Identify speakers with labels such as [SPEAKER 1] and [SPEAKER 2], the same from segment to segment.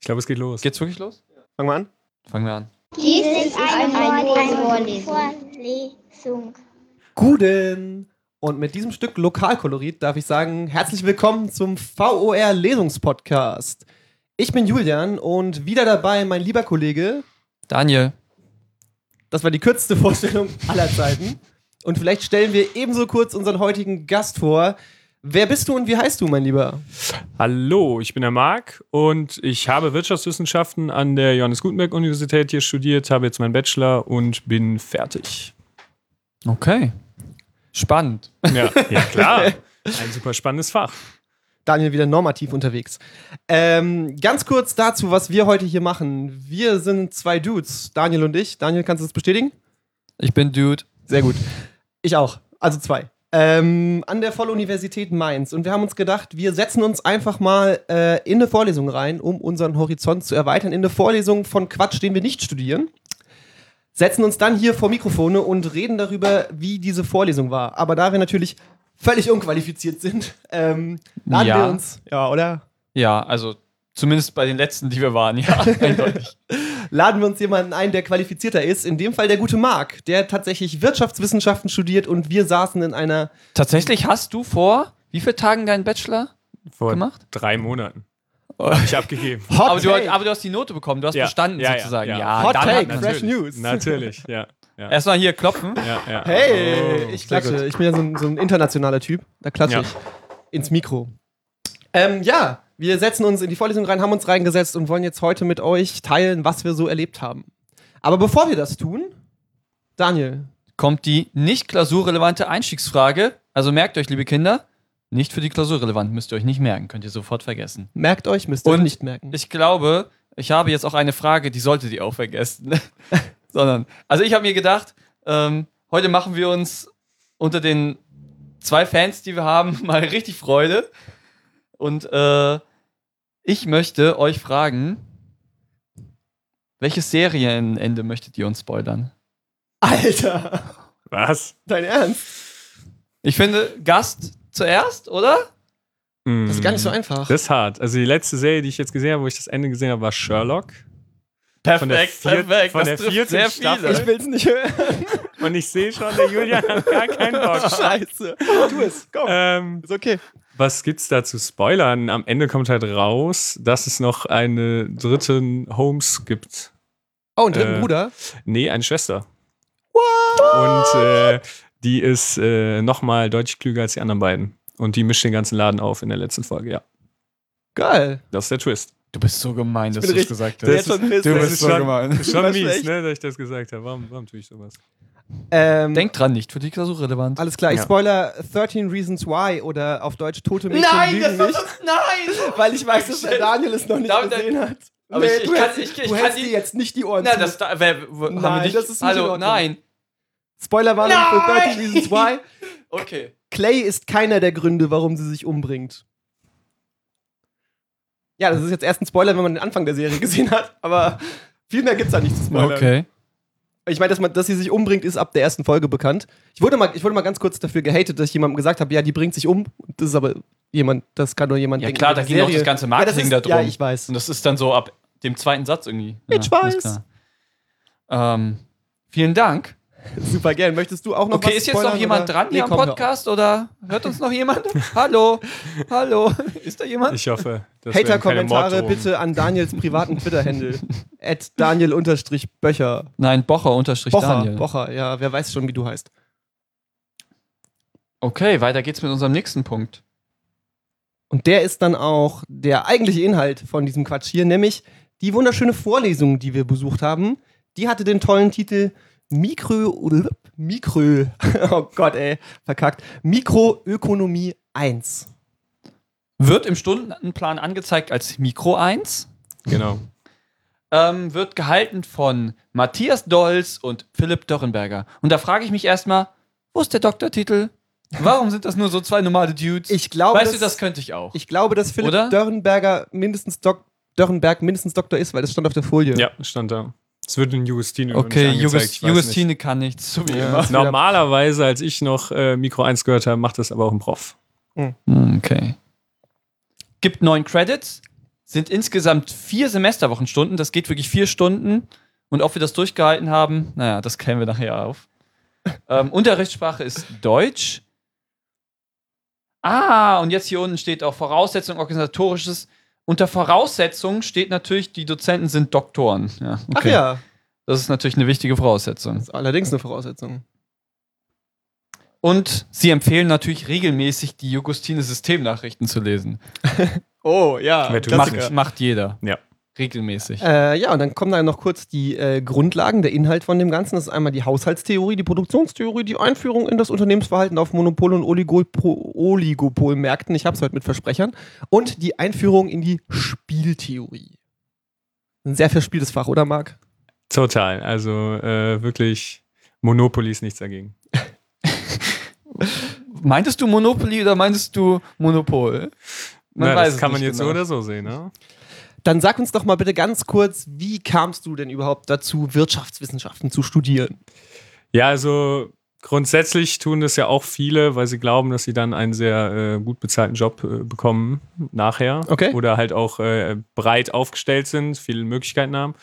[SPEAKER 1] Ich glaube, es geht los.
[SPEAKER 2] Geht's wirklich los?
[SPEAKER 3] Fangen wir an?
[SPEAKER 2] Fangen wir an.
[SPEAKER 4] Dies ist eine Vorlesung.
[SPEAKER 3] Guten! Und mit diesem Stück Lokalkolorit darf ich sagen, herzlich willkommen zum VOR Lesungspodcast. Ich bin Julian und wieder dabei mein lieber Kollege.
[SPEAKER 2] Daniel.
[SPEAKER 3] Das war die kürzeste Vorstellung aller Zeiten. Und vielleicht stellen wir ebenso kurz unseren heutigen Gast vor. Wer bist du und wie heißt du, mein Lieber?
[SPEAKER 1] Hallo, ich bin der Marc und ich habe Wirtschaftswissenschaften an der Johannes Gutenberg Universität hier studiert, habe jetzt meinen Bachelor und bin fertig.
[SPEAKER 2] Okay. Spannend.
[SPEAKER 1] Ja, ja klar. Ein super spannendes Fach.
[SPEAKER 3] Daniel wieder normativ unterwegs. Ähm, ganz kurz dazu, was wir heute hier machen. Wir sind zwei Dudes, Daniel und ich. Daniel, kannst du das bestätigen?
[SPEAKER 2] Ich bin Dude.
[SPEAKER 3] Sehr gut. Ich auch. Also zwei. Ähm, an der Volluniversität Mainz. Und wir haben uns gedacht, wir setzen uns einfach mal äh, in eine Vorlesung rein, um unseren Horizont zu erweitern. In eine Vorlesung von Quatsch, den wir nicht studieren. Setzen uns dann hier vor Mikrofone und reden darüber, wie diese Vorlesung war. Aber da wir natürlich völlig unqualifiziert sind, ähm, laden
[SPEAKER 2] Ja.
[SPEAKER 3] wir uns, ja, oder?
[SPEAKER 2] Ja, also zumindest bei den letzten, die wir waren, ja, eindeutig.
[SPEAKER 3] laden wir uns jemanden ein, der qualifizierter ist. In dem Fall der gute Marc, der tatsächlich Wirtschaftswissenschaften studiert und wir saßen in einer.
[SPEAKER 2] Tatsächlich hast du vor wie vielen Tagen deinen Bachelor
[SPEAKER 1] Vor
[SPEAKER 2] gemacht?
[SPEAKER 1] drei Monaten.
[SPEAKER 2] Oh.
[SPEAKER 1] Hab Ich abgegeben.
[SPEAKER 3] Hot
[SPEAKER 2] aber, du,
[SPEAKER 3] Take.
[SPEAKER 2] aber du hast die Note bekommen, du hast
[SPEAKER 1] Ja,
[SPEAKER 2] bestanden
[SPEAKER 1] ja, ja,
[SPEAKER 2] sozusagen.
[SPEAKER 1] ja.
[SPEAKER 2] Ja,
[SPEAKER 3] Hot
[SPEAKER 2] dann
[SPEAKER 3] Take,
[SPEAKER 2] hat man-
[SPEAKER 3] fresh news.
[SPEAKER 1] Natürlich, ja. ja,
[SPEAKER 2] Erstmal hier klopfen.
[SPEAKER 1] ja, ja.
[SPEAKER 3] Hey, ich
[SPEAKER 1] sehr
[SPEAKER 3] klatsche. Oh, Ich bin ja so ein, so ein internationaler Typ. Da klatsche
[SPEAKER 1] Ja.
[SPEAKER 3] ich ins Mikro. Ähm, ja, wir setzen uns in die Vorlesung rein, haben uns reingesetzt und wollen jetzt heute mit euch teilen, was wir so erlebt haben. Aber bevor wir das tun, Daniel,
[SPEAKER 2] Kommt die nicht klausurrelevante Einstiegsfrage. Also merkt euch, liebe Kinder, nicht für die Klausur relevant, müsst ihr euch nicht merken, könnt ihr sofort vergessen.
[SPEAKER 3] merkt euch, müsst ihr
[SPEAKER 2] Und
[SPEAKER 3] nicht merken.
[SPEAKER 2] Ich glaube, ich habe jetzt auch eine Frage, die solltet ihr auch vergessen. Sondern, also ich habe mir gedacht, ähm, heute machen wir uns unter den zwei Fans, die wir haben, mal richtig Freude. Und äh, ich möchte euch fragen, welches Serienende möchtet ihr uns spoilern?
[SPEAKER 3] Alter,
[SPEAKER 1] Was?
[SPEAKER 3] dein Ernst?
[SPEAKER 2] Ich finde, Gast zuerst, oder?
[SPEAKER 3] Das ist gar nicht so
[SPEAKER 1] Mm.
[SPEAKER 3] einfach.
[SPEAKER 1] Das ist hart. Also die letzte Serie, die ich jetzt gesehen habe, wo ich das Ende gesehen habe, war Sherlock. Von der vier- von
[SPEAKER 2] das
[SPEAKER 1] der
[SPEAKER 2] trifft
[SPEAKER 1] vierten
[SPEAKER 2] sehr
[SPEAKER 1] Staffel.
[SPEAKER 2] viele.
[SPEAKER 3] Ich will's nicht hören.
[SPEAKER 1] Und ich sehe schon, der Julian hat gar keinen Bock.
[SPEAKER 3] Scheiße. Tu es, komm.
[SPEAKER 1] Ähm,
[SPEAKER 3] Ist okay.
[SPEAKER 1] Was gibt's da zu spoilern? Am Ende kommt halt raus, dass es noch einen dritten Holmes gibt.
[SPEAKER 3] Oh, einen dritten
[SPEAKER 1] Äh,
[SPEAKER 3] Bruder.
[SPEAKER 1] Nee, eine Schwester. What? Und äh, die ist äh, nochmal deutlich klüger als die anderen beiden. Und die mischt den ganzen Laden auf in der letzten Folge, ja.
[SPEAKER 3] Geil.
[SPEAKER 1] Das ist der Twist.
[SPEAKER 2] Du bist so gemein, dass du
[SPEAKER 3] bin
[SPEAKER 2] es
[SPEAKER 3] richtig-
[SPEAKER 2] gesagt
[SPEAKER 3] Der
[SPEAKER 2] hast.
[SPEAKER 3] ist schon pissed,
[SPEAKER 2] Du
[SPEAKER 3] ey.
[SPEAKER 2] bist so
[SPEAKER 1] schon-
[SPEAKER 2] gemein.
[SPEAKER 1] Ist schon
[SPEAKER 3] War
[SPEAKER 1] mies,
[SPEAKER 3] schlecht.
[SPEAKER 1] ne, dass ich das gesagt habe. Warum, warum tue ich sowas?
[SPEAKER 3] Ähm,
[SPEAKER 2] Denk dran, nicht für die Klausur relevant.
[SPEAKER 3] alles klar, ich
[SPEAKER 1] Ja.
[SPEAKER 3] spoiler 13 Reasons Why oder auf Deutsch Tote Mädchen lügen nicht,
[SPEAKER 2] nein!
[SPEAKER 3] weil ich weiß, dass der Daniel es noch nicht
[SPEAKER 2] Damit-
[SPEAKER 3] gesehen hat.
[SPEAKER 2] Aber ich- ich
[SPEAKER 3] du
[SPEAKER 2] kann-
[SPEAKER 3] hältst-
[SPEAKER 2] ich- ich
[SPEAKER 3] du
[SPEAKER 2] kann
[SPEAKER 3] hältst
[SPEAKER 2] die-
[SPEAKER 3] dir jetzt nicht die Ohren
[SPEAKER 2] Nein,
[SPEAKER 3] zu.
[SPEAKER 2] das, da, wer, wo, haben wir
[SPEAKER 3] Nein,
[SPEAKER 2] nicht,
[SPEAKER 3] das ist nicht in
[SPEAKER 2] Hallo,
[SPEAKER 3] Ordnung.
[SPEAKER 2] nein.
[SPEAKER 3] Spoilerwarnung für
[SPEAKER 2] Nein!
[SPEAKER 3] 13 Reasons Why.
[SPEAKER 2] Okay.
[SPEAKER 3] Clay ist keiner der Gründe, warum sie sich umbringt. Ja, das ist jetzt erst ein Spoiler, wenn man den Anfang der Serie gesehen hat, aber viel mehr gibt's da nicht zu spoilern. Ich meine, dass, man- dass sie sich umbringt, ist ab der ersten Folge bekannt. Ich wurde mal, ich wurde mal ganz kurz dafür gehatet, dass ich jemandem gesagt habe, ja, die bringt sich um. Das ist aber jemand, das kann nur jemand
[SPEAKER 2] Ja
[SPEAKER 3] denken,
[SPEAKER 2] klar,
[SPEAKER 3] in
[SPEAKER 2] da
[SPEAKER 3] der
[SPEAKER 2] ging doch
[SPEAKER 3] Serie.
[SPEAKER 2] das ganze
[SPEAKER 3] Ja, das
[SPEAKER 2] Marketing
[SPEAKER 3] ist-
[SPEAKER 2] da drum.
[SPEAKER 3] Ja, ich weiß.
[SPEAKER 2] Und das ist dann so ab dem zweiten Satz irgendwie. Ja,
[SPEAKER 3] Ich weiß.
[SPEAKER 2] alles klar. Ähm, vielen Dank.
[SPEAKER 3] Super gern. Möchtest du auch noch
[SPEAKER 2] okay,
[SPEAKER 3] was
[SPEAKER 2] ist jetzt noch
[SPEAKER 3] spoilern,
[SPEAKER 2] jemand
[SPEAKER 3] oder?
[SPEAKER 2] dran hier am
[SPEAKER 3] komm, hör auf.
[SPEAKER 2] Podcast oder hört uns noch jemand? Hallo, hallo, ist da jemand?
[SPEAKER 1] Ich hoffe, dass
[SPEAKER 3] Hater-Kommentare bitte an Daniels privaten Twitter-Handle. At Daniel-Böcher.
[SPEAKER 2] Nein, Bocher unterstrich
[SPEAKER 3] Bocher,
[SPEAKER 2] Daniel.
[SPEAKER 3] Bocher, ja, wer weiß schon, wie du heißt.
[SPEAKER 2] Okay, weiter geht's mit unserem nächsten Punkt.
[SPEAKER 3] Und der ist dann auch der eigentliche Inhalt von diesem Quatsch hier, nämlich die wunderschöne Vorlesung, die wir besucht haben. Die hatte den tollen Titel Mikro. Mikro. Oh Gott, ey, verkackt. Mikroökonomie 1.
[SPEAKER 2] Wird im Stundenplan angezeigt als Mikro 1.
[SPEAKER 1] Genau.
[SPEAKER 2] ähm, wird gehalten von Matthias Dolz und Philipp Dörrenberger. Und da frage ich mich erstmal, wo ist der Doktortitel? Warum sind das nur so zwei normale Dudes?
[SPEAKER 3] Ich glaube,
[SPEAKER 2] weißt
[SPEAKER 3] dass-
[SPEAKER 2] du, das könnte ich auch.
[SPEAKER 3] Ich glaube, dass Philipp
[SPEAKER 2] Oder?
[SPEAKER 3] Dörrenberger mindestens Dok Dörrenberg mindestens Doktor ist, weil das stand auf der Folie.
[SPEAKER 1] Ja, stand da. Es wird in Justine
[SPEAKER 2] okay, Jugust
[SPEAKER 1] Justine.
[SPEAKER 2] Justine kann nichts, so wie
[SPEAKER 3] Ja.
[SPEAKER 1] Normalerweise, als ich noch äh, Mikro 1 gehört
[SPEAKER 3] Hm,
[SPEAKER 1] habe, macht das aber auch ein Prof.
[SPEAKER 2] immer. Okay. Gibt neun Credits, sind insgesamt vier Semesterwochenstunden. Das geht wirklich vier Stunden. Und ob wir das durchgehalten haben, naja, das klären wir nachher auf. ähm, Unterrichtssprache ist Deutsch. Ah, und jetzt hier unten steht auch Voraussetzung, organisatorisches. Unter Voraussetzung steht natürlich, die Dozenten sind Doktoren. Ja, okay.
[SPEAKER 3] Ach ja,
[SPEAKER 2] Das ist natürlich eine wichtige Voraussetzung.
[SPEAKER 3] das ist allerdings eine Voraussetzung.
[SPEAKER 2] Und sie empfehlen natürlich regelmäßig, die Augustine Systemnachrichten zu lesen.
[SPEAKER 3] Oh, ja.
[SPEAKER 1] Wer tut's
[SPEAKER 3] Klassiker.
[SPEAKER 2] Macht, macht jeder.
[SPEAKER 1] Ja.
[SPEAKER 2] Regelmäßig.
[SPEAKER 3] Äh, ja, und dann kommen da noch kurz die äh, Grundlagen, der Inhalt von dem Ganzen. Das ist einmal die Haushaltstheorie, die Produktionstheorie, die Einführung in das Unternehmensverhalten auf Monopol- und Oligopo- Oligopolmärkten. Ich habe es heute mit Versprechern. Und die Einführung in die Spieltheorie. Ein sehr verspieltes Fach, oder Marc?
[SPEAKER 1] Total. Also äh, wirklich, Monopoly ist nichts dagegen.
[SPEAKER 2] Meintest du Monopoly oder meintest du Monopol?
[SPEAKER 1] Na, das kann
[SPEAKER 2] nicht
[SPEAKER 1] man jetzt
[SPEAKER 2] genau.
[SPEAKER 1] so oder so sehen, ne?
[SPEAKER 3] Dann sag uns doch mal bitte ganz kurz, wie kamst du denn überhaupt dazu, Wirtschaftswissenschaften zu studieren?
[SPEAKER 1] Ja, also grundsätzlich tun das ja auch viele, weil sie glauben, dass sie dann einen sehr äh, gut bezahlten Job äh, bekommen nachher.
[SPEAKER 3] Okay.
[SPEAKER 1] Oder halt auch äh, breit aufgestellt sind, viele Möglichkeiten haben.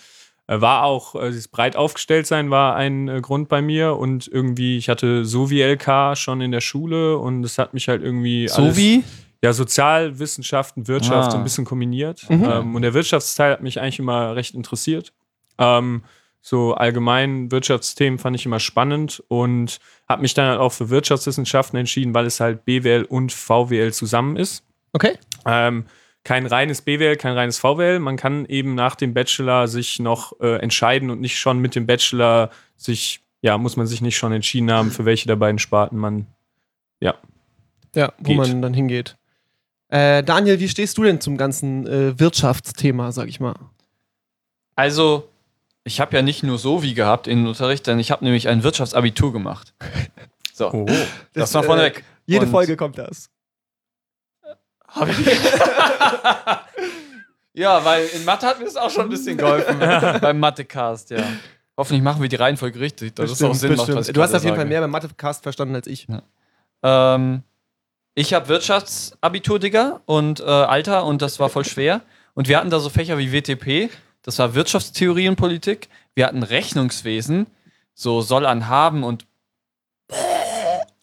[SPEAKER 1] Äh, War auch, äh, dieses breit aufgestellt sein war ein äh, Grund bei mir und irgendwie, ich hatte so wie LK schon in der Schule und es hat mich halt irgendwie
[SPEAKER 2] So wie?
[SPEAKER 1] ja, Sozialwissenschaften, Wirtschaft
[SPEAKER 2] Ah.
[SPEAKER 1] so ein bisschen kombiniert.
[SPEAKER 3] Mhm.
[SPEAKER 1] Ähm, und der Wirtschaftsteil hat mich eigentlich immer recht interessiert. Ähm, so allgemein Wirtschaftsthemen fand ich immer spannend und habe mich dann halt auch für Wirtschaftswissenschaften entschieden, weil es halt BWL und VWL zusammen ist.
[SPEAKER 3] Okay.
[SPEAKER 1] Ähm, kein reines BWL, kein reines VWL. Man kann eben nach dem Bachelor sich noch äh, entscheiden und nicht schon mit dem Bachelor sich, ja, muss man sich nicht schon entschieden haben, für welche der beiden Sparten man
[SPEAKER 3] Ja, wo
[SPEAKER 1] Geht.
[SPEAKER 3] man dann hingeht. Äh, Daniel, wie stehst du denn zum ganzen äh, Wirtschaftsthema, sag ich mal?
[SPEAKER 2] Also, ich habe ja nicht nur so wie gehabt in den Unterricht, denn ich habe nämlich ein Wirtschaftsabitur gemacht. So,
[SPEAKER 1] Oh.
[SPEAKER 2] das, war vorneweg.
[SPEAKER 3] Jede
[SPEAKER 2] Und-
[SPEAKER 3] Folge kommt das.
[SPEAKER 2] Hab ich- ja, weil in Mathe hat mir das auch schon ein bisschen geholfen. beim Mathecast, ja. Hoffentlich machen wir die Reihenfolge richtig, dass es auch Sinn macht, was ich
[SPEAKER 3] du hast
[SPEAKER 2] gerade
[SPEAKER 3] auf jeden Fall
[SPEAKER 2] sage.
[SPEAKER 3] mehr beim Mathecast verstanden als ich.
[SPEAKER 2] Ähm, ich habe Wirtschaftsabitur, Digga, und äh, Alter, und das war voll schwer. Und wir hatten da so Fächer wie WTP, das war Wirtschaftstheorie und Politik. Wir hatten Rechnungswesen, so soll an haben und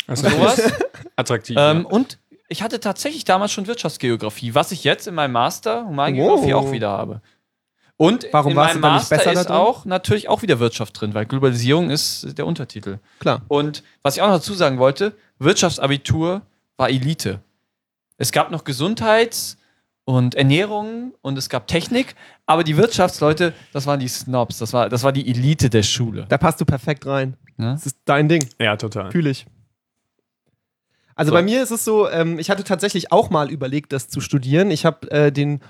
[SPEAKER 1] Das ist
[SPEAKER 2] sowas.
[SPEAKER 1] Also attraktiv.
[SPEAKER 2] ähm, und ich hatte tatsächlich damals schon Wirtschaftsgeografie, was ich jetzt in meinem Master Humangeografie
[SPEAKER 3] Wow.
[SPEAKER 2] auch wieder habe. Und
[SPEAKER 3] Warum
[SPEAKER 2] in
[SPEAKER 3] warst
[SPEAKER 2] meinem
[SPEAKER 3] du da nicht
[SPEAKER 2] Master
[SPEAKER 3] besser da
[SPEAKER 2] ist
[SPEAKER 3] drin?
[SPEAKER 2] auch natürlich auch wieder Wirtschaft drin, weil Globalisierung ist der Untertitel.
[SPEAKER 3] Klar.
[SPEAKER 2] Und was ich auch noch dazu sagen wollte, Wirtschaftsabitur war Elite. Es gab noch Gesundheits- und Ernährung und es gab Technik, aber die Wirtschaftsleute, das waren die Snobs, das war, das war die Elite der Schule.
[SPEAKER 3] Da passt du perfekt rein.
[SPEAKER 2] Ne?
[SPEAKER 3] Das ist dein Ding.
[SPEAKER 1] ja, total.
[SPEAKER 3] Fühl ich. Also
[SPEAKER 2] So.
[SPEAKER 3] bei mir ist es so, ähm, ich hatte tatsächlich auch mal überlegt, das zu studieren. Ich habe äh, den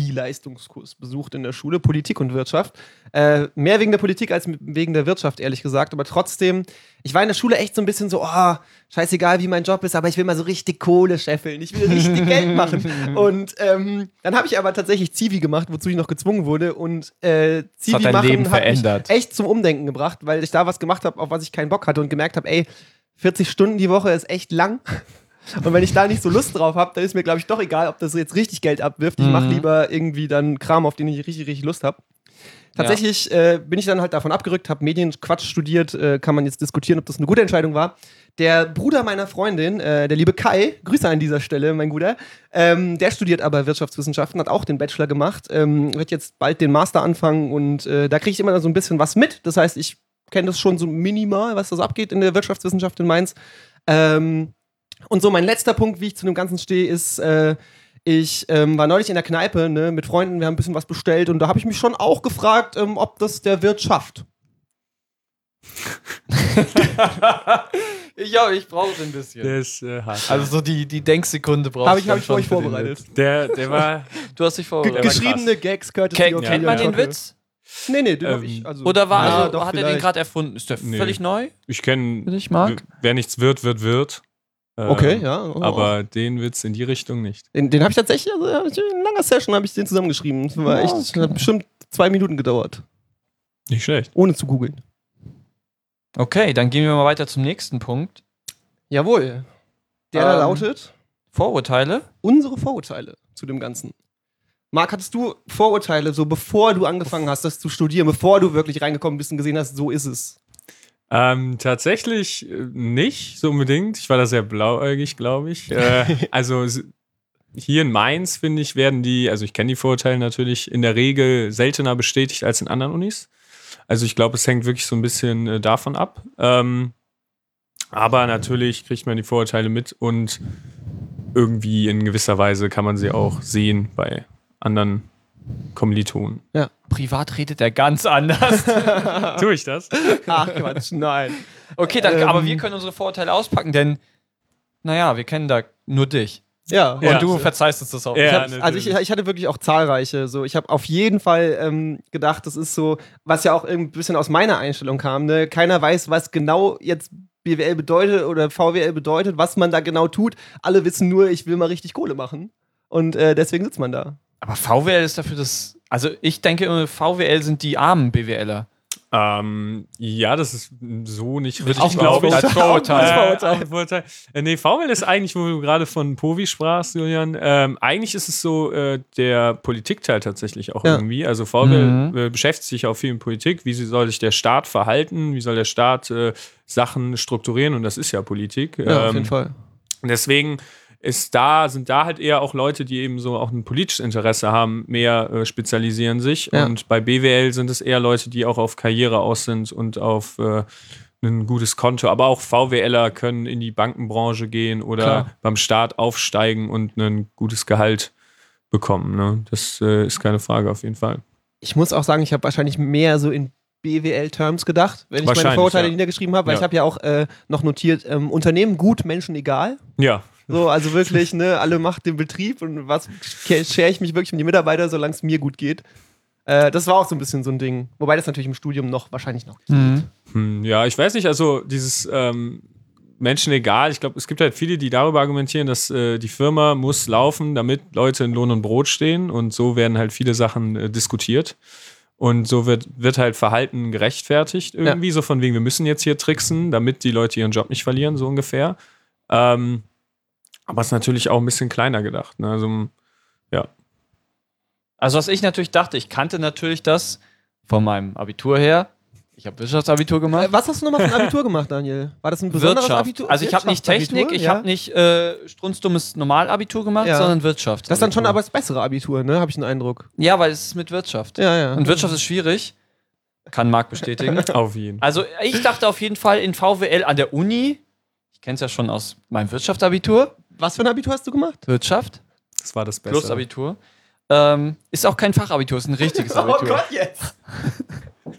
[SPEAKER 3] POVI-Leistungskurs besucht in der Schule, Politik und Wirtschaft. Äh, mehr wegen der Politik als wegen der Wirtschaft, ehrlich gesagt. Aber trotzdem, ich war in der Schule echt so ein bisschen so, oh, scheißegal, wie mein Job ist, aber ich will mal so richtig Kohle scheffeln. Ich will richtig Geld machen. Und ähm, dann habe ich aber tatsächlich Zivi gemacht, wozu ich noch gezwungen wurde. Und äh, Zivi
[SPEAKER 2] hat dein
[SPEAKER 3] machen
[SPEAKER 2] Leben
[SPEAKER 3] hat mich
[SPEAKER 2] verändert.
[SPEAKER 3] echt zum Umdenken gebracht, weil ich da was gemacht habe, auf was ich keinen Bock hatte und gemerkt habe, ey, 40 Stunden die Woche ist echt lang. Und wenn ich da nicht so Lust drauf habe, dann ist mir, glaube ich, doch egal, ob das jetzt richtig Geld abwirft. Ich mache
[SPEAKER 2] Mhm.
[SPEAKER 3] lieber irgendwie dann Kram, auf den ich richtig, richtig Lust habe. Tatsächlich äh, bin ich dann halt davon abgerückt, habe Medienquatsch studiert, äh, kann man jetzt diskutieren, ob das eine gute Entscheidung war. Der Bruder meiner Freundin, äh, der liebe Kai, Grüße an dieser Stelle, mein Guter, ähm, der studiert aber Wirtschaftswissenschaften, hat auch den Bachelor gemacht, ähm, wird jetzt bald den Master anfangen und äh, da kriege ich immer so ein bisschen was mit. Das heißt, ich kenne das schon so minimal, was da so abgeht in der Wirtschaftswissenschaft in Mainz. Ähm, und so mein letzter Punkt, wie ich zu dem Ganzen stehe, ist, äh, ich ähm, war neulich in der Kneipe ne, mit Freunden, wir haben ein bisschen was bestellt und da habe ich mich schon auch gefragt, ähm, ob das der Wirt schafft.
[SPEAKER 2] Ich, ja, ich brauche ein bisschen.
[SPEAKER 1] Der ist äh, hart.
[SPEAKER 2] Also so die, die Denksekunde brauchst
[SPEAKER 3] Habe ich,
[SPEAKER 2] dann
[SPEAKER 3] hab ich für euch
[SPEAKER 2] schon für den
[SPEAKER 3] vorbereitet.
[SPEAKER 1] Der, der war.
[SPEAKER 2] Witz. Du hast dich
[SPEAKER 3] Ge-
[SPEAKER 1] der war
[SPEAKER 2] vorbereitet.
[SPEAKER 1] gesch-
[SPEAKER 3] Geschriebene Gags, Curtis
[SPEAKER 2] Ken-
[SPEAKER 3] Leon,
[SPEAKER 2] Kennt man
[SPEAKER 3] Leon
[SPEAKER 2] den
[SPEAKER 3] Turtle.
[SPEAKER 2] Witz?
[SPEAKER 3] Nee, nee, den hab
[SPEAKER 1] Ähm,
[SPEAKER 3] ich. Also,
[SPEAKER 2] Oder war
[SPEAKER 3] ja,
[SPEAKER 2] also,
[SPEAKER 3] doch,
[SPEAKER 2] hat er den
[SPEAKER 3] vielleicht.
[SPEAKER 2] gerade erfunden? Ist der
[SPEAKER 1] Nee.
[SPEAKER 2] völlig neu
[SPEAKER 1] Ich
[SPEAKER 2] für
[SPEAKER 1] kenne.
[SPEAKER 2] dich, Marc?
[SPEAKER 1] Wer nichts wird, wird, wird. Äh,
[SPEAKER 3] Okay, ja.
[SPEAKER 2] Ähm,
[SPEAKER 3] oh.
[SPEAKER 1] Aber den Witz in die Richtung nicht.
[SPEAKER 3] Den, den habe ich tatsächlich, also hab ich, in langer Session habe ich den zusammengeschrieben. Das war
[SPEAKER 2] Ja,
[SPEAKER 3] echt,
[SPEAKER 2] okay.
[SPEAKER 3] hat bestimmt zwei Minuten gedauert,
[SPEAKER 1] Nicht schlecht.
[SPEAKER 3] ohne zu googeln.
[SPEAKER 2] Okay, dann gehen wir mal weiter zum nächsten Punkt.
[SPEAKER 3] Jawohl. Der da
[SPEAKER 2] Ähm,
[SPEAKER 3] lautet
[SPEAKER 2] Vorurteile.
[SPEAKER 3] unsere Vorurteile zu dem Ganzen. Marc, hattest du Vorurteile, so bevor du angefangen hast, das zu studieren, bevor du wirklich reingekommen bist und gesehen hast, so ist es?
[SPEAKER 1] Ähm, tatsächlich äh, nicht so unbedingt. Ich war da sehr blauäugig, glaube ich. Äh, also s- hier in Mainz, finde ich, werden die, also ich kenne die Vorurteile natürlich in der Regel seltener bestätigt als in anderen Unis. Also ich glaube, es hängt wirklich so ein bisschen äh, davon ab. Ähm, aber natürlich kriegt man die Vorurteile mit und irgendwie in gewisser Weise kann man sie auch sehen bei anderen Kommilitonen.
[SPEAKER 2] Privat redet er ganz anders.
[SPEAKER 1] Tue ich das?
[SPEAKER 3] Ach Quatsch, nein.
[SPEAKER 2] Okay, dann,
[SPEAKER 3] Ähm.
[SPEAKER 2] aber wir können unsere Vorurteile auspacken, denn, naja, wir kennen da nur dich.
[SPEAKER 3] Ja,
[SPEAKER 2] Und
[SPEAKER 1] Ja.
[SPEAKER 2] du verzeihst uns das auch.
[SPEAKER 1] Ja.
[SPEAKER 2] Ich hab-
[SPEAKER 3] Ich hab, also
[SPEAKER 1] natürlich.
[SPEAKER 3] ich, ich hatte wirklich auch zahlreiche. So, ich habe auf jeden Fall ähm, gedacht, das ist so, was ja auch ein bisschen aus meiner Einstellung kam. Ne? Keiner weiß, was genau jetzt BWL bedeutet oder VWL bedeutet, was man da genau tut. Alle wissen nur, ich will mal richtig Kohle machen. Und äh, deswegen sitzt man da.
[SPEAKER 2] Aber VWL ist dafür das. Also ich denke immer, VWL sind die armen BWLer.
[SPEAKER 1] Ähm, ja, das ist so nicht richtig,
[SPEAKER 2] auch
[SPEAKER 1] glaube ich.
[SPEAKER 2] als Vorurteil.
[SPEAKER 1] Äh,
[SPEAKER 3] Als Vorurteil.
[SPEAKER 1] auch ein Vorurteil. Äh, nee, VWL ist eigentlich, wo du gerade von Povi sprachst, Julian, ähm, eigentlich ist es so äh, der Politikteil tatsächlich auch
[SPEAKER 3] Ja.
[SPEAKER 1] irgendwie. Also VWL
[SPEAKER 2] Mhm.
[SPEAKER 1] äh, beschäftigt sich auch viel mit Politik. Wie soll sich der Staat verhalten? Wie soll der Staat äh, Sachen strukturieren? Und das ist ja Politik. Ähm,
[SPEAKER 3] Fall.
[SPEAKER 1] und deswegen ist da, sind da halt eher auch Leute, die eben so auch ein politisches Interesse haben, mehr äh, spezialisieren sich.
[SPEAKER 3] Ja.
[SPEAKER 1] Und bei BWL sind es eher Leute, die auch auf Karriere aus sind und auf äh, ein gutes Konto. Aber auch VWLer können in die Bankenbranche gehen oder
[SPEAKER 2] Klar.
[SPEAKER 1] beim Staat aufsteigen und ein gutes Gehalt bekommen. Ne? Das äh, ist keine Frage auf jeden Fall.
[SPEAKER 3] Ich muss auch sagen, ich habe wahrscheinlich mehr so in BWL-Terms gedacht, wenn ich meine
[SPEAKER 1] Wahrscheinlich,
[SPEAKER 3] Vorurteile
[SPEAKER 1] ja.
[SPEAKER 3] niedergeschrieben habe, weil
[SPEAKER 1] Ja.
[SPEAKER 3] ich habe ja auch äh, noch notiert, ähm, Unternehmen gut, Menschen egal.
[SPEAKER 1] Ja.
[SPEAKER 3] So, also wirklich, ne, alle macht den Betrieb und was ke- schere ich mich wirklich um die Mitarbeiter, solange es mir gut geht. Äh, das war auch so ein bisschen so ein Ding. Wobei das natürlich im Studium noch wahrscheinlich noch.
[SPEAKER 1] Hm, ja, ich weiß nicht, also dieses ähm, Menschen egal, ich glaube, es gibt halt viele, die darüber argumentieren, dass äh, die Firma muss laufen, damit Leute in Lohn und Brot stehen und so werden halt viele Sachen äh, diskutiert. Und so wird, wird halt Verhalten gerechtfertigt irgendwie, so von wegen, wir müssen jetzt hier tricksen, damit die Leute ihren Job nicht verlieren, so ungefähr. Ähm, aber es ist natürlich auch ein bisschen kleiner gedacht. Ne? Also,
[SPEAKER 2] Also was ich natürlich dachte, ich kannte natürlich das von meinem Abitur her. Ich habe Wirtschaftsabitur
[SPEAKER 3] Äh,
[SPEAKER 2] gemacht.
[SPEAKER 3] was hast du nochmal für ein Abitur gemacht, Daniel? War das ein besonderes
[SPEAKER 2] Wirtschaft.
[SPEAKER 3] Abitur?
[SPEAKER 2] Also ich habe nicht Technik,
[SPEAKER 3] Wirtschaftsabitur,
[SPEAKER 2] ich
[SPEAKER 3] ja?
[SPEAKER 2] habe nicht äh, strunzdummes Normalabitur gemacht,
[SPEAKER 3] Ja.
[SPEAKER 2] sondern Wirtschaft.
[SPEAKER 3] Das ist dann schon aber das bessere Abitur, ne? Habe ich den Eindruck.
[SPEAKER 2] Ja, weil es ist mit Wirtschaft.
[SPEAKER 3] Ja, ja.
[SPEAKER 2] Und Wirtschaft ist schwierig. Kann Marc bestätigen.
[SPEAKER 1] auf jeden Fall.
[SPEAKER 2] Also ich dachte auf jeden Fall in VWL an der Uni. Ich kenne es ja schon aus meinem Wirtschaftsabitur.
[SPEAKER 3] was für ein Abitur hast du gemacht?
[SPEAKER 2] Wirtschaft
[SPEAKER 1] Das war das Beste.
[SPEAKER 2] plus Abitur. Ähm, ist auch kein Fachabitur, ist ein richtiges Abitur.
[SPEAKER 3] jetzt!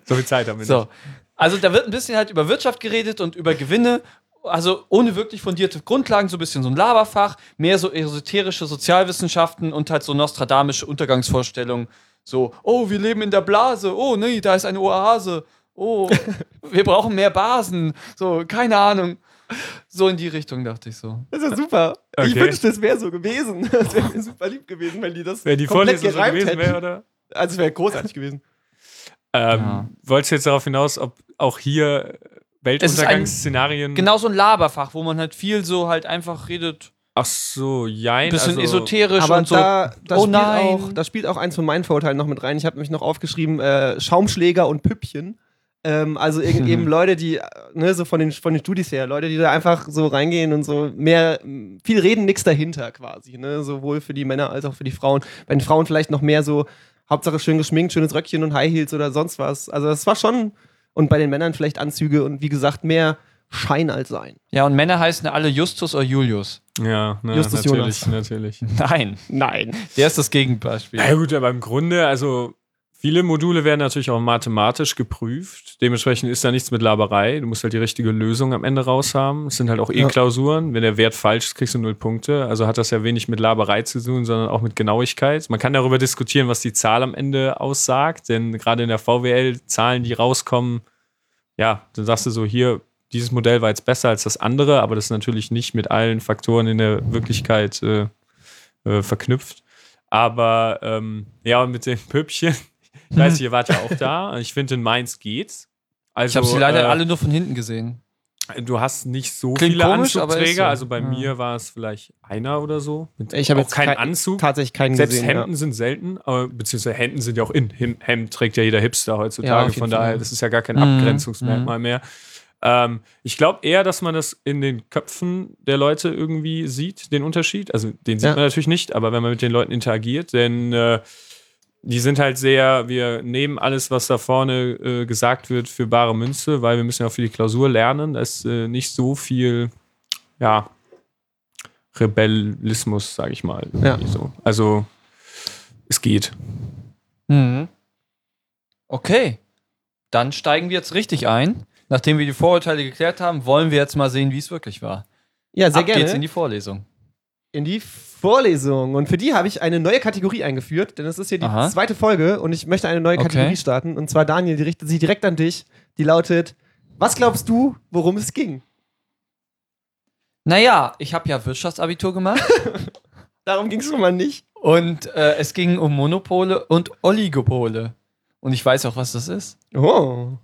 [SPEAKER 1] So viel Zeit damit.
[SPEAKER 2] So. Also da wird ein bisschen halt über Wirtschaft geredet und über Gewinne. Also ohne wirklich fundierte Grundlagen, so ein bisschen so ein Laberfach, mehr so esoterische Sozialwissenschaften und halt so nostradamische Untergangsvorstellungen. So, oh, wir leben in der Blase, oh nee, da ist eine Oase, oh, wir brauchen mehr Basen, so, keine Ahnung. So in die Richtung dachte ich so.
[SPEAKER 3] Das ist ja super. Ich
[SPEAKER 1] Okay.
[SPEAKER 3] wünschte, es wäre so gewesen. Es wäre mir super lieb gewesen, wenn die das
[SPEAKER 1] Wäre die
[SPEAKER 3] komplett
[SPEAKER 1] Vorlesung so
[SPEAKER 3] gereimt
[SPEAKER 1] gewesen, wäre,
[SPEAKER 3] hätten.
[SPEAKER 1] oder?
[SPEAKER 3] Also es wäre großartig gewesen.
[SPEAKER 1] Ähm,
[SPEAKER 2] Ja.
[SPEAKER 1] Wolltest du jetzt darauf hinaus, ob auch hier Weltuntergangsszenarien.
[SPEAKER 2] Genau so ein Laberfach, wo man halt viel so halt einfach redet,
[SPEAKER 1] Ach so, jein.
[SPEAKER 2] ein bisschen
[SPEAKER 1] also,
[SPEAKER 2] esoterisch
[SPEAKER 3] Aber
[SPEAKER 2] und so.
[SPEAKER 3] da, da,
[SPEAKER 2] Oh
[SPEAKER 3] spielt
[SPEAKER 2] nein.
[SPEAKER 3] Auch, da spielt auch eins von meinen Vorurteilen noch mit rein. Ich habe mich noch aufgeschrieben, äh, Schaumschläger und Püppchen. Ähm, also irg-
[SPEAKER 2] Mhm.
[SPEAKER 3] eben Leute, die, äh, ne, so von den, von den Studis her, Leute, die da einfach so reingehen und so mehr, mh, viel reden, nichts dahinter quasi, ne, sowohl für die Männer als auch für die Frauen. Bei den Frauen vielleicht noch mehr so, Hauptsache schön geschminkt, schönes Röckchen und High Heels oder sonst was. Also das war schon, und bei den Männern vielleicht Anzüge und wie gesagt, mehr Schein als Sein.
[SPEAKER 2] Ja, und Männer heißen alle Justus oder Julius.
[SPEAKER 1] Ja, ne,
[SPEAKER 3] Justus
[SPEAKER 1] natürlich,
[SPEAKER 3] Jonas.
[SPEAKER 1] natürlich.
[SPEAKER 2] Nein,
[SPEAKER 3] Nein.
[SPEAKER 2] der ist das Gegenbeispiel.
[SPEAKER 1] Na ja, gut, aber im Grunde, also viele Module werden natürlich auch mathematisch geprüft. Dementsprechend ist da nichts mit Laberei. Du musst halt die richtige Lösung am Ende raus haben. Es sind halt auch eh
[SPEAKER 3] Ja.
[SPEAKER 1] Klausuren. Wenn der Wert falsch ist, kriegst du null Punkte. Also hat das ja wenig mit Laberei zu tun, sondern auch mit Genauigkeit. Man kann darüber diskutieren, was die Zahl am Ende aussagt, denn gerade in der VWL Zahlen, die rauskommen, ja, dann sagst du so hier. Dieses Modell war jetzt besser als das andere, aber das ist natürlich nicht mit allen Faktoren in der Wirklichkeit äh, äh, verknüpft. Aber ähm, ja, und mit den Püppchen, ich weiß, nicht, ihr wart ja auch da. Ich finde, in Mainz geht's. Also,
[SPEAKER 2] Ich habe sie leider
[SPEAKER 1] äh,
[SPEAKER 2] alle nur von hinten gesehen.
[SPEAKER 1] du hast nicht so
[SPEAKER 2] Klingt
[SPEAKER 1] viele
[SPEAKER 2] komisch, aber ist
[SPEAKER 1] Anzugträger.
[SPEAKER 2] so.
[SPEAKER 1] Also bei
[SPEAKER 2] Ja.
[SPEAKER 1] mir war es vielleicht einer oder so. Mit
[SPEAKER 3] Ich hab
[SPEAKER 1] auch
[SPEAKER 3] jetzt
[SPEAKER 1] keinen
[SPEAKER 3] kein-
[SPEAKER 1] Anzug.
[SPEAKER 3] Tatsächlich keinen
[SPEAKER 1] Selbst
[SPEAKER 3] gesehen.
[SPEAKER 1] Hemden sind selten, aber, beziehungsweise Hemden sind ja auch in. Hem- Hemd trägt ja jeder Hipster
[SPEAKER 3] Ja, auf
[SPEAKER 1] heutzutage.
[SPEAKER 3] jeden
[SPEAKER 1] von
[SPEAKER 3] Fall,
[SPEAKER 1] daher,
[SPEAKER 3] ja.
[SPEAKER 1] das ist ja gar kein
[SPEAKER 2] Mhm,
[SPEAKER 1] Abgrenzungsmerkmal mehr. Ähm, ich glaube eher, dass man das in den Köpfen der Leute irgendwie sieht, den Unterschied. Also den sieht
[SPEAKER 3] Ja.
[SPEAKER 1] man natürlich nicht, aber wenn man mit den Leuten interagiert, denn äh, die sind halt sehr, wir nehmen alles, was da vorne äh, gesagt wird, für bare Münze, weil wir müssen ja auch für die Klausur lernen. Da ist äh, nicht so viel, ja, Rebellismus, sage ich mal.
[SPEAKER 3] Ja.
[SPEAKER 1] irgendwie So. Also es geht.
[SPEAKER 2] Mhm. Okay. Dann steigen wir jetzt richtig ein. Nachdem wir die Vorurteile geklärt haben, wollen wir jetzt mal sehen, wie es wirklich war.
[SPEAKER 3] Ja, sehr
[SPEAKER 2] Ab
[SPEAKER 3] gerne.
[SPEAKER 2] geht's in die Vorlesung.
[SPEAKER 3] in die Vorlesung. Und für die habe ich eine neue Kategorie eingeführt, denn es ist hier die
[SPEAKER 2] Aha.
[SPEAKER 3] zweite Folge und ich möchte eine neue
[SPEAKER 2] Okay.
[SPEAKER 3] Kategorie starten. Und zwar, Daniel, die richtet sich direkt an dich. Die lautet: Was glaubst du, worum es ging?
[SPEAKER 2] Naja, ich habe ja Wirtschaftsabitur gemacht
[SPEAKER 3] Darum ging es schon mal nicht.
[SPEAKER 2] und äh, es ging um Monopole und Oligopole. Und ich weiß auch, was das ist.
[SPEAKER 3] Oh.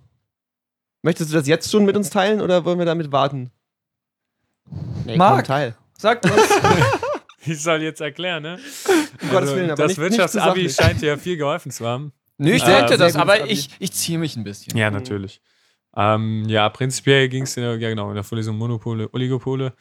[SPEAKER 3] Möchtest du das jetzt schon mit uns teilen oder wollen wir damit warten? Nee,
[SPEAKER 2] Marc.
[SPEAKER 3] komm, teil.
[SPEAKER 2] Sag was.
[SPEAKER 1] Ich soll jetzt erklären, ne?
[SPEAKER 3] Um Gottes Willen,
[SPEAKER 1] Also,
[SPEAKER 3] aber
[SPEAKER 1] das
[SPEAKER 3] nicht- nicht
[SPEAKER 1] Wirtschaftsabi
[SPEAKER 3] zu sachlich.
[SPEAKER 1] scheint dir ja viel geholfen zu haben.
[SPEAKER 2] Nö, ich
[SPEAKER 1] Ah,
[SPEAKER 2] denke
[SPEAKER 1] sehr
[SPEAKER 2] das,
[SPEAKER 3] gutes
[SPEAKER 2] aber
[SPEAKER 3] Abi.
[SPEAKER 2] ich, ich ziehe mich ein bisschen.
[SPEAKER 1] Ja, natürlich. Ähm, ja, prinzipiell ging es ja genau in der Vorlesung Monopole, Oligopole.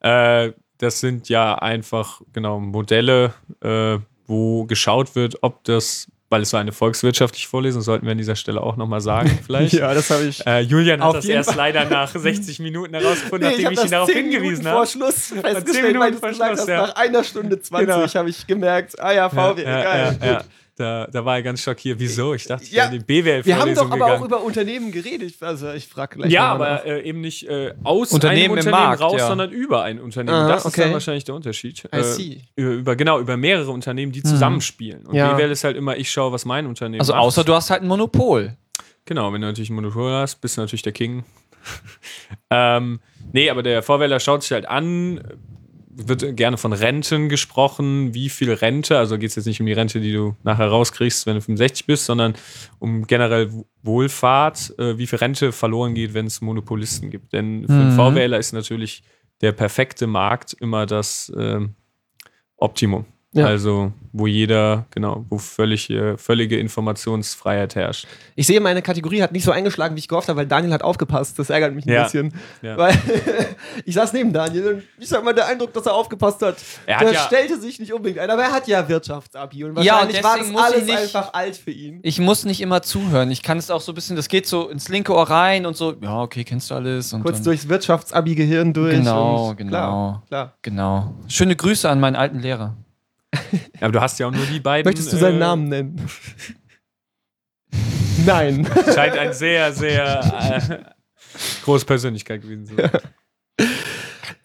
[SPEAKER 1] Äh, das sind ja einfach genau Modelle, äh, wo geschaut wird, ob das, weil es war eine volkswirtschaftliche Vorlesung, sollten wir an dieser Stelle auch nochmal sagen, vielleicht.
[SPEAKER 3] das habe ich.
[SPEAKER 1] Äh, Julian hat
[SPEAKER 3] Auf
[SPEAKER 1] das
[SPEAKER 3] jeden
[SPEAKER 1] erst
[SPEAKER 3] Fall.
[SPEAKER 1] leider nach 60 Minuten herausgefunden,
[SPEAKER 3] Nee, ich
[SPEAKER 1] nachdem
[SPEAKER 3] habe
[SPEAKER 1] ich, ihn
[SPEAKER 3] das
[SPEAKER 1] darauf
[SPEAKER 3] zehn
[SPEAKER 1] hingewiesen
[SPEAKER 3] Minuten vor
[SPEAKER 1] habe.
[SPEAKER 3] Schluss
[SPEAKER 1] Zehn
[SPEAKER 3] festgestellt,
[SPEAKER 1] Minuten
[SPEAKER 3] weil du es
[SPEAKER 1] vor
[SPEAKER 3] gesagt
[SPEAKER 1] Schluss,
[SPEAKER 3] hast.
[SPEAKER 1] ja.
[SPEAKER 3] Nach einer Stunde 20
[SPEAKER 1] Genau.
[SPEAKER 3] habe ich gemerkt, ah ja, VW, geil.
[SPEAKER 1] ja, ja. Da, da war er ganz schockiert. Wieso? Ich dachte, ich
[SPEAKER 3] Ja,
[SPEAKER 1] wäre in den BWL
[SPEAKER 3] Wir haben doch aber
[SPEAKER 1] gegangen.
[SPEAKER 3] auch über Unternehmen geredet. Also ich frage gleich.
[SPEAKER 1] ja,
[SPEAKER 3] nochmal nach.
[SPEAKER 1] aber äh, eben nicht äh, aus
[SPEAKER 2] Unternehmen
[SPEAKER 1] einem
[SPEAKER 2] im
[SPEAKER 1] Unternehmen
[SPEAKER 2] Markt,
[SPEAKER 1] raus,
[SPEAKER 2] ja.
[SPEAKER 1] sondern über ein Unternehmen.
[SPEAKER 3] Aha,
[SPEAKER 1] das ist dann
[SPEAKER 3] okay.
[SPEAKER 1] wahrscheinlich der Unterschied.
[SPEAKER 3] I see. Mhm.
[SPEAKER 1] Äh, über, genau, über mehrere Unternehmen, die zusammenspielen. Und
[SPEAKER 3] Ja.
[SPEAKER 1] BWL ist halt immer, ich schaue, was mein Unternehmen
[SPEAKER 2] Also
[SPEAKER 1] macht.
[SPEAKER 2] außer du hast halt ein Monopol.
[SPEAKER 1] Genau, wenn du natürlich ein Monopol hast, bist du natürlich der King. ähm, nee, aber der Vorwähler schaut sich halt an, wird gerne von Renten gesprochen, wie viel Rente, also geht es jetzt nicht um die Rente, die du nachher rauskriegst, wenn du 65 bist, sondern um generell Wohlfahrt, äh, wie viel Rente verloren geht, wenn es Monopolisten gibt. Denn für einen
[SPEAKER 2] Mhm.
[SPEAKER 1] Vorwähler ist natürlich der perfekte Markt immer das ähm, Optimum.
[SPEAKER 3] Ja.
[SPEAKER 1] Also, wo jeder, genau, wo völlig, äh, völlige Informationsfreiheit herrscht.
[SPEAKER 3] Ich sehe, meine Kategorie hat nicht so eingeschlagen, wie ich gehofft habe, weil Daniel hat aufgepasst. Das ärgert mich ein
[SPEAKER 1] Ja.
[SPEAKER 3] bisschen.
[SPEAKER 1] Ja.
[SPEAKER 3] Weil ich saß neben Daniel und ich sag mal, der Eindruck, dass er aufgepasst hat,
[SPEAKER 1] Er hat
[SPEAKER 3] der
[SPEAKER 1] ja-
[SPEAKER 3] stellte sich nicht unbedingt ein. Aber er hat ja Wirtschaftsabi und
[SPEAKER 2] Ja,
[SPEAKER 3] wahrscheinlich
[SPEAKER 2] und
[SPEAKER 3] war das
[SPEAKER 2] deswegen muss ich
[SPEAKER 3] alles
[SPEAKER 2] nicht-
[SPEAKER 3] einfach alt für ihn.
[SPEAKER 2] Ich muss nicht immer zuhören. Ich kann es auch so ein bisschen, das geht so ins linke Ohr rein und so, ja, okay, kennst du alles. Und
[SPEAKER 3] Kurz
[SPEAKER 2] dann,
[SPEAKER 3] durchs Wirtschaftsabi-Gehirn durch.
[SPEAKER 2] Genau,
[SPEAKER 3] und
[SPEAKER 2] genau.
[SPEAKER 3] Klar, klar.
[SPEAKER 2] Genau. Schöne Grüße an meinen alten Lehrer.
[SPEAKER 1] Ja, Aber du hast ja auch nur die beiden.
[SPEAKER 3] Möchtest du seinen
[SPEAKER 1] äh,
[SPEAKER 3] Namen nennen? Nein.
[SPEAKER 1] Scheint ein sehr, sehr äh, große Persönlichkeit gewesen zu sein.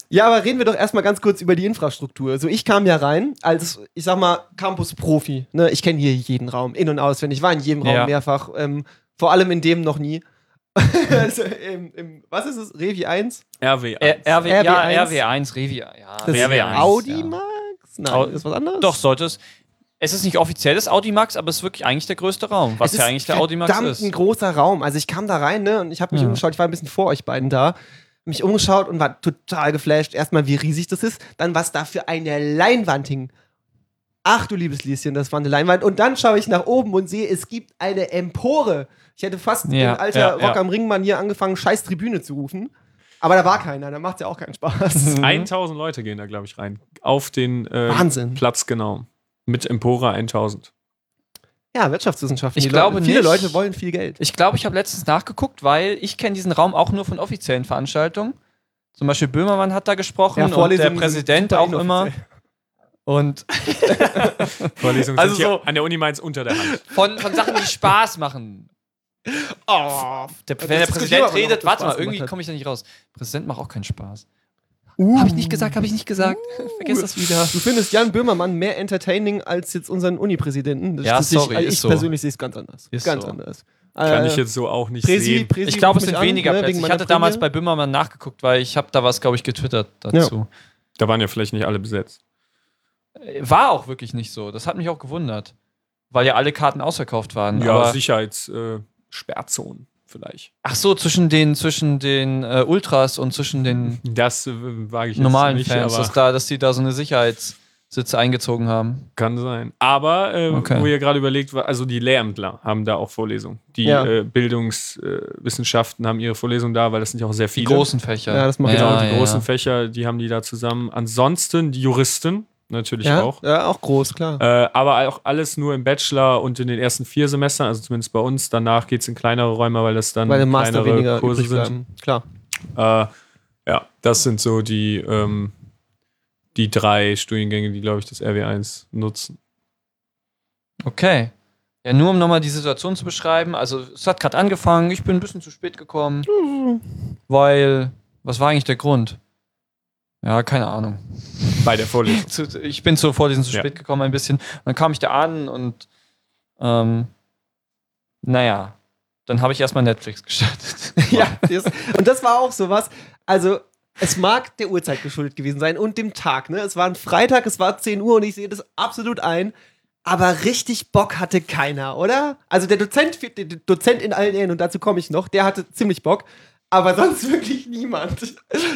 [SPEAKER 3] Ja, aber reden wir doch erstmal ganz kurz über die Infrastruktur. So, ich kam ja rein als, ich sag mal, Campus-Profi. Ne? Ich kenne hier jeden Raum, in- und auswendig. Ich war in jedem Raum
[SPEAKER 2] Ja.
[SPEAKER 3] mehrfach. Ähm, vor allem in dem noch nie. also, im, im, was ist es? Revi 1?
[SPEAKER 1] RW.
[SPEAKER 2] R- RW,
[SPEAKER 3] RW1.
[SPEAKER 2] ja, RW1, Revi. Ja,
[SPEAKER 3] Das ist
[SPEAKER 1] RW1,
[SPEAKER 3] Audi
[SPEAKER 2] ja.
[SPEAKER 3] Max? Nein,
[SPEAKER 2] Au-
[SPEAKER 3] ist was anderes?
[SPEAKER 2] Doch, sollte es. Es ist nicht offizielles Audimax, aber es ist wirklich eigentlich der größte Raum, was
[SPEAKER 3] Es
[SPEAKER 2] ja
[SPEAKER 3] ist
[SPEAKER 2] eigentlich der Audimax
[SPEAKER 3] verdammt ein
[SPEAKER 2] ist.
[SPEAKER 3] großer Raum. Also ich kam da rein ne, und ich habe mich
[SPEAKER 2] Ja.
[SPEAKER 3] umgeschaut. Ich war ein bisschen vor euch beiden da. Mich umgeschaut und war total geflasht. Erstmal, wie riesig das ist. Dann, was da für eine Leinwand hing. Ach du liebes Lieschen, das war eine Leinwand. Und dann schaue ich nach oben und sehe, es gibt eine Empore. Ich hätte fast
[SPEAKER 2] Ja,
[SPEAKER 3] den alter
[SPEAKER 2] ja,
[SPEAKER 3] Rock
[SPEAKER 1] ja.
[SPEAKER 3] am Ringmann hier angefangen, scheiß Tribüne zu rufen. Aber da war keiner, da macht ja auch keinen Spaß.
[SPEAKER 1] 1000 Leute gehen da, glaube ich, rein. Auf den äh,
[SPEAKER 3] Wahnsinn.
[SPEAKER 1] Platz, genau. Mit Empora 1000.
[SPEAKER 3] Ja, Wirtschaftswissenschaften.
[SPEAKER 2] Ich
[SPEAKER 3] die
[SPEAKER 2] glaube
[SPEAKER 3] Leute, Viele
[SPEAKER 2] nicht.
[SPEAKER 3] Leute wollen viel Geld.
[SPEAKER 2] Ich glaube, ich habe letztens nachgeguckt, weil ich kenne diesen Raum auch nur von offiziellen Veranstaltungen. Zum Beispiel Böhmermann hat da gesprochen und der
[SPEAKER 3] Vorlesungen sind
[SPEAKER 2] Präsident
[SPEAKER 3] super
[SPEAKER 2] auch immer.
[SPEAKER 3] inoffiziell.
[SPEAKER 2] Und
[SPEAKER 1] Vorlesungen
[SPEAKER 2] Also
[SPEAKER 1] sind hier
[SPEAKER 2] so-
[SPEAKER 1] an der Uni Mainz unter der Hand.
[SPEAKER 2] von, von Sachen, die Spaß machen.
[SPEAKER 3] Oh,
[SPEAKER 2] Der,
[SPEAKER 3] Das
[SPEAKER 2] wenn der
[SPEAKER 3] diskutieren wir aber
[SPEAKER 2] Präsident
[SPEAKER 3] noch, ob
[SPEAKER 2] redet,
[SPEAKER 3] das
[SPEAKER 2] warte
[SPEAKER 3] Spaß
[SPEAKER 2] mal, irgendwie
[SPEAKER 3] gemacht hat.
[SPEAKER 2] komme ich da nicht raus. Präsident macht auch keinen Spaß.
[SPEAKER 3] Uh.
[SPEAKER 2] Habe ich nicht gesagt, habe ich nicht gesagt. Vergiss das wieder.
[SPEAKER 3] Du findest Jan Böhmermann mehr entertaining als jetzt unseren Uni-Präsidenten. Das
[SPEAKER 2] Ja,
[SPEAKER 3] ist- ich-
[SPEAKER 2] sorry,
[SPEAKER 3] also
[SPEAKER 2] ist
[SPEAKER 3] ich
[SPEAKER 2] so.
[SPEAKER 3] persönlich sehe es ganz anders.
[SPEAKER 2] Ist
[SPEAKER 3] ganz
[SPEAKER 2] so.
[SPEAKER 3] anders.
[SPEAKER 1] Kann
[SPEAKER 3] Äh,
[SPEAKER 1] ich jetzt so auch nicht
[SPEAKER 3] Präsi,
[SPEAKER 1] sehen.
[SPEAKER 3] Präsi
[SPEAKER 2] Ich glaube, es
[SPEAKER 3] ruft mich
[SPEAKER 2] sind
[SPEAKER 3] an,
[SPEAKER 2] weniger
[SPEAKER 3] ne, wegen
[SPEAKER 2] Plätze. Ich
[SPEAKER 3] meiner
[SPEAKER 2] hatte damals
[SPEAKER 3] Prämie.
[SPEAKER 2] bei Böhmermann nachgeguckt, weil ich habe da was, glaube ich, getwittert dazu.
[SPEAKER 1] Da waren ja vielleicht nicht alle besetzt.
[SPEAKER 2] Äh, War auch wirklich nicht so. Das hat mich auch gewundert. Weil ja alle Karten ausverkauft waren.
[SPEAKER 1] Ja,
[SPEAKER 2] aber
[SPEAKER 1] Sicherheitssperrzonen. Äh, Sperrzonen vielleicht.
[SPEAKER 2] Ach so, zwischen den, zwischen den äh, Ultras und zwischen den
[SPEAKER 1] Das äh, wage ich jetzt
[SPEAKER 2] normalen
[SPEAKER 1] nicht,
[SPEAKER 2] Fans,
[SPEAKER 1] aber
[SPEAKER 2] dass, da, dass die da so eine Sicherheitssitze eingezogen haben.
[SPEAKER 1] kann sein. Aber äh,
[SPEAKER 2] Okay.
[SPEAKER 1] wo ihr gerade überlegt, war- also die Lehrämtler haben da auch Vorlesungen. Die
[SPEAKER 3] Ja.
[SPEAKER 1] äh, Bildungswissenschaften äh, haben ihre Vorlesungen da, weil das sind ja auch sehr
[SPEAKER 2] Die
[SPEAKER 1] viele.
[SPEAKER 2] großen Fächer.
[SPEAKER 3] Ja, das macht
[SPEAKER 1] Genau,
[SPEAKER 3] Ja,
[SPEAKER 1] die großen Fächer, die haben die da zusammen. Ansonsten die Juristen, natürlich
[SPEAKER 3] ja?
[SPEAKER 1] auch.
[SPEAKER 3] Ja, auch groß,
[SPEAKER 2] Ähm,
[SPEAKER 3] klar.
[SPEAKER 1] Äh, aber auch alles nur im Bachelor und in den ersten vier Semestern, also zumindest bei uns. Danach geht es in kleinere Räume, weil das dann
[SPEAKER 3] Weil im Master
[SPEAKER 1] kleinere
[SPEAKER 3] weniger
[SPEAKER 1] Kurse
[SPEAKER 3] übrig
[SPEAKER 1] sind.
[SPEAKER 3] bleiben. Klar.
[SPEAKER 1] Äh, ja, das sind so die, ähm, die drei Studiengänge, die, glaube ich, das RW1 nutzen.
[SPEAKER 2] Okay. Ja, nur um nochmal die Situation zu beschreiben. Also, es hat gerade angefangen. Ich bin ein bisschen zu spät gekommen. Weil, was war eigentlich der Grund? Ja, keine Ahnung.
[SPEAKER 1] Bei der Vorlesung.
[SPEAKER 2] Zu, ich bin zur Vorlesung zu
[SPEAKER 1] Ja.
[SPEAKER 2] spät gekommen, ein bisschen. Dann kam ich da an und, ähm, naja, dann habe ich erstmal Netflix gestartet.
[SPEAKER 3] Ja, das, und das war auch sowas. Also, es mag der Uhrzeit geschuldet gewesen sein und dem Tag. Ne? Es war ein Freitag, es war 10 Uhr und ich sehe das absolut ein. Aber richtig Bock hatte keiner, oder? Also der Dozent, der Dozent in allen Ehren, und dazu komme ich noch, der hatte ziemlich Bock. Aber sonst wirklich niemand.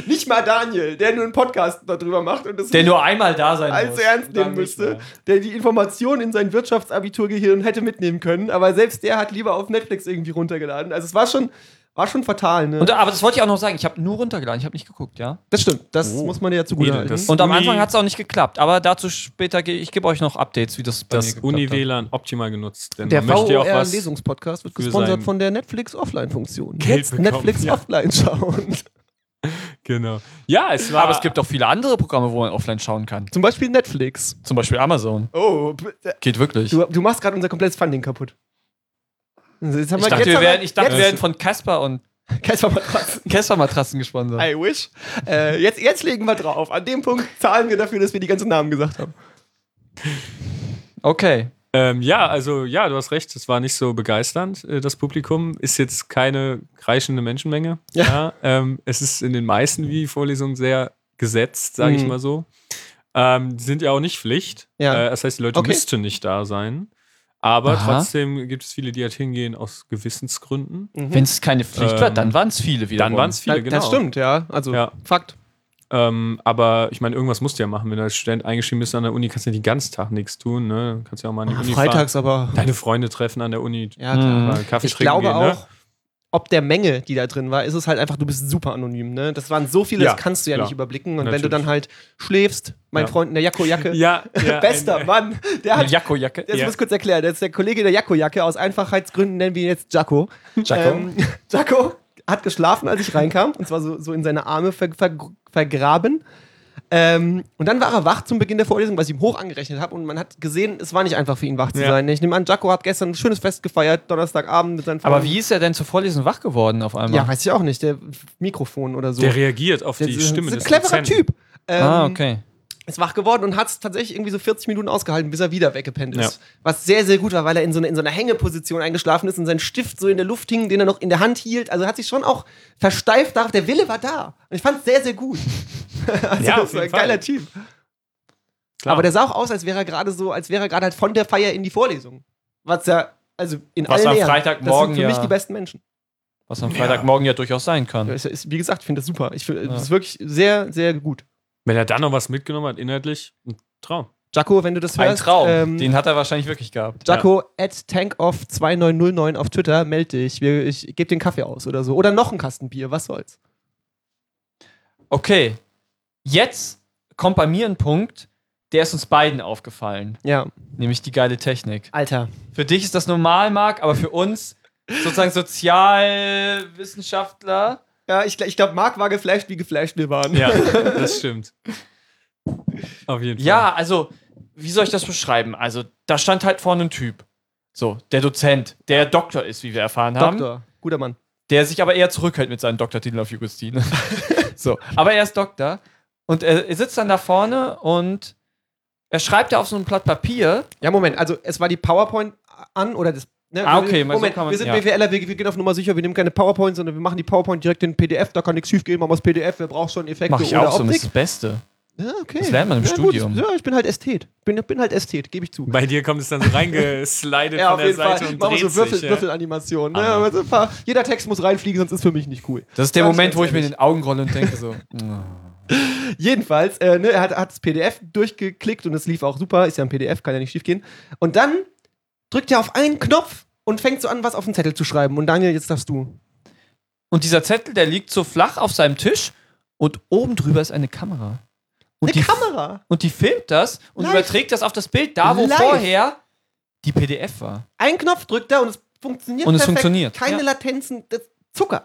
[SPEAKER 3] Nicht mal Daniel, der nur einen Podcast darüber macht und das
[SPEAKER 2] Der nur einmal da sein
[SPEAKER 3] als
[SPEAKER 2] muss.
[SPEAKER 3] ernst
[SPEAKER 2] Dann
[SPEAKER 3] nehmen
[SPEAKER 2] nicht
[SPEAKER 3] müsste,
[SPEAKER 2] mehr.
[SPEAKER 3] der die Informationen in sein Wirtschaftsabiturgehirn hätte mitnehmen können, aber selbst der hat lieber auf Netflix irgendwie runtergeladen. Also es war schon, war schon fatal, ne?
[SPEAKER 2] Und, aber das wollte ich auch noch sagen. Ich habe nur runtergeladen. Ich habe nicht geguckt, ja?
[SPEAKER 3] das stimmt, das
[SPEAKER 1] Oh.
[SPEAKER 3] muss man dir ja zugutehalten.
[SPEAKER 1] Das-
[SPEAKER 2] Und am
[SPEAKER 1] Uni-
[SPEAKER 2] Anfang hat es auch nicht geklappt, aber dazu später, ge- ich gebe euch noch Updates, wie das bei mir
[SPEAKER 1] Das
[SPEAKER 2] geklappt hat.
[SPEAKER 1] Uni-WLAN optimal genutzt. Denn
[SPEAKER 3] Der
[SPEAKER 1] man möchte ja auch was.
[SPEAKER 3] VR-Lesungspodcast wird
[SPEAKER 1] für
[SPEAKER 3] gesponsert
[SPEAKER 1] sein
[SPEAKER 3] von der Netflix-Offline-Funktion.
[SPEAKER 1] Geld
[SPEAKER 3] Jetzt
[SPEAKER 1] bekommen,
[SPEAKER 3] Netflix
[SPEAKER 1] ja.
[SPEAKER 3] Offline schauen.
[SPEAKER 1] Genau. Ja, es war.
[SPEAKER 2] Aber es gibt auch viele andere Programme, wo man offline schauen kann.
[SPEAKER 3] Zum Beispiel Netflix.
[SPEAKER 2] Zum Beispiel Amazon.
[SPEAKER 3] Oh, b-
[SPEAKER 2] Geht wirklich.
[SPEAKER 3] du, du machst gerade unser komplettes Funding kaputt. Also Jetzt haben
[SPEAKER 2] ich dachte,
[SPEAKER 3] jetzt
[SPEAKER 2] wir
[SPEAKER 3] haben
[SPEAKER 2] werden, ich dachte, wir
[SPEAKER 1] jetzt-
[SPEAKER 2] werden von Casper und
[SPEAKER 3] Jetzt, Kasper, was-
[SPEAKER 2] Casper-Matratzen gesponsert.
[SPEAKER 3] I wish. Äh, jetzt, jetzt legen wir drauf. An dem Punkt zahlen wir dafür, dass wir die ganzen Namen gesagt haben.
[SPEAKER 2] Okay.
[SPEAKER 1] Ähm, ja, also ja, du hast recht, es war nicht so begeisternd. äh, Das Publikum ist jetzt keine kreischende Menschenmenge.
[SPEAKER 3] Ja.
[SPEAKER 1] Ja. ähm, es ist in den meisten Wie-Vorlesungen sehr gesetzt, sage ich
[SPEAKER 3] Mhm.
[SPEAKER 1] mal so. Ähm, die sind ja auch nicht Pflicht.
[SPEAKER 3] Ja.
[SPEAKER 1] Äh, das heißt, die Leute
[SPEAKER 3] Okay.
[SPEAKER 1] müssten nicht da sein. Aber
[SPEAKER 2] Aha.
[SPEAKER 1] trotzdem gibt es viele, die halt hingehen aus Gewissensgründen.
[SPEAKER 3] Mhm.
[SPEAKER 2] Wenn es keine Pflicht
[SPEAKER 1] Ähm,
[SPEAKER 2] war, dann waren es viele wieder.
[SPEAKER 1] Dann waren es viele,
[SPEAKER 3] Da-
[SPEAKER 1] genau.
[SPEAKER 3] Das stimmt, ja. Also,
[SPEAKER 1] Ja.
[SPEAKER 3] Fakt.
[SPEAKER 1] Ähm, aber ich meine, irgendwas musst du ja machen. Wenn du als Student eingeschrieben bist an der Uni, kannst du ja den ganzen Tag nichts tun. Ne? Kannst ja auch mal an die Uni fahren.
[SPEAKER 3] aber.
[SPEAKER 1] Deine Freunde treffen an der Uni.
[SPEAKER 3] Ah, Ja,
[SPEAKER 2] Mhm.
[SPEAKER 3] klar.
[SPEAKER 1] mal Hm. Kaffee
[SPEAKER 3] Ich
[SPEAKER 1] trinken
[SPEAKER 3] glaube
[SPEAKER 1] gehen, ne?
[SPEAKER 3] auch, ob der Menge, die da drin war, ist es halt einfach, du bist super anonym, ne? Das waren so viele,
[SPEAKER 1] Ja,
[SPEAKER 3] das kannst du ja
[SPEAKER 1] klar.
[SPEAKER 3] nicht überblicken. Und wenn
[SPEAKER 1] Natürlich.
[SPEAKER 3] du dann halt schläfst, mein
[SPEAKER 1] Ja.
[SPEAKER 3] Freund in der Jakko-Jacke.
[SPEAKER 1] Ja, ja
[SPEAKER 3] Bester
[SPEAKER 1] ein-
[SPEAKER 3] Mann. Der
[SPEAKER 2] Eine
[SPEAKER 3] hat.
[SPEAKER 2] Jacko-Jacke.
[SPEAKER 3] Das
[SPEAKER 1] Ja.
[SPEAKER 3] muss ich kurz erklären. Das ist der Kollege der Jakko-Jacke. Aus Einfachheitsgründen nennen wir ihn jetzt Jacko. Ähm, Jaco hat geschlafen, als ich reinkam. Und zwar so, so in seine Arme ver, ver, vergraben. Ähm, und dann war er wach zum Beginn der Vorlesung, was ich ihm hoch angerechnet habe. Und man hat gesehen, es war nicht einfach für ihn wach zu
[SPEAKER 1] Ja.
[SPEAKER 3] sein. Ich nehme an, Jaco hat gestern ein schönes Fest gefeiert, Donnerstagabend mit seinen
[SPEAKER 2] Aber
[SPEAKER 3] Freunden.
[SPEAKER 2] wie ist er denn zur Vorlesung wach geworden auf einmal?
[SPEAKER 3] Ja, weiß ich auch nicht. Der Mikrofon oder so.
[SPEAKER 1] Der reagiert auf
[SPEAKER 3] Der
[SPEAKER 1] die
[SPEAKER 3] ist-
[SPEAKER 1] Stimme
[SPEAKER 3] ist ein
[SPEAKER 1] des
[SPEAKER 3] cleverer
[SPEAKER 1] Dozenten.
[SPEAKER 3] Typ. Ähm,
[SPEAKER 2] ah, okay.
[SPEAKER 3] Ist wach geworden und hat es tatsächlich irgendwie so 40 Minuten ausgehalten, bis er wieder weggepennt ist.
[SPEAKER 1] Ja.
[SPEAKER 3] Was sehr, sehr gut war, weil er in so, eine, in so einer Hängeposition eingeschlafen ist und sein Stift so in der Luft hing, den er noch in der Hand hielt. Also hat sich schon auch versteift darauf. Der Wille war da. Und ich fand es sehr, sehr gut. also
[SPEAKER 1] Ja, auf
[SPEAKER 3] das war ein
[SPEAKER 1] jeden Fall.
[SPEAKER 3] geiler Typ.
[SPEAKER 1] Klar.
[SPEAKER 3] Aber der sah auch aus, als wäre er gerade so, als wäre er gerade halt von der Feier in die Vorlesung. Was ja, also in
[SPEAKER 2] Was
[SPEAKER 3] allen
[SPEAKER 2] am
[SPEAKER 3] Ehren.
[SPEAKER 2] Freitagmorgen
[SPEAKER 3] Das sind für mich
[SPEAKER 2] ja-
[SPEAKER 3] die besten Menschen.
[SPEAKER 2] Was am Freitagmorgen ja durchaus sein kann.
[SPEAKER 3] Ja, es Ist, wie gesagt, ich finde das super. Ich finde,
[SPEAKER 2] Ja.
[SPEAKER 3] das ist wirklich sehr, sehr gut.
[SPEAKER 1] Wenn er dann noch was mitgenommen hat, inhaltlich, ein Traum.
[SPEAKER 3] Jaco, wenn du das
[SPEAKER 2] Ein
[SPEAKER 3] hörst.
[SPEAKER 2] Traum.
[SPEAKER 3] ähm,
[SPEAKER 2] Den hat er wahrscheinlich wirklich gehabt.
[SPEAKER 3] Jaco at tankoff2909 auf Twitter, melde dich. Wir, ich gebe den Kaffee aus oder so. Oder noch ein Kasten Bier, was soll's.
[SPEAKER 2] Okay. Jetzt kommt bei mir ein Punkt, der ist uns beiden aufgefallen.
[SPEAKER 3] Ja,
[SPEAKER 2] Nämlich die geile Technik.
[SPEAKER 3] Alter.
[SPEAKER 2] Für dich ist das normal, Marc, aber für uns sozusagen Sozialwissenschaftler.
[SPEAKER 3] Ja, ich, gl- ich glaube, Marc war geflasht, wie geflasht wir waren.
[SPEAKER 1] Ja, das stimmt. Auf jeden Fall.
[SPEAKER 2] Ja, also, wie soll ich das beschreiben? Also, da stand halt vorne ein Typ. So, der Dozent, der Doktor ist, wie wir erfahren haben.
[SPEAKER 3] Doktor, guter Mann.
[SPEAKER 2] der sich aber eher zurückhält mit seinem Doktortitel auf Justine. so, aber er ist Doktor und er sitzt dann da vorne und er schreibt da auf so einem Blatt Papier.
[SPEAKER 3] Ja, Moment, also es war die PowerPoint an oder das. Ne,
[SPEAKER 2] Ah, okay, mal so
[SPEAKER 3] Moment,
[SPEAKER 2] kann man-
[SPEAKER 3] wir sind
[SPEAKER 2] ja.
[SPEAKER 3] BWLer, wir, wir gehen auf Nummer sicher, wir nehmen keine PowerPoint, sondern wir machen die PowerPoint direkt in PDF, da kann nichts schief gehen, machen wir das PDF, wer braucht schon Effekte
[SPEAKER 2] Mach ich
[SPEAKER 3] oder
[SPEAKER 2] auch so, das
[SPEAKER 3] Optik.
[SPEAKER 2] ist das Beste.
[SPEAKER 3] Ja, okay.
[SPEAKER 2] Das lernt man im
[SPEAKER 3] ja,
[SPEAKER 2] Studium.
[SPEAKER 3] Gut. Ja, ich bin halt Ästhet. Bin, bin halt Ästhet, gebe ich zu.
[SPEAKER 1] Bei dir kommt es dann so reingeslidet von der Seite und
[SPEAKER 3] Machen
[SPEAKER 1] dreht
[SPEAKER 3] wir so Würfel,
[SPEAKER 1] sich. ja.
[SPEAKER 3] Würfelanimationen. Ne?
[SPEAKER 1] Ah.
[SPEAKER 3] Aber so ein paar- Jeder Text muss reinfliegen, sonst ist für mich nicht cool.
[SPEAKER 2] Das ist der
[SPEAKER 3] Ganz,
[SPEAKER 2] Moment,
[SPEAKER 3] ganz
[SPEAKER 2] wo ich mir
[SPEAKER 3] ehrlich.
[SPEAKER 2] den Augen rolle und denke so.
[SPEAKER 3] Jedenfalls, äh, ne, er hat, hat das PDF durchgeklickt und es lief auch super. Ist ja ein PDF, kann ja nicht schief gehen. Und dann drückt er auf einen Knopf und fängt so an, was auf den Zettel zu schreiben. Und Daniel, jetzt darfst du.
[SPEAKER 2] Und dieser Zettel, der liegt so flach auf seinem Tisch und oben drüber ist eine Kamera. Und,
[SPEAKER 3] Eine
[SPEAKER 2] die,
[SPEAKER 3] Kamera.
[SPEAKER 2] und die filmt das und
[SPEAKER 3] Live.
[SPEAKER 2] überträgt das auf das Bild, da wo
[SPEAKER 3] Live.
[SPEAKER 2] vorher die PDF war.
[SPEAKER 3] Einen Knopf drückt er und es funktioniert.
[SPEAKER 2] Und es funktioniert,
[SPEAKER 3] Keine
[SPEAKER 2] ja.
[SPEAKER 3] Latenzen, das Zucker.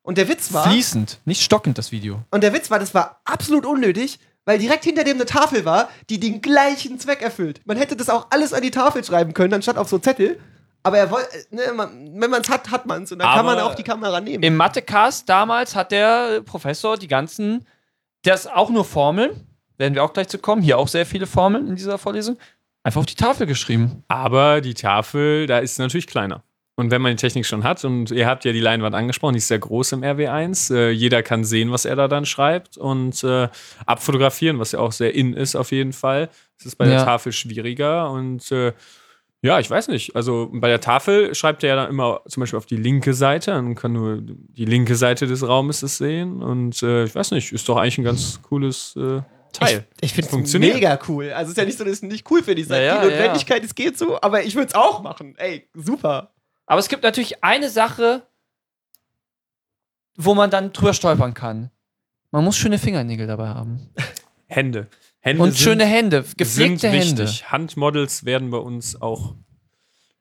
[SPEAKER 3] Und der Witz war,
[SPEAKER 2] Fließend, nicht stockend das Video.
[SPEAKER 3] und der Witz war, das war absolut unnötig, weil direkt hinter dem eine Tafel war, die den gleichen Zweck erfüllt. Man hätte das auch alles an die Tafel schreiben können, anstatt auf so Zettel. Aber er wollte, ne, man, wenn man es hat, hat man es. Und dann kann
[SPEAKER 2] Aber-
[SPEAKER 3] man auch die Kamera nehmen.
[SPEAKER 2] Im Mathecast damals hat der Professor die ganzen, das auch nur Formeln, werden wir auch gleich zu kommen, hier auch sehr viele Formeln in dieser Vorlesung, einfach auf die Tafel geschrieben.
[SPEAKER 1] Aber die Tafel, da ist natürlich kleiner. Und wenn man die Technik schon hat, und ihr habt ja die Leinwand angesprochen, die ist sehr groß im RW1, äh, jeder kann sehen, was er da dann schreibt und äh, abfotografieren, was ja auch sehr in ist auf jeden Fall. Es ist bei
[SPEAKER 2] Ja.
[SPEAKER 1] der Tafel schwieriger und äh, ja, ich weiß nicht. Also bei der Tafel schreibt er ja dann immer zum Beispiel auf die linke Seite, dann kann nur die linke Seite des Raumes es sehen und äh, ich weiß nicht, ist doch eigentlich ein ganz cooles äh, Teil.
[SPEAKER 3] Ich, ich finde es
[SPEAKER 1] Funktioniert.
[SPEAKER 3] mega cool. Also es ist ja nicht so, dass es nicht cool für die sein.
[SPEAKER 2] Ja, ja,
[SPEAKER 3] die Notwendigkeit, es geht so, aber ich würde es auch machen. Ey, super.
[SPEAKER 2] Aber es gibt natürlich eine Sache, wo man dann drüber stolpern kann. Man muss schöne Fingernägel dabei haben.
[SPEAKER 1] Hände. Hände
[SPEAKER 2] Und
[SPEAKER 1] sind-
[SPEAKER 2] schöne Hände, gepflegte
[SPEAKER 1] sind
[SPEAKER 2] Hände.
[SPEAKER 1] wichtig. Handmodels werden bei uns auch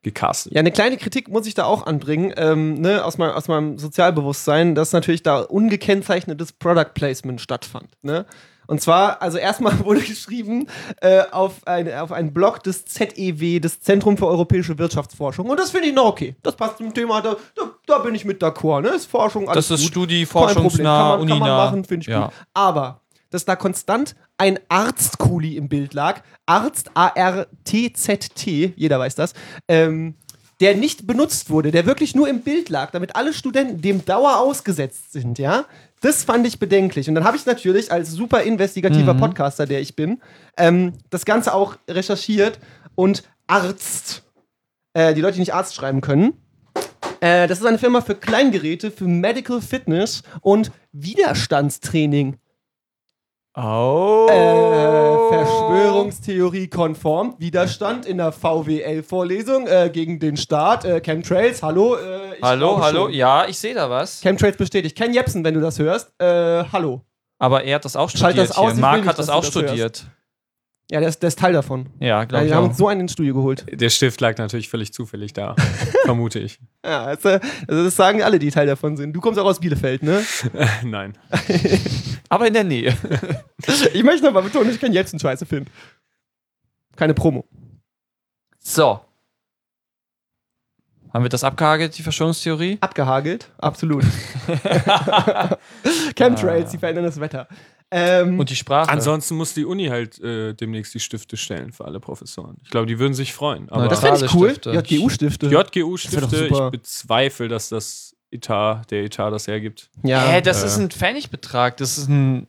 [SPEAKER 1] gecastet.
[SPEAKER 3] Ja, eine kleine Kritik muss ich da auch anbringen, ähm, ne, aus, mein, aus meinem Sozialbewusstsein, dass natürlich da ungekennzeichnetes Product Placement stattfand. Ne? Und zwar, also erstmal wurde geschrieben äh, auf, ein, auf einen Blog des ZEW, des Zentrum für Europäische Wirtschaftsforschung. Und das finde ich noch okay. Das passt zum Thema, da, da, da bin ich mit d'accord. Ne? Ist Forschung, alles
[SPEAKER 2] Das ist
[SPEAKER 3] gut.
[SPEAKER 2] Studi,
[SPEAKER 3] Kein Problem.
[SPEAKER 2] forschungsnah,
[SPEAKER 3] kann man, kann man
[SPEAKER 2] uninah.
[SPEAKER 3] machen, finde ich
[SPEAKER 2] Ja.
[SPEAKER 3] gut. Aber, dass da konstant ein Arztkuli im Bild lag, Arzt, A-R-T-Z-T, jeder weiß das, ähm, der nicht benutzt wurde, der wirklich nur im Bild lag, damit alle Studenten dem Dauer ausgesetzt sind, ja, das fand ich bedenklich. Und dann habe ich natürlich als super investigativer
[SPEAKER 2] Mhm.
[SPEAKER 3] Podcaster, der ich bin, ähm, das Ganze auch recherchiert und Arzt, äh, die Leute, die nicht Arzt schreiben können, äh, das ist eine Firma für Kleingeräte, für Medical Fitness und Widerstandstraining.
[SPEAKER 2] Oh.
[SPEAKER 3] Äh, Verschwörungstheorie konform. Widerstand in der VWL-Vorlesung äh, gegen den Staat. Äh, Chemtrails, hallo. Äh, ich
[SPEAKER 2] Hallo,
[SPEAKER 3] glaube
[SPEAKER 2] hallo.
[SPEAKER 3] schon.
[SPEAKER 2] Ja, ich sehe da was.
[SPEAKER 3] Chemtrails bestätigt. Ken Jepsen, wenn du das hörst. Äh, hallo.
[SPEAKER 2] Aber er hat das auch
[SPEAKER 3] Schalt
[SPEAKER 2] studiert.
[SPEAKER 3] das aus, ich
[SPEAKER 2] hier.
[SPEAKER 3] will
[SPEAKER 2] Marc
[SPEAKER 3] nicht,
[SPEAKER 2] hat das
[SPEAKER 3] dass du
[SPEAKER 2] auch
[SPEAKER 3] das
[SPEAKER 2] studiert.
[SPEAKER 3] Ja, der ist, der ist Teil davon.
[SPEAKER 2] Ja,
[SPEAKER 3] Ja,
[SPEAKER 2] glaube ich
[SPEAKER 3] wir haben
[SPEAKER 2] auch.
[SPEAKER 3] uns so einen ins Studio geholt.
[SPEAKER 1] Der Stift lag natürlich völlig zufällig da, vermute ich.
[SPEAKER 3] Ja, also, also das sagen alle, die Teil davon sind. Du kommst auch aus Bielefeld, ne?
[SPEAKER 1] Nein.
[SPEAKER 2] Aber in der Nähe.
[SPEAKER 3] Ich möchte nochmal betonen, dass ich Ken Jepsen scheiße finde. Keine Promo.
[SPEAKER 2] So. Haben wir das abgehagelt, die Verschwörungstheorie?
[SPEAKER 3] Abgehagelt, absolut. Chemtrails, die verändern das Wetter. Ähm,
[SPEAKER 2] Ah. Und die Sprache?
[SPEAKER 1] Ansonsten muss die Uni halt äh, demnächst die Stifte stellen für alle Professoren. Ich glaube, die würden sich freuen. Aber
[SPEAKER 2] das
[SPEAKER 3] das finde ich cool.
[SPEAKER 2] Stifte.
[SPEAKER 3] JGU-Stifte. Das wär
[SPEAKER 1] JGU-Stifte,
[SPEAKER 3] doch super.
[SPEAKER 1] ich bezweifle, dass das Etat, der Etat das hergibt.
[SPEAKER 3] ja.
[SPEAKER 2] Hä, das
[SPEAKER 1] äh.
[SPEAKER 2] ist ein Pfennigbetrag. Das ist ein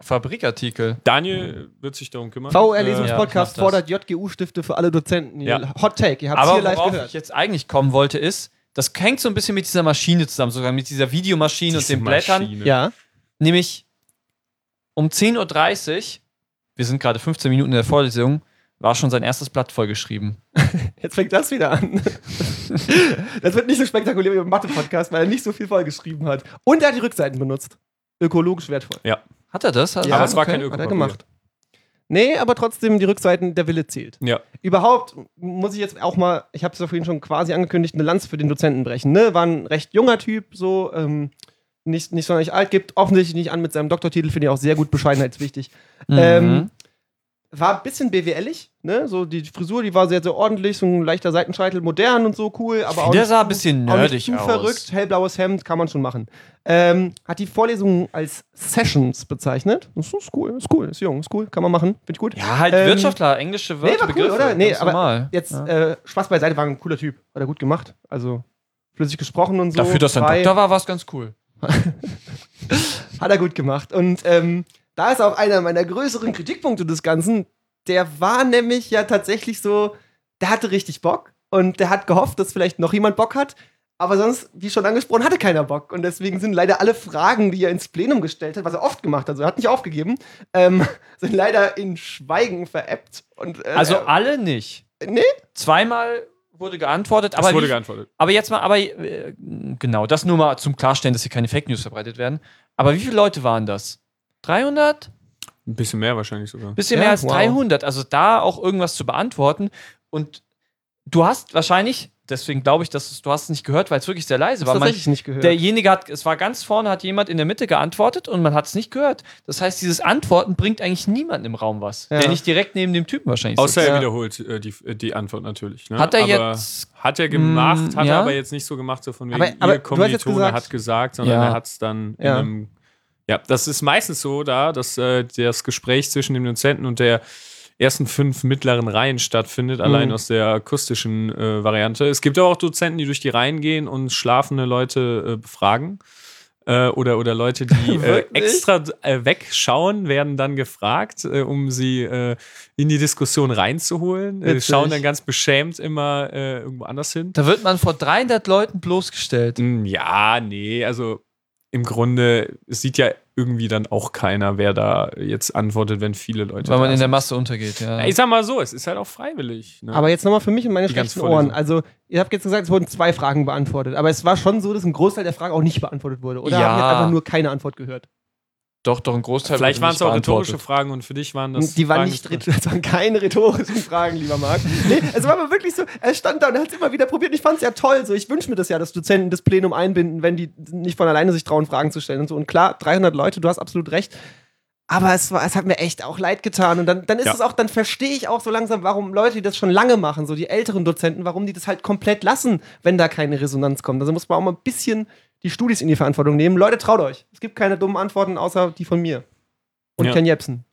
[SPEAKER 2] Fabrikartikel.
[SPEAKER 1] Daniel wird sich darum kümmern.
[SPEAKER 2] Ja.
[SPEAKER 1] Äh,
[SPEAKER 3] VR-Lesungspodcast
[SPEAKER 2] ich mach das.
[SPEAKER 3] fordert JGU-Stifte für alle Dozenten.
[SPEAKER 1] Ja.
[SPEAKER 3] Hot Take, ihr habt es
[SPEAKER 2] Aber
[SPEAKER 3] hier live
[SPEAKER 2] worauf
[SPEAKER 3] gehört.
[SPEAKER 2] ich jetzt eigentlich kommen wollte, ist, das hängt so ein bisschen mit dieser Maschine zusammen, sogar mit dieser Videomaschine und
[SPEAKER 1] diese
[SPEAKER 2] den Blättern.
[SPEAKER 1] Maschine.
[SPEAKER 3] Ja.
[SPEAKER 2] Nämlich um 10.30 Uhr, wir sind gerade 15 Minuten in der Vorlesung, war schon sein erstes Blatt vollgeschrieben.
[SPEAKER 3] Jetzt fängt das wieder an. das wird nicht so spektakulär wie im Mathe-Podcast, weil er nicht so viel vollgeschrieben hat. Und er hat die Rückseiten benutzt. Ökologisch wertvoll.
[SPEAKER 2] Hat er das? Hat
[SPEAKER 3] Ja,
[SPEAKER 1] Aber es war
[SPEAKER 2] okay.
[SPEAKER 1] kein
[SPEAKER 3] Hat er
[SPEAKER 1] Ökopapier.
[SPEAKER 3] gemacht. Nee, aber trotzdem die Rückseiten, der Wille zählt.
[SPEAKER 1] Ja.
[SPEAKER 3] überhaupt muss ich jetzt auch mal, ich habe es ja vorhin schon quasi angekündigt, eine Lanze für den Dozenten brechen. Ne? War ein recht junger Typ, so ähm, nicht, nicht sonderlich alt, gibt offensichtlich nicht an mit seinem Doktortitel, finde ich auch sehr gut, Bescheidenheitswichtig.
[SPEAKER 2] Mhm.
[SPEAKER 3] Ähm, war ein bisschen BWLig, ne? So die Frisur, die war sehr, sehr ordentlich, so ein leichter Seitenscheitel, modern und so cool, aber auch
[SPEAKER 2] Der
[SPEAKER 3] nicht
[SPEAKER 2] sah ein bisschen
[SPEAKER 3] auch nicht
[SPEAKER 2] nerdig
[SPEAKER 3] zu
[SPEAKER 2] aus.
[SPEAKER 3] verrückt, hellblaues Hemd kann man schon machen. Ähm, hat die Vorlesungen als Sessions bezeichnet. Das ist cool, ist cool, ist jung, ist cool, kann man machen, finde ich gut.
[SPEAKER 2] Ja, halt
[SPEAKER 3] Ähm,
[SPEAKER 2] Wirtschaftler, englische
[SPEAKER 3] Nee,
[SPEAKER 2] Wörter,
[SPEAKER 3] war cool,
[SPEAKER 2] Begriffe,
[SPEAKER 3] oder? Nee,
[SPEAKER 2] ganz
[SPEAKER 3] aber
[SPEAKER 2] normal.
[SPEAKER 3] Jetzt,
[SPEAKER 2] ja.
[SPEAKER 3] äh, Spaß beiseite, war ein cooler Typ. Hat er gut gemacht. Also flüssig gesprochen und so.
[SPEAKER 2] Dafür, dass er ein
[SPEAKER 3] frei.
[SPEAKER 2] Doktor war, war es ganz cool.
[SPEAKER 3] Hat er gut gemacht. Und ähm, da ist auch einer meiner größeren Kritikpunkte des Ganzen. Der war nämlich ja tatsächlich so, der hatte richtig Bock und der hat gehofft, dass vielleicht noch jemand Bock hat. Aber sonst, wie schon angesprochen, hatte keiner Bock. Und deswegen sind leider alle Fragen, die er ins Plenum gestellt hat, was er oft gemacht hat, also er hat nicht aufgegeben, ähm, sind leider in Schweigen veräppt. Und, äh,
[SPEAKER 2] Also alle nicht.
[SPEAKER 3] äh, nee,
[SPEAKER 2] Zweimal wurde geantwortet, aber,
[SPEAKER 1] es wurde
[SPEAKER 2] wie-
[SPEAKER 1] geantwortet.
[SPEAKER 2] aber jetzt mal, aber äh, genau, das nur mal zum Klarstellen, dass hier keine Fake News verbreitet werden. Aber wie viele Leute waren das? 300?
[SPEAKER 1] Ein bisschen mehr wahrscheinlich sogar.
[SPEAKER 2] Bisschen
[SPEAKER 3] Ja,
[SPEAKER 2] mehr als
[SPEAKER 3] wow.
[SPEAKER 2] 300. Also da auch irgendwas zu beantworten. Und du hast wahrscheinlich, deswegen glaube ich, dass es- du hast es nicht gehört, weil es wirklich sehr leise
[SPEAKER 3] das
[SPEAKER 2] war. Man,
[SPEAKER 3] tatsächlich nicht gehört.
[SPEAKER 2] derjenige hat, es war ganz vorne, hat jemand in der Mitte geantwortet und man hat es nicht gehört. Das heißt, dieses Antworten bringt eigentlich niemanden im Raum was.
[SPEAKER 3] Ja.
[SPEAKER 2] Der nicht direkt neben dem Typen wahrscheinlich
[SPEAKER 1] Außer
[SPEAKER 2] sitzt.
[SPEAKER 1] er
[SPEAKER 3] Ja.
[SPEAKER 1] wiederholt äh, die, die Antwort natürlich. Ne?
[SPEAKER 2] Hat er
[SPEAKER 1] aber
[SPEAKER 2] jetzt-
[SPEAKER 1] Hat er gemacht,
[SPEAKER 2] Mm,
[SPEAKER 1] hat
[SPEAKER 2] ja.
[SPEAKER 1] er aber jetzt nicht so gemacht, so von wegen,
[SPEAKER 3] Hm, Aber- aber
[SPEAKER 1] ihr
[SPEAKER 3] du hast jetzt
[SPEAKER 1] Kommilitone
[SPEAKER 3] gesagt-
[SPEAKER 1] hat gesagt, sondern
[SPEAKER 2] Ja.
[SPEAKER 1] er hat es dann
[SPEAKER 3] Ja.
[SPEAKER 1] in einem. Ja, das ist meistens so da, dass äh, das Gespräch zwischen dem Dozenten und der ersten fünf mittleren Reihen stattfindet,
[SPEAKER 3] Hm.
[SPEAKER 1] allein aus der akustischen äh, Variante. Es gibt aber auch Dozenten, die durch die Reihen gehen und schlafende Leute äh, befragen. Äh, oder, oder Leute, die äh,
[SPEAKER 3] Wirklich?
[SPEAKER 1] extra äh, wegschauen, werden dann gefragt, äh, um sie äh, in die Diskussion reinzuholen. Äh,
[SPEAKER 3] Witzig.
[SPEAKER 1] schauen dann ganz beschämt immer äh, irgendwo anders hin.
[SPEAKER 2] Da wird man vor 300 Leuten bloßgestellt.
[SPEAKER 1] Hm, Ja, nee, also im Grunde es sieht ja irgendwie dann auch keiner, wer da jetzt antwortet, wenn viele Leute.
[SPEAKER 2] Weil man
[SPEAKER 1] da
[SPEAKER 2] in der
[SPEAKER 1] sind.
[SPEAKER 2] Masse untergeht, Also ja.
[SPEAKER 1] Ja, ich sag mal so, es ist halt auch freiwillig. Ne?
[SPEAKER 3] Aber jetzt nochmal für mich und meine
[SPEAKER 1] Die ganze
[SPEAKER 3] schlechten Ohren.
[SPEAKER 1] Vorlesung.
[SPEAKER 3] Also, ihr habt jetzt gesagt, es wurden zwei Fragen beantwortet. Aber es war schon so, dass ein Großteil der Fragen auch nicht beantwortet wurde. Oder
[SPEAKER 2] Ja.
[SPEAKER 3] haben jetzt einfach nur keine Antwort gehört?
[SPEAKER 2] doch, doch, ein Großteil.
[SPEAKER 1] Vielleicht
[SPEAKER 2] wurde
[SPEAKER 1] waren
[SPEAKER 2] nicht
[SPEAKER 1] es auch rhetorische
[SPEAKER 2] beantwortet.
[SPEAKER 1] Fragen und für dich waren das.
[SPEAKER 3] die waren
[SPEAKER 1] Fragen
[SPEAKER 3] nicht,
[SPEAKER 1] des-
[SPEAKER 3] rhetorisch- das waren keine rhetorischen Fragen, lieber Marc. Nee, es war aber wirklich so, er stand da und hat es immer wieder probiert. Und ich fand es ja toll. So, ich wünsche mir das ja, dass Dozenten das Plenum einbinden, wenn die nicht von alleine sich trauen, Fragen zu stellen und so. Und klar, 300 Leute, du hast absolut recht. Aber es, war, es hat mir echt auch leid getan. Und dann, dann ist
[SPEAKER 1] Ja.
[SPEAKER 3] es auch, dann verstehe ich auch so langsam, warum Leute, die das schon lange machen, so die älteren Dozenten, warum die das halt komplett lassen, wenn da keine Resonanz kommt. Also muss man auch mal ein bisschen die Studis in die Verantwortung nehmen. Leute, traut euch. Es gibt keine dummen Antworten außer die von mir. Und
[SPEAKER 1] Ja.
[SPEAKER 3] Ken Jebsen.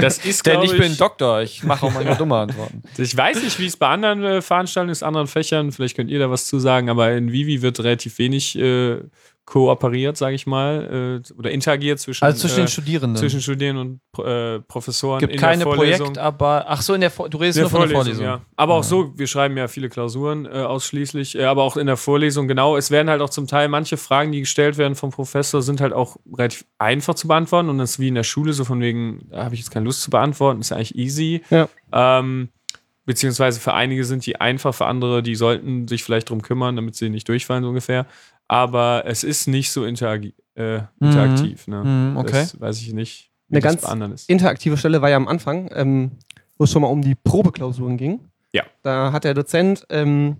[SPEAKER 1] Das ist,
[SPEAKER 2] Denn
[SPEAKER 1] glaube
[SPEAKER 2] ich bin Doktor, ich mache auch manchmal dumme Antworten.
[SPEAKER 1] Ich weiß nicht, wie es bei anderen äh, Veranstaltungen ist, anderen Fächern, vielleicht könnt ihr da was zu sagen, aber in Vivi wird relativ wenig äh, kooperiert, sage ich mal, äh, oder interagiert zwischen,
[SPEAKER 2] Also zwischen den
[SPEAKER 1] äh,
[SPEAKER 2] Studierenden.
[SPEAKER 1] zwischen Studierenden und äh, Professoren.
[SPEAKER 2] gibt
[SPEAKER 1] in
[SPEAKER 2] keine
[SPEAKER 1] der Vorlesung.
[SPEAKER 2] Projektarbeit. Ach so, in der Vor du redest
[SPEAKER 1] In der
[SPEAKER 2] nur von
[SPEAKER 1] Vorlesung,
[SPEAKER 2] der Vorlesung. Ah.
[SPEAKER 1] ja. Aber auch so, wir schreiben ja viele Klausuren äh, ausschließlich, äh, aber auch in der Vorlesung, genau. Es werden halt auch zum Teil manche Fragen, die gestellt werden vom Professor, sind halt auch relativ einfach zu beantworten und das ist wie in der Schule, so von wegen, da habe ich jetzt keine Lust zu beantworten, ist ja eigentlich easy.
[SPEAKER 3] Ja.
[SPEAKER 1] Ähm, beziehungsweise für einige sind die einfach, für andere, die sollten sich vielleicht drum kümmern, damit sie nicht durchfallen, so ungefähr. Aber es ist nicht so interagi äh, interaktiv. Ne?
[SPEAKER 2] Hm, okay.
[SPEAKER 1] Das weiß ich nicht, wie
[SPEAKER 3] Mhm. Eine
[SPEAKER 1] das
[SPEAKER 3] ganz
[SPEAKER 1] bei anderen ist.
[SPEAKER 3] interaktive Stelle war ja am Anfang, ähm, wo es schon mal um die Probeklausuren ging.
[SPEAKER 1] Ja.
[SPEAKER 3] Da hat der Dozent ähm,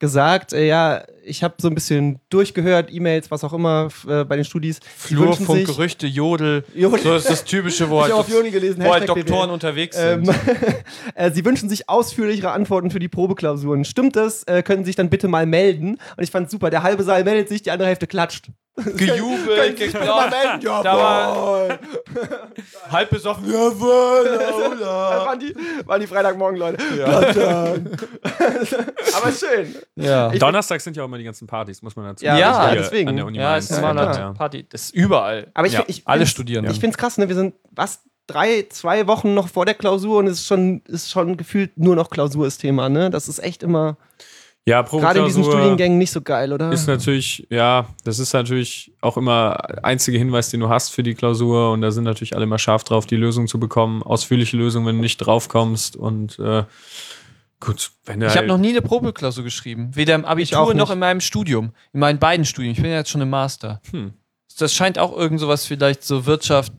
[SPEAKER 3] gesagt, äh, ja, ich habe so ein bisschen durchgehört, E-Mails, was auch immer f- äh, bei den Studis. Sie wünschen
[SPEAKER 2] Flurfunk,
[SPEAKER 3] sich-
[SPEAKER 2] Gerüchte, Jodel.
[SPEAKER 3] Jodel.
[SPEAKER 2] So ist das typische
[SPEAKER 3] Ich
[SPEAKER 2] Wort.
[SPEAKER 3] hab auf Jodel gelesen,
[SPEAKER 2] Wo halt
[SPEAKER 3] Hashtag BWL.
[SPEAKER 2] Doktoren unterwegs sind.
[SPEAKER 3] Ähm, äh, Sie wünschen sich ausführlichere Antworten für die Probeklausuren. Stimmt das? Äh, können Sie sich dann bitte mal melden? Und ich fand super, der halbe Saal meldet sich, die andere Hälfte klatscht.
[SPEAKER 2] Gejubelt,
[SPEAKER 3] sich bitte mal
[SPEAKER 2] geklaut.
[SPEAKER 3] melden?
[SPEAKER 2] Da war-
[SPEAKER 3] Jawohl!
[SPEAKER 2] Halb besoffen. Jawohl,
[SPEAKER 3] Das waren die, waren die Freitagmorgen, Leute. Ja. Aber schön.
[SPEAKER 2] Ja.
[SPEAKER 1] Donnerstag sind ja auch immer die ganzen Partys, muss man dazu
[SPEAKER 3] Ja,
[SPEAKER 2] Ja,
[SPEAKER 1] Hier
[SPEAKER 3] deswegen.
[SPEAKER 1] An der Uni
[SPEAKER 2] Ja,
[SPEAKER 1] Mainz.
[SPEAKER 2] ist normal.
[SPEAKER 3] Ja,
[SPEAKER 2] halt
[SPEAKER 1] klar.
[SPEAKER 2] Party. Das ist überall.
[SPEAKER 3] Aber ich,
[SPEAKER 1] Ja,
[SPEAKER 3] find- ich
[SPEAKER 2] alle
[SPEAKER 3] find's-
[SPEAKER 2] Studierende.
[SPEAKER 3] Ich finde es krass, ne? Wir sind was drei, zwei Wochen noch vor der Klausur und es ist schon, ist schon gefühlt nur noch Klausur ist Thema, ne? Das ist echt immer
[SPEAKER 1] Ja,
[SPEAKER 3] gerade in diesen
[SPEAKER 1] Probeklausur
[SPEAKER 3] Studiengängen nicht so geil, oder?
[SPEAKER 1] ist natürlich, ja, das ist natürlich auch immer der einzige Hinweis, den du hast für die Klausur und da sind natürlich alle immer scharf drauf, die Lösung zu bekommen, ausführliche Lösung, wenn du nicht draufkommst und äh, gut, wenn du
[SPEAKER 2] Ich habe
[SPEAKER 1] halt,
[SPEAKER 2] noch nie eine Probeklausur geschrieben. Weder im
[SPEAKER 3] auch
[SPEAKER 2] Abitur
[SPEAKER 3] nicht.
[SPEAKER 2] noch in meinem Studium. In meinen beiden Studien. Ich bin ja jetzt schon im Master.
[SPEAKER 1] Hm.
[SPEAKER 2] Das scheint auch irgend sowas vielleicht so Wirtschaft,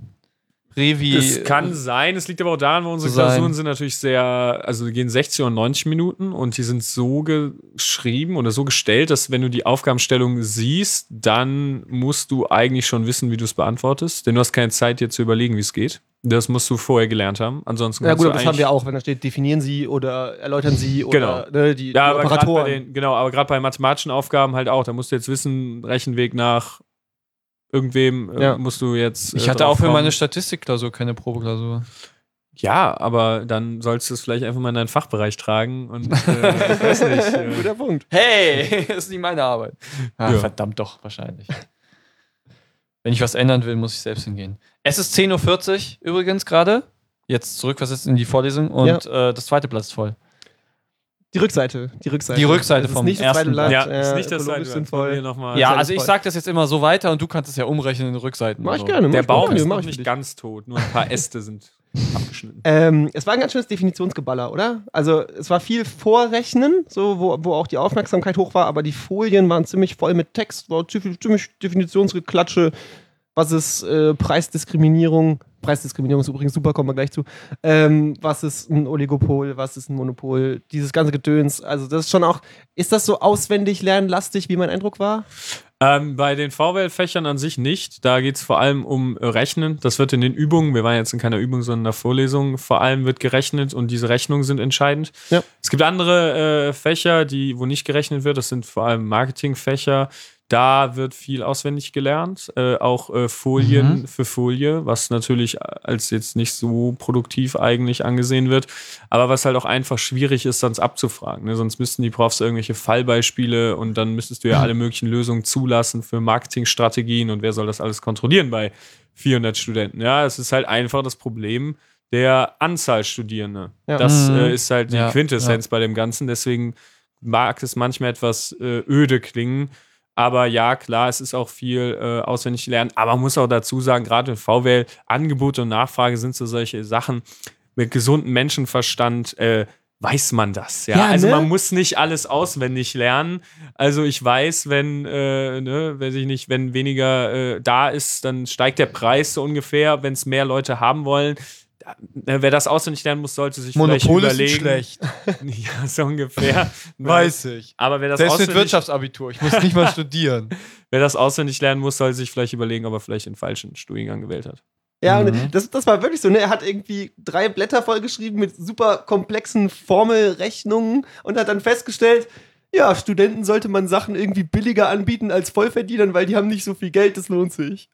[SPEAKER 2] Revi.
[SPEAKER 1] das kann
[SPEAKER 3] äh,
[SPEAKER 1] sein, es liegt aber auch daran, weil unsere
[SPEAKER 2] Zu sein.
[SPEAKER 1] Klausuren sind natürlich sehr, also die gehen 60 und 90 Minuten und die sind so geschrieben oder so gestellt, dass wenn du die Aufgabenstellung siehst, dann musst du eigentlich schon wissen, wie du es beantwortest, denn du hast keine Zeit, dir zu überlegen, wie es geht. Das musst du vorher gelernt haben. Ansonsten
[SPEAKER 3] ja
[SPEAKER 1] kannst
[SPEAKER 3] gut,
[SPEAKER 1] du
[SPEAKER 3] aber das
[SPEAKER 1] eigentlich- Genau.
[SPEAKER 3] haben wir auch, wenn da steht, definieren Sie oder erläutern Sie oder ne,
[SPEAKER 1] Ja,
[SPEAKER 3] die, die
[SPEAKER 1] aber gerade bei
[SPEAKER 3] Operatoren.
[SPEAKER 1] den, genau, aber gerade bei mathematischen Aufgaben halt auch. Da musst du jetzt wissen, Rechenweg nach irgendwem äh,
[SPEAKER 3] Ja.
[SPEAKER 1] musst du jetzt. äh,
[SPEAKER 2] ich hatte auch für
[SPEAKER 1] draufkommen.
[SPEAKER 2] meine Statistikklausur keine Probeklausur.
[SPEAKER 1] Ja, aber dann sollst du es vielleicht einfach mal in deinen Fachbereich tragen und äh, ich weiß nicht. Äh,
[SPEAKER 3] Guter Punkt.
[SPEAKER 2] Hey, das ist nicht meine Arbeit. Ah,
[SPEAKER 1] Ja.
[SPEAKER 2] Verdammt doch, wahrscheinlich. Wenn ich was ändern will, muss ich selbst hingehen. Es ist 10.40 Uhr übrigens gerade. Jetzt zurückversetzt in die Vorlesung und äh, das zweite Blatt ist voll.
[SPEAKER 3] Die Rückseite. Die Rückseite,
[SPEAKER 2] Die Rückseite
[SPEAKER 3] Es ist
[SPEAKER 2] vom
[SPEAKER 3] nicht das zweite
[SPEAKER 2] ersten
[SPEAKER 3] Blatt.
[SPEAKER 1] ja,
[SPEAKER 3] äh,
[SPEAKER 1] ist nicht das
[SPEAKER 3] ökologisch
[SPEAKER 1] Seite.
[SPEAKER 3] sinnvoll.
[SPEAKER 1] Nochmal.
[SPEAKER 2] Ja,
[SPEAKER 3] alles
[SPEAKER 2] also ich
[SPEAKER 3] voll.
[SPEAKER 2] sag das jetzt immer so weiter und du kannst es ja umrechnen in Rückseiten.
[SPEAKER 3] Mach ich
[SPEAKER 2] so.
[SPEAKER 3] gerne. mach
[SPEAKER 1] der
[SPEAKER 3] ich gerne.
[SPEAKER 1] Baum ist
[SPEAKER 3] Mach
[SPEAKER 1] noch
[SPEAKER 3] ich für
[SPEAKER 1] nicht
[SPEAKER 3] dich.
[SPEAKER 1] ganz tot, nur ein paar Äste sind abgeschnitten.
[SPEAKER 3] Ähm, es war ein ganz schönes Definitionsgeballer, oder? Also es war viel Vorrechnen, so wo, wo auch die Aufmerksamkeit hoch war, aber die Folien waren ziemlich voll mit Text, war ziemlich, ziemlich Definitionsgeklatsche, was ist äh, Preisdiskriminierung, Preisdiskriminierung ist übrigens super, kommen wir gleich zu, ähm, was ist ein Oligopol, was ist ein Monopol, dieses ganze Gedöns, also das ist schon auch, ist das so auswendig lernlastig, wie mein Eindruck war?
[SPEAKER 1] Ähm, bei den VWL-Fächern an sich nicht. Da geht es vor allem um äh, Rechnen. Das wird in den Übungen, wir waren jetzt in keiner Übung, sondern in der Vorlesung, vor allem wird gerechnet und diese Rechnungen sind entscheidend.
[SPEAKER 3] Ja.
[SPEAKER 1] Es gibt andere äh, Fächer, die, wo nicht gerechnet wird. Das sind vor allem Marketingfächer. Da wird viel auswendig gelernt, äh, auch äh, Folien für Folie, was natürlich als jetzt nicht so produktiv eigentlich angesehen wird, aber was halt auch einfach schwierig ist, sonst abzufragen. Ne? Sonst müssten die Profs irgendwelche Fallbeispiele und dann müsstest du ja alle möglichen Lösungen zulassen für Marketingstrategien und wer soll das alles kontrollieren bei 400 Studenten? Ja, es ist halt einfach das Problem der Anzahl Studierende.
[SPEAKER 3] Ja.
[SPEAKER 1] Das
[SPEAKER 2] Mhm.
[SPEAKER 1] äh, ist halt die
[SPEAKER 2] Ja,
[SPEAKER 1] Quintessenz bei dem Ganzen. Deswegen mag es manchmal etwas äh, öde klingen. Aber ja, klar, es ist auch viel äh, auswendig lernen. Aber man muss auch dazu sagen, gerade in VWL, Angebote und Nachfrage sind so solche Sachen. Mit gesundem Menschenverstand äh, weiß man das. Ja,
[SPEAKER 3] Ja,
[SPEAKER 1] also
[SPEAKER 3] ne?
[SPEAKER 1] man muss nicht alles auswendig lernen. Also ich weiß, wenn, äh, ne, weiß ich nicht, wenn weniger äh, da ist, dann steigt der Preis so ungefähr. Wenn es mehr Leute haben wollen, da, ne, wer das auswendig lernen muss, sollte sich
[SPEAKER 2] Monopol
[SPEAKER 1] vielleicht
[SPEAKER 2] ist nicht
[SPEAKER 1] überlegen.
[SPEAKER 2] schlecht.
[SPEAKER 1] ja, so ungefähr.
[SPEAKER 2] Weiß ich.
[SPEAKER 1] Aber wer das,
[SPEAKER 2] Selbst mit
[SPEAKER 1] auswendig,
[SPEAKER 2] Wirtschaftsabitur. Ich muss nicht mal studieren.
[SPEAKER 1] wer das auswendig lernen muss, sollte sich vielleicht überlegen, ob er vielleicht den falschen Studiengang gewählt hat.
[SPEAKER 3] Ja,
[SPEAKER 2] Mhm.
[SPEAKER 3] und das, das war wirklich so, ne? Er hat irgendwie drei Blätter vollgeschrieben mit super komplexen Formelrechnungen und hat dann festgestellt, ja, Studenten sollte man Sachen irgendwie billiger anbieten als Vollverdienern, weil die haben nicht so viel Geld, das lohnt sich.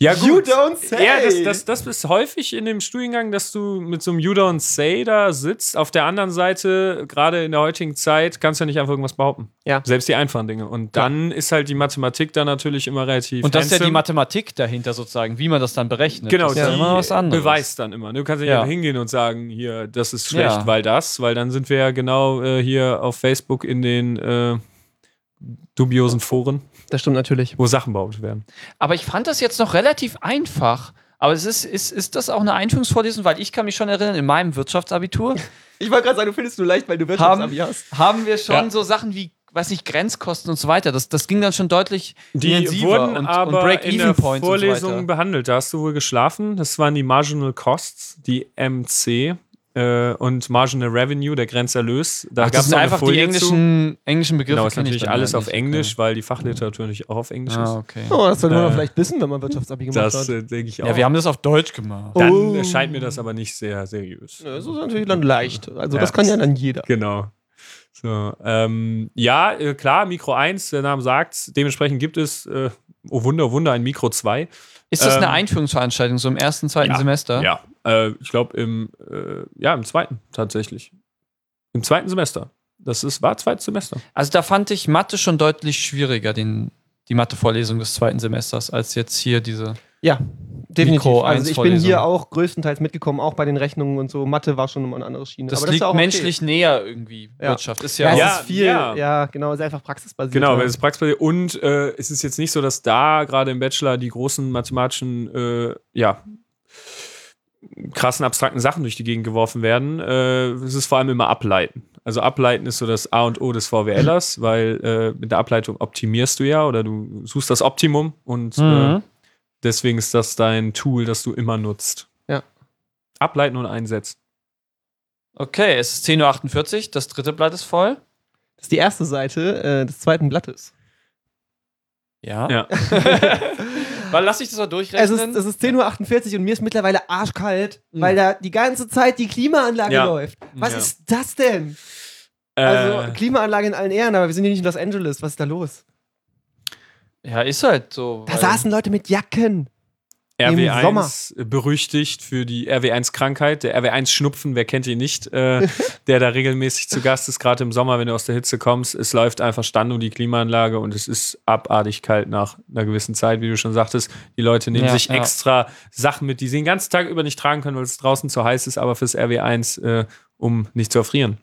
[SPEAKER 1] Ja,
[SPEAKER 3] You don't say.
[SPEAKER 1] Ja, das, das, das ist häufig in dem Studiengang, dass du mit so einem You don't say da sitzt. Auf der anderen Seite, gerade in der heutigen Zeit, kannst du ja nicht einfach irgendwas behaupten.
[SPEAKER 3] Ja.
[SPEAKER 1] Selbst die einfachen Dinge. Und
[SPEAKER 3] Klar.
[SPEAKER 1] dann ist halt die Mathematik da natürlich immer relativ.
[SPEAKER 2] Und das ist ja die
[SPEAKER 1] handsome.
[SPEAKER 2] Mathematik dahinter sozusagen, wie man das dann berechnet.
[SPEAKER 1] Genau,
[SPEAKER 2] das ist ja
[SPEAKER 1] die
[SPEAKER 2] immer was anderes.
[SPEAKER 1] beweist dann immer. ne? Du kannst ja nicht
[SPEAKER 2] Ja.
[SPEAKER 1] einfach hingehen und sagen, hier, das ist schlecht,
[SPEAKER 2] Ja.
[SPEAKER 1] weil das, weil dann sind wir ja genau äh, hier auf Facebook in den äh, dubiosen Foren,
[SPEAKER 3] Das stimmt natürlich.
[SPEAKER 1] wo Sachen behauptet werden.
[SPEAKER 2] Aber ich fand das jetzt noch relativ einfach. Aber es ist, ist, ist das auch eine Einführungsvorlesung? Weil ich kann mich schon erinnern, in meinem Wirtschaftsabitur
[SPEAKER 3] Ich wollte gerade sagen, du findest du leicht, weil du Wirtschaftsabi hast.
[SPEAKER 2] haben wir schon
[SPEAKER 1] Ja.
[SPEAKER 2] so Sachen wie, weiß nicht, Grenzkosten und so weiter. Das, das ging dann schon deutlich
[SPEAKER 1] Die
[SPEAKER 2] intensiver
[SPEAKER 1] wurden
[SPEAKER 2] und,
[SPEAKER 1] aber
[SPEAKER 2] und
[SPEAKER 1] in der
[SPEAKER 2] Break-Even-Points und so
[SPEAKER 1] Vorlesung
[SPEAKER 2] weiter.
[SPEAKER 1] behandelt. Da hast du wohl geschlafen. Das waren die Marginal Costs, die MC äh, und Marginal Revenue, der Grenzerlös. Da
[SPEAKER 2] Ach,
[SPEAKER 1] gab
[SPEAKER 2] das
[SPEAKER 1] es
[SPEAKER 2] sind
[SPEAKER 1] eine
[SPEAKER 2] einfach die
[SPEAKER 1] Folie zu.
[SPEAKER 2] englischen, englischen Begriffe.
[SPEAKER 1] Genau, ist
[SPEAKER 2] kenn ich
[SPEAKER 1] natürlich
[SPEAKER 2] dann
[SPEAKER 1] alles
[SPEAKER 2] ja
[SPEAKER 1] auf
[SPEAKER 2] nicht.
[SPEAKER 1] Englisch, weil die Fachliteratur natürlich auch auf Englisch
[SPEAKER 2] Ah,
[SPEAKER 1] ist.
[SPEAKER 2] okay.
[SPEAKER 3] Oh, das sollte man
[SPEAKER 1] Äh,
[SPEAKER 3] vielleicht wissen, wenn man Wirtschaftsabi gemacht
[SPEAKER 1] Das
[SPEAKER 3] hat.
[SPEAKER 1] äh, denke ich auch.
[SPEAKER 2] Ja, wir haben das auf Deutsch gemacht.
[SPEAKER 1] Dann
[SPEAKER 3] Oh.
[SPEAKER 1] erscheint mir das aber nicht sehr seriös.
[SPEAKER 3] Nö, Das ist natürlich dann leicht. Also
[SPEAKER 1] Ja.
[SPEAKER 3] das kann ja dann jeder.
[SPEAKER 1] Genau. So, ähm, ja, äh, klar, Mikro 1, der Name sagt's. Dementsprechend gibt es, äh, oh Wunder, Wunder, ein Mikro 2.
[SPEAKER 2] Ist das eine
[SPEAKER 1] Ähm,
[SPEAKER 2] Einführungsveranstaltung, so im ersten, zweiten
[SPEAKER 1] ja,
[SPEAKER 2] Semester?
[SPEAKER 1] Ja, äh, ich glaube im, äh, ja, im zweiten tatsächlich. Im zweiten Semester. Das ist, war zweites Semester.
[SPEAKER 2] Also da fand ich Mathe schon deutlich schwieriger, den, die Mathe-Vorlesung des zweiten Semesters, als jetzt hier diese.
[SPEAKER 3] Ja, definitiv.
[SPEAKER 2] Mikro
[SPEAKER 3] also ich bin
[SPEAKER 2] Eins-Vorlesung.
[SPEAKER 3] hier auch größtenteils mitgekommen, auch bei den Rechnungen und so. Mathe war schon immer eine andere Schiene.
[SPEAKER 2] Das
[SPEAKER 3] Aber
[SPEAKER 2] liegt
[SPEAKER 3] ist ja auch okay.
[SPEAKER 2] menschlich näher irgendwie.
[SPEAKER 3] Ja.
[SPEAKER 2] Wirtschaft ist
[SPEAKER 3] Ja,
[SPEAKER 2] ja,
[SPEAKER 3] es
[SPEAKER 1] Ja,
[SPEAKER 3] ist viel,
[SPEAKER 1] ja.
[SPEAKER 3] ja. genau, ist einfach praxisbasiert.
[SPEAKER 1] Genau,
[SPEAKER 3] ja.
[SPEAKER 1] weil es ist praxisbasiert. Und äh, es ist jetzt nicht so, dass da gerade im Bachelor die großen mathematischen, äh, ja, krassen abstrakten Sachen durch die Gegend geworfen werden. Äh, es ist vor allem immer Ableiten. Also Ableiten ist so das A und O des
[SPEAKER 3] Mhm.
[SPEAKER 1] VWLers, weil äh, mit der Ableitung optimierst du ja oder du suchst das Optimum und
[SPEAKER 2] auch.
[SPEAKER 3] Mhm.
[SPEAKER 1] äh, deswegen ist das dein Tool, das du immer nutzt.
[SPEAKER 3] Ja.
[SPEAKER 1] Ableiten und einsetzen.
[SPEAKER 2] Okay, es ist 10.48 Uhr, das dritte Blatt ist voll.
[SPEAKER 3] Das ist die erste Seite äh, des zweiten Blattes.
[SPEAKER 2] Ja.
[SPEAKER 1] Ja.
[SPEAKER 2] Weil lass ich das mal
[SPEAKER 3] Es
[SPEAKER 2] durchrechnen.
[SPEAKER 3] ist, es ist 10.48 Uhr und mir ist mittlerweile arschkalt, weil da die ganze Zeit die Klimaanlage
[SPEAKER 1] Ja.
[SPEAKER 3] läuft. Was
[SPEAKER 1] Ja. Äh.
[SPEAKER 3] ist das denn? Also Klimaanlage in allen Ehren, aber wir sind hier nicht in Los Angeles. Was ist da los?
[SPEAKER 2] ja, ist halt so.
[SPEAKER 3] Da
[SPEAKER 2] weil-
[SPEAKER 3] saßen Leute mit Jacken.
[SPEAKER 1] RW1 berüchtigt für die RW1-Krankheit. Der RW1-Schnupfen, wer kennt ihn nicht, äh, der da regelmäßig zu Gast ist, gerade im Sommer, wenn du aus der Hitze kommst. Es läuft einfach Stand um die Klimaanlage und es ist abartig kalt nach einer gewissen Zeit, wie du schon sagtest. Die Leute nehmen
[SPEAKER 2] Ja,
[SPEAKER 1] sich
[SPEAKER 2] ja.
[SPEAKER 1] extra Sachen mit, die sie den ganzen Tag über nicht tragen können, weil es draußen zu heiß ist, aber fürs RW1, äh, um nicht zu erfrieren.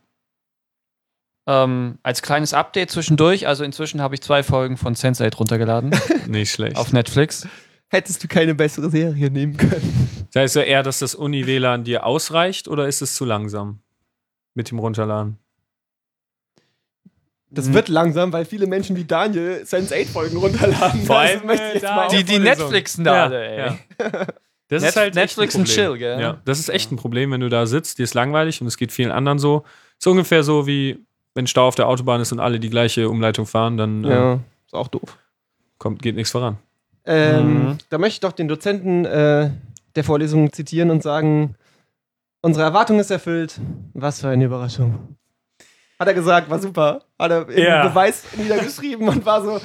[SPEAKER 2] Ähm, als kleines Update zwischendurch, also inzwischen habe ich zwei Folgen von Sense8 runtergeladen
[SPEAKER 1] Nicht schlecht.
[SPEAKER 2] auf Netflix.
[SPEAKER 3] Hättest du keine bessere Serie nehmen können.
[SPEAKER 1] Das heißt ja eher, dass das Uni-WLAN dir ausreicht oder ist es zu langsam mit dem Runterladen?
[SPEAKER 3] Das wird langsam, weil viele Menschen wie Daniel Sense8-Folgen runterladen.
[SPEAKER 1] Vor
[SPEAKER 3] Das
[SPEAKER 1] allem,
[SPEAKER 3] möchte ich
[SPEAKER 1] äh,
[SPEAKER 3] jetzt
[SPEAKER 1] da-
[SPEAKER 3] mal auf-
[SPEAKER 2] Die, die Netflixen da
[SPEAKER 1] Ja,
[SPEAKER 2] alle, ey.
[SPEAKER 1] ja. Das
[SPEAKER 2] Net-
[SPEAKER 1] ist halt echt
[SPEAKER 2] Netflix
[SPEAKER 1] ein
[SPEAKER 2] und
[SPEAKER 1] Problem.
[SPEAKER 2] Chill, gell?
[SPEAKER 1] Ja, das ist echt ein Problem, wenn du da sitzt, dir ist langweilig und es geht vielen anderen so. Ist ungefähr so wie wenn Stau auf der Autobahn ist und alle die gleiche Umleitung fahren, dann äh,
[SPEAKER 3] Ja, ist auch doof.
[SPEAKER 1] kommt, geht nichts voran.
[SPEAKER 3] Ähm,
[SPEAKER 2] Mhm.
[SPEAKER 3] Da möchte ich doch den Dozenten äh, der Vorlesung zitieren und sagen, unsere Erwartung ist erfüllt. Was für eine Überraschung. Hat er gesagt, war super. Hat er im
[SPEAKER 1] Ja.
[SPEAKER 3] Beweis niedergeschrieben und war so,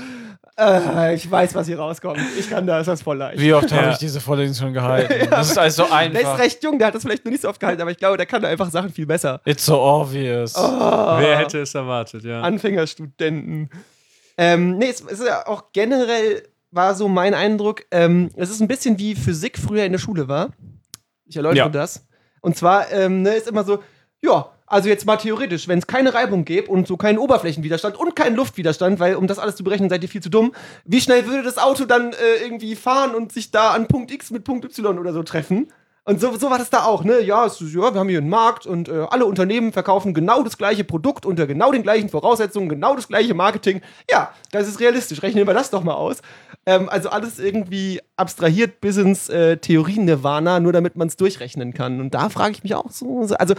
[SPEAKER 3] äh, ich weiß, was hier rauskommt. Ich kann das, das ist voll leicht.
[SPEAKER 2] Wie oft
[SPEAKER 1] Ja.
[SPEAKER 2] habe ich diese Vorlesung schon gehalten? Das ist alles so
[SPEAKER 3] Der ist
[SPEAKER 2] einfach.
[SPEAKER 3] recht jung, der hat das vielleicht noch nicht so oft gehalten, aber ich glaube, der kann da einfach Sachen viel besser.
[SPEAKER 2] It's so obvious.
[SPEAKER 3] Ah.
[SPEAKER 1] Wer hätte es erwartet, ja.
[SPEAKER 3] Anfängerstudenten. Ähm, nee, es ist ja auch generell, war so mein Eindruck, ähm, es ist ein bisschen wie Physik früher in der Schule war. Ich erläutere
[SPEAKER 1] Ja.
[SPEAKER 3] das. Und zwar ähm, ne, ist immer so, ja, also jetzt mal theoretisch, wenn es keine Reibung gäbe und so keinen Oberflächenwiderstand und keinen Luftwiderstand, weil um das alles zu berechnen, seid ihr viel zu dumm, wie schnell würde das Auto dann äh, irgendwie fahren und sich da an Punkt X mit Punkt Y oder so treffen? Und so, so war das da auch, ne? Ja, es, ist- ja, wir haben hier einen Markt und äh, alle Unternehmen verkaufen genau das gleiche Produkt unter genau den gleichen Voraussetzungen, genau das gleiche Marketing. Ja, das ist realistisch. Rechnen wir das doch mal aus. Ähm, also alles irgendwie abstrahiert bis ins äh, Theorien-Nirvana, nur damit man es durchrechnen kann. Und da frage ich mich auch so, so, also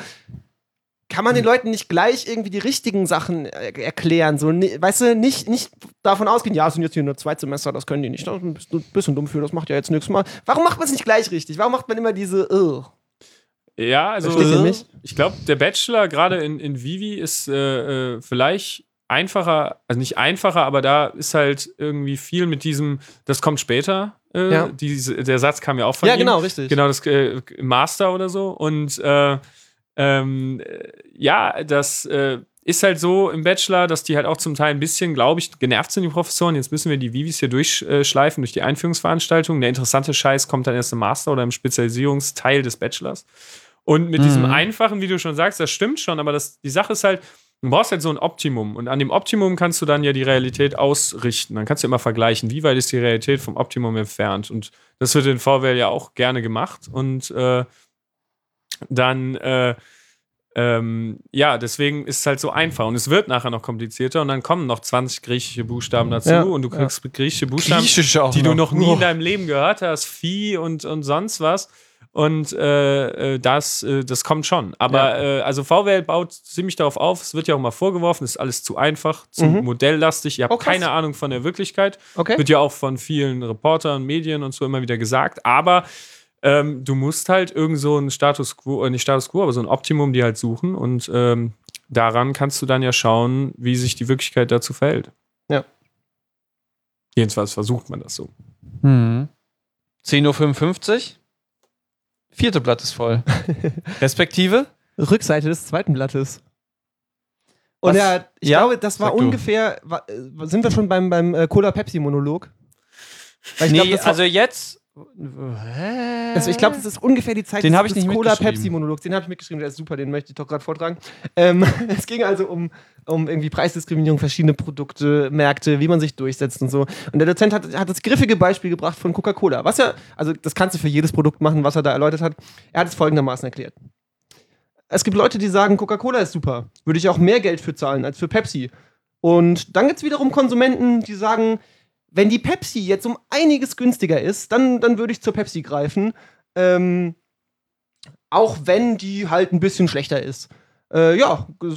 [SPEAKER 3] kann man den Leuten nicht gleich irgendwie die richtigen Sachen äh, erklären? So, ne, weißt du, nicht, nicht davon ausgehen, ja, es sind jetzt hier nur zwei Semester, das können die nicht. Da bist du ein bisschen dumm für, das macht ja jetzt nichts mal. Warum macht man es nicht gleich richtig? Warum macht man immer diese, oh.
[SPEAKER 1] Ja, also
[SPEAKER 3] Versteht ihr mich?
[SPEAKER 1] ich glaube, der Bachelor gerade in, in Vivi ist äh, äh, vielleicht einfacher, also nicht einfacher, aber da ist halt irgendwie viel mit diesem, das kommt später. Äh,
[SPEAKER 3] Ja.
[SPEAKER 1] diese, der Satz kam ja auch von ihm.
[SPEAKER 3] richtig.
[SPEAKER 1] Genau, das äh, Master oder so. Und äh, ähm, äh, ja, das äh, ist halt so im Bachelor, dass die halt auch zum Teil ein bisschen, glaube ich, genervt sind, die Professoren. Jetzt müssen wir die Vivis hier durchschleifen durch die Einführungsveranstaltung. Der interessante Scheiß kommt dann erst im Master oder im Spezialisierungsteil des Bachelors. Und mit diesem einfachen, wie du schon sagst, das stimmt schon, aber das, die Sache ist halt, du brauchst halt so ein Optimum. Und an dem Optimum kannst du dann ja die Realität ausrichten. Dann kannst du immer vergleichen, wie weit ist die Realität vom Optimum entfernt. Und das wird in VWL ja auch gerne gemacht. Und äh, dann, äh, ähm, ja, deswegen ist es halt so einfach. Und es wird nachher noch komplizierter und dann kommen noch 20 griechische Buchstaben dazu
[SPEAKER 3] Ja,
[SPEAKER 1] und du
[SPEAKER 3] ja.
[SPEAKER 1] kriegst griechische Buchstaben
[SPEAKER 2] auch
[SPEAKER 1] die du noch nie
[SPEAKER 2] Oh.
[SPEAKER 1] in deinem Leben gehört hast, Vieh und, und sonst was. Und äh, äh, das, äh, das kommt schon. Aber äh, also VWL baut ziemlich darauf auf, es wird ja auch mal vorgeworfen, es ist alles zu einfach, zu
[SPEAKER 3] Mhm.
[SPEAKER 1] modelllastig, ihr habt
[SPEAKER 3] Oh, krass.
[SPEAKER 1] keine Ahnung von der Wirklichkeit.
[SPEAKER 3] Okay.
[SPEAKER 1] Wird ja auch von vielen Reportern, Medien und so immer wieder gesagt. Aber ähm, du musst halt irgend so ein Status quo, äh, nicht Status quo, aber so ein Optimum die halt suchen. Und ähm, daran kannst du dann ja schauen, wie sich die Wirklichkeit dazu verhält.
[SPEAKER 3] Ja.
[SPEAKER 1] Jedenfalls versucht man das so.
[SPEAKER 2] Mhm. 10.55 Uhr. Vierte Blatt ist voll. Respektive?
[SPEAKER 3] Rückseite des zweiten Blattes. Und
[SPEAKER 2] Was-
[SPEAKER 3] ja, ich
[SPEAKER 2] Ja?
[SPEAKER 3] glaube, das war
[SPEAKER 2] Sag du.
[SPEAKER 3] ungefähr, wa- äh, sind wir schon beim, beim äh, Cola-Pepsi-Monolog? Weil ich
[SPEAKER 2] nee,
[SPEAKER 3] glaube, das, war-
[SPEAKER 2] also jetzt.
[SPEAKER 3] also ich glaub, das ist ungefähr die Zeit
[SPEAKER 2] Den
[SPEAKER 3] des-
[SPEAKER 2] hab ich
[SPEAKER 3] des
[SPEAKER 2] nicht mitgeschrieben.
[SPEAKER 3] Cola-Pepsi-Monologs. Den habe ich mitgeschrieben, der ist super, den möchte ich doch gerade vortragen. Ähm, es ging also um, um irgendwie Preisdiskriminierung, verschiedene Produkte, Märkte, wie man sich durchsetzt und so. Und der Dozent hat, hat das griffige Beispiel gebracht von Coca-Cola. Was er, also das kannst du für jedes Produkt machen, was er da erläutert hat. Er hat es folgendermaßen erklärt. Es gibt Leute, die sagen, Coca-Cola ist super. Würde ich auch mehr Geld für zahlen als für Pepsi. Und dann gibt es wiederum Konsumenten, die sagen, wenn die Pepsi jetzt um einiges günstiger ist, dann, dann würde ich zur Pepsi greifen. Ähm, auch wenn die halt ein bisschen schlechter ist. Äh, ja, g-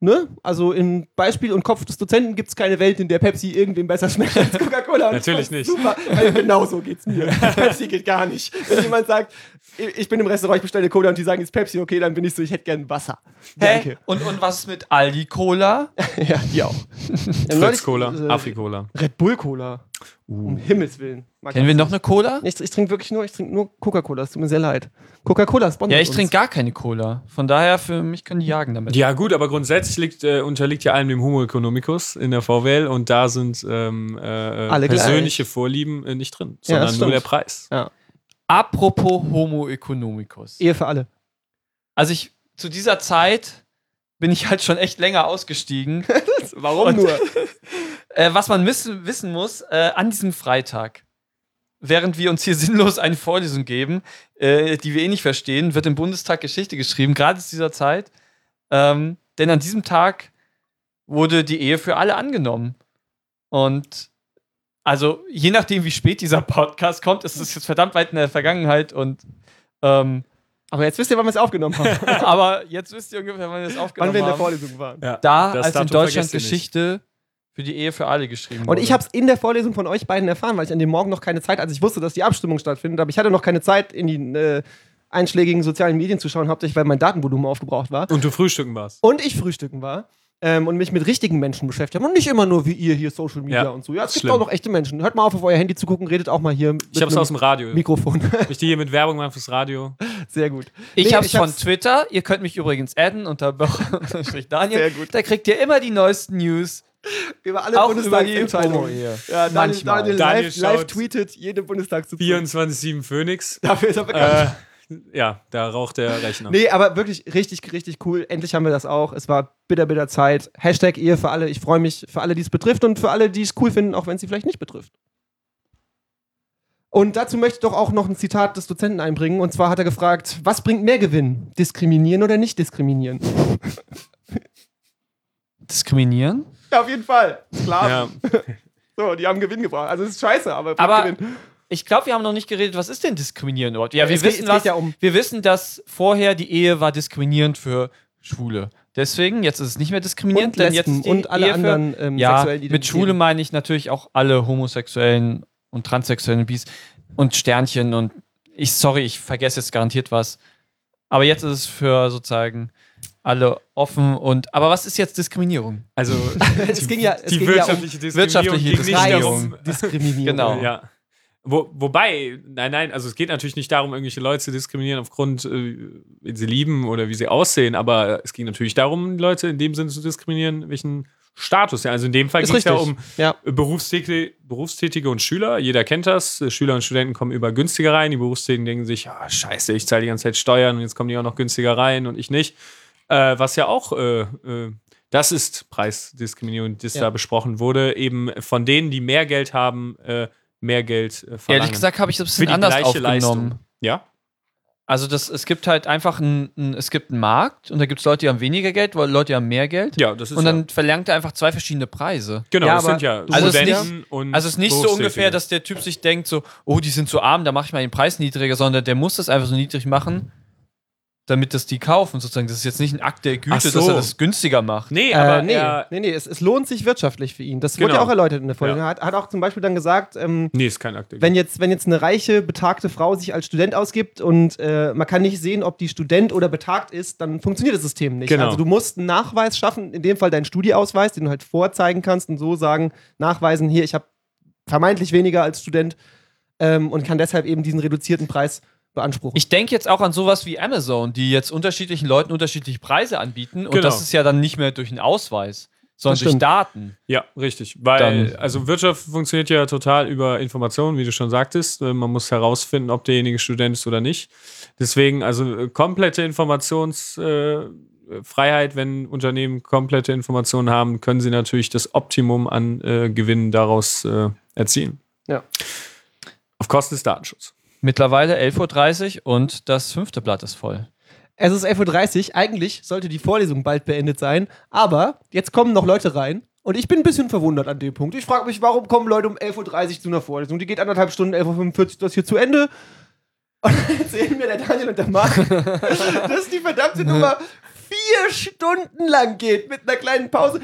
[SPEAKER 3] ne? Also im Beispiel und Kopf des Dozenten gibt es keine Welt, in der Pepsi irgendwem besser schmeckt als Coca-Cola. Und das
[SPEAKER 1] Natürlich
[SPEAKER 3] ist
[SPEAKER 1] nicht.
[SPEAKER 3] Super, weil genau so geht's mir. Pepsi geht gar nicht. Wenn jemand sagt, ich ich bin im Restaurant, ich bestelle Cola und die sagen, ist Pepsi okay, dann bin ich so, ich hätte gern Wasser.
[SPEAKER 2] Hä? Und, und was ist mit Aldi Cola?
[SPEAKER 3] Ja, die auch.
[SPEAKER 1] Fritz Cola,
[SPEAKER 3] Äh,
[SPEAKER 1] Afri Cola.
[SPEAKER 3] Red Bull Cola. Um Himmels Willen. Mag
[SPEAKER 2] Kennen
[SPEAKER 3] das
[SPEAKER 2] wir noch
[SPEAKER 3] nicht.
[SPEAKER 2] eine Cola?
[SPEAKER 3] Ich, ich trinke wirklich nur, ich trinke nur Coca-Cola. Es tut mir sehr leid. Coca-Cola ist
[SPEAKER 2] Ja, ich trinke gar keine Cola. Von daher, für mich können die jagen damit.
[SPEAKER 1] Ja, gut, aber grundsätzlich liegt, äh, unterliegt ja allem dem Homo economicus in der VWL und da sind ähm, äh,
[SPEAKER 3] Alle
[SPEAKER 1] äh, persönliche Vorlieben äh, nicht drin,
[SPEAKER 3] Ja, das
[SPEAKER 1] sondern nur der
[SPEAKER 3] stimmt.
[SPEAKER 1] Preis.
[SPEAKER 2] Apropos Homo economicus.
[SPEAKER 3] Ehe für alle.
[SPEAKER 2] Also ich, zu dieser Zeit bin ich halt schon echt länger ausgestiegen.
[SPEAKER 3] Warum
[SPEAKER 2] Und-
[SPEAKER 3] nur?
[SPEAKER 2] äh, was man wissen, wissen muss, äh, an diesem Freitag, während wir uns hier sinnlos eine Vorlesung geben, äh, die wir eh nicht verstehen, wird im Bundestag Geschichte geschrieben, gerade zu dieser Zeit. Ähm, denn an diesem Tag wurde die Ehe für alle angenommen. Und also je nachdem, wie spät dieser Podcast kommt, ist es jetzt verdammt weit in der Vergangenheit und ähm,
[SPEAKER 3] Aber jetzt wisst ihr, wann wir es aufgenommen haben. Genau.
[SPEAKER 2] aber jetzt wisst ihr ungefähr, wann wir das
[SPEAKER 3] wann
[SPEAKER 2] aufgenommen
[SPEAKER 3] wir in der
[SPEAKER 2] haben.
[SPEAKER 3] Vorlesung waren.
[SPEAKER 1] Ja,
[SPEAKER 2] Da,
[SPEAKER 1] das
[SPEAKER 2] als in
[SPEAKER 1] Datum
[SPEAKER 2] Deutschland
[SPEAKER 1] vergesst ihr nicht.
[SPEAKER 2] Geschichte für die Ehe für alle geschrieben
[SPEAKER 3] Und
[SPEAKER 2] wurde.
[SPEAKER 3] ich habe es in der Vorlesung von euch beiden erfahren, weil ich an dem Morgen noch keine Zeit, also ich wusste, dass die Abstimmung stattfindet, aber ich hatte noch keine Zeit, in die äh, einschlägigen sozialen Medien zu schauen, hauptsächlich weil mein Datenvolumen aufgebraucht war.
[SPEAKER 1] Und du frühstücken warst.
[SPEAKER 3] Und ich frühstücken war. Ähm, und mich mit richtigen Menschen beschäftigt habe. Und nicht immer nur wie ihr hier Social Media
[SPEAKER 1] Ja,
[SPEAKER 3] und so. Ja, es
[SPEAKER 1] ist
[SPEAKER 3] gibt
[SPEAKER 1] schlimm.
[SPEAKER 3] auch noch echte Menschen. Hört mal auf, auf euer Handy zu gucken, redet auch mal hier mit
[SPEAKER 1] Ich hab's
[SPEAKER 3] einem
[SPEAKER 1] aus dem Radio.
[SPEAKER 3] Mikrofon.
[SPEAKER 1] Ich die hier mit Werbung machen fürs Radio.
[SPEAKER 3] Sehr gut.
[SPEAKER 2] Ich
[SPEAKER 3] Nee,
[SPEAKER 2] hab's
[SPEAKER 3] ich
[SPEAKER 2] von
[SPEAKER 3] hab's-
[SPEAKER 2] Twitter. Ihr könnt mich übrigens adden unter Strich Daniel.
[SPEAKER 3] Sehr gut.
[SPEAKER 2] Da kriegt ihr immer die neusten News.
[SPEAKER 3] Über alle
[SPEAKER 2] Auch über die
[SPEAKER 3] Bundestagsentscheidungen.
[SPEAKER 2] Homo-Ehe.
[SPEAKER 3] Ja, Daniel,
[SPEAKER 2] Manchmal.
[SPEAKER 3] Daniel,
[SPEAKER 1] Daniel
[SPEAKER 3] live, live
[SPEAKER 1] schaut
[SPEAKER 3] tweetet jede Bundestagssitzung.
[SPEAKER 1] 24-7 Phoenix.
[SPEAKER 3] Dafür ist er bekannt.
[SPEAKER 1] Äh, ja, da raucht der Rechner.
[SPEAKER 3] Nee, aber wirklich richtig, richtig cool. Endlich haben wir das auch. Es war bitter, bitter Zeit. Hashtag Ehe für alle. Ich freue mich für alle, die es betrifft und für alle, die es cool finden, auch wenn es sie vielleicht nicht betrifft. Und dazu möchte ich doch auch noch ein Zitat des Dozenten einbringen. Und zwar hat er gefragt, was bringt mehr Gewinn? Diskriminieren oder nicht diskriminieren?
[SPEAKER 2] Diskriminieren?
[SPEAKER 3] Ja, auf jeden Fall. Klar.
[SPEAKER 1] Ja,
[SPEAKER 3] So, die haben Gewinn gebracht. Also es ist scheiße, aber,
[SPEAKER 2] Aber ich glaube, wir haben noch nicht geredet, was ist denn diskriminierend überhaupt? Ja, wir
[SPEAKER 3] es geht-
[SPEAKER 2] wissen
[SPEAKER 3] es geht
[SPEAKER 2] was.
[SPEAKER 3] ja um-
[SPEAKER 2] Wir wissen, dass vorher die Ehe war diskriminierend für Schwule. Deswegen, jetzt ist es nicht mehr diskriminierend,
[SPEAKER 3] und
[SPEAKER 2] denn jetzt
[SPEAKER 3] Lesben
[SPEAKER 2] ist die
[SPEAKER 3] und alle
[SPEAKER 2] Ehe für,
[SPEAKER 3] anderen ähm,
[SPEAKER 2] ja,
[SPEAKER 3] sexuellen
[SPEAKER 2] mit
[SPEAKER 3] Identitäten.
[SPEAKER 2] Schwule meine ich natürlich auch alle Homosexuellen und Transsexuellen und Bis und Sternchen und ich, sorry, ich vergesse jetzt garantiert was. Aber jetzt ist es für sozusagen alle offen und, aber was ist jetzt Diskriminierung?
[SPEAKER 1] also
[SPEAKER 3] Es ging ja, um es
[SPEAKER 1] die
[SPEAKER 3] ging
[SPEAKER 1] wirtschaftliche Diskriminierung ging
[SPEAKER 2] wirtschaftliche
[SPEAKER 1] nicht
[SPEAKER 2] Diskriminierung.
[SPEAKER 1] darum,
[SPEAKER 3] ja um Diskriminierung.
[SPEAKER 2] Genau.
[SPEAKER 1] Ja. Wo, wobei, nein, nein, also es geht natürlich nicht darum, irgendwelche Leute zu diskriminieren aufgrund, äh, wen sie lieben oder wie sie aussehen, aber es ging natürlich darum, die Leute in dem Sinne zu diskriminieren, welchen Status. Ja, also in dem Fall
[SPEAKER 3] Ist
[SPEAKER 1] ging es
[SPEAKER 3] richtig.
[SPEAKER 1] ja um
[SPEAKER 3] Ja.
[SPEAKER 1] Berufstätige, Berufstätige und Schüler. Jeder kennt das. Schüler und Studenten kommen über günstiger rein. Die Berufstätigen denken sich, ja, scheiße, ich zahle die ganze Zeit Steuern und jetzt kommen die auch noch günstiger rein und ich nicht. Äh, was ja auch, äh, äh, das ist Preisdiskriminierung, das
[SPEAKER 3] Ja.
[SPEAKER 1] da besprochen wurde, eben von denen, die mehr Geld haben, äh, mehr Geld äh, verlangen.
[SPEAKER 2] Ehrlich gesagt habe ich das ein
[SPEAKER 1] für
[SPEAKER 2] bisschen
[SPEAKER 1] die
[SPEAKER 2] anders
[SPEAKER 1] gleiche
[SPEAKER 2] aufgenommen.
[SPEAKER 1] Leistung. Ja,
[SPEAKER 2] Also das, es gibt halt einfach einen, einen, es gibt einen Markt und da gibt es Leute, die haben weniger Geld, weil Leute die haben mehr Geld.
[SPEAKER 1] ja, das ist
[SPEAKER 2] und
[SPEAKER 1] ja,
[SPEAKER 2] dann verlangt er einfach zwei verschiedene Preise.
[SPEAKER 1] genau,
[SPEAKER 3] Ja,
[SPEAKER 1] das
[SPEAKER 3] aber
[SPEAKER 1] sind ja
[SPEAKER 3] du musst
[SPEAKER 1] Studenten
[SPEAKER 2] ja-
[SPEAKER 1] und
[SPEAKER 2] Also es ist nicht so
[SPEAKER 1] Berufstätige.
[SPEAKER 2] ungefähr, dass der Typ sich denkt so, oh, die sind so arm, da mache ich mal den Preis niedriger, sondern der muss das einfach so niedrig machen, damit das die kaufen sozusagen. Das ist jetzt nicht ein Akt der
[SPEAKER 1] Ach
[SPEAKER 2] Güte,
[SPEAKER 1] so.
[SPEAKER 2] dass er das günstiger macht.
[SPEAKER 1] nee,
[SPEAKER 3] Äh,
[SPEAKER 1] aber
[SPEAKER 3] nee,
[SPEAKER 1] er,
[SPEAKER 3] nee, nee, es, es lohnt sich wirtschaftlich für ihn. Das wurde ja
[SPEAKER 1] Genau.
[SPEAKER 3] auch erläutert in der Folge.
[SPEAKER 1] Ja.
[SPEAKER 3] Er hat, hat auch zum Beispiel dann gesagt, ähm,
[SPEAKER 1] nee, ist kein Akt. der
[SPEAKER 3] wenn, jetzt, wenn jetzt eine reiche, betagte Frau sich als Student ausgibt und äh, man kann nicht sehen, ob die Student oder betagt ist, dann funktioniert das System nicht.
[SPEAKER 1] Genau.
[SPEAKER 3] Also du musst einen Nachweis schaffen, in dem Fall deinen Studieausweis, den du halt vorzeigen kannst und so sagen, nachweisen, hier, ich habe vermeintlich weniger als Student ähm, und kann deshalb eben diesen reduzierten Preis beanspruchen.
[SPEAKER 2] Ich denke jetzt auch an sowas wie Amazon, die jetzt unterschiedlichen Leuten unterschiedliche Preise anbieten und
[SPEAKER 1] Genau.
[SPEAKER 2] das ist ja dann nicht mehr durch einen Ausweis, sondern
[SPEAKER 3] Das
[SPEAKER 2] durch
[SPEAKER 3] stimmt.
[SPEAKER 2] Daten.
[SPEAKER 1] Ja, richtig. Weil,
[SPEAKER 2] Dann-
[SPEAKER 1] also Wirtschaft funktioniert ja total über Informationen, wie du schon sagtest. Äh, Man muss herausfinden, ob derjenige Student ist oder nicht. Deswegen, also äh, komplette Informationsfreiheit, äh, Freiheit, wenn Unternehmen komplette Informationen haben, können sie natürlich das Optimum an äh, Gewinnen daraus äh, erzielen.
[SPEAKER 3] Ja.
[SPEAKER 1] Auf Kosten des Datenschutzes.
[SPEAKER 2] Mittlerweile 11.30 Uhr und das fünfte Blatt ist voll.
[SPEAKER 3] Es ist 11.30 Uhr. Eigentlich sollte die Vorlesung bald beendet sein. Aber jetzt kommen noch Leute rein. Und ich bin ein bisschen verwundert an dem Punkt. Ich frage mich, warum kommen Leute um 11.30 Uhr zu einer Vorlesung? Die geht anderthalb Stunden, 11.45 Uhr ist das hier zu Ende. Und dann erzählen mir der Daniel und der Marc, dass die verdammte Nummer vier Stunden lang geht mit einer kleinen Pause.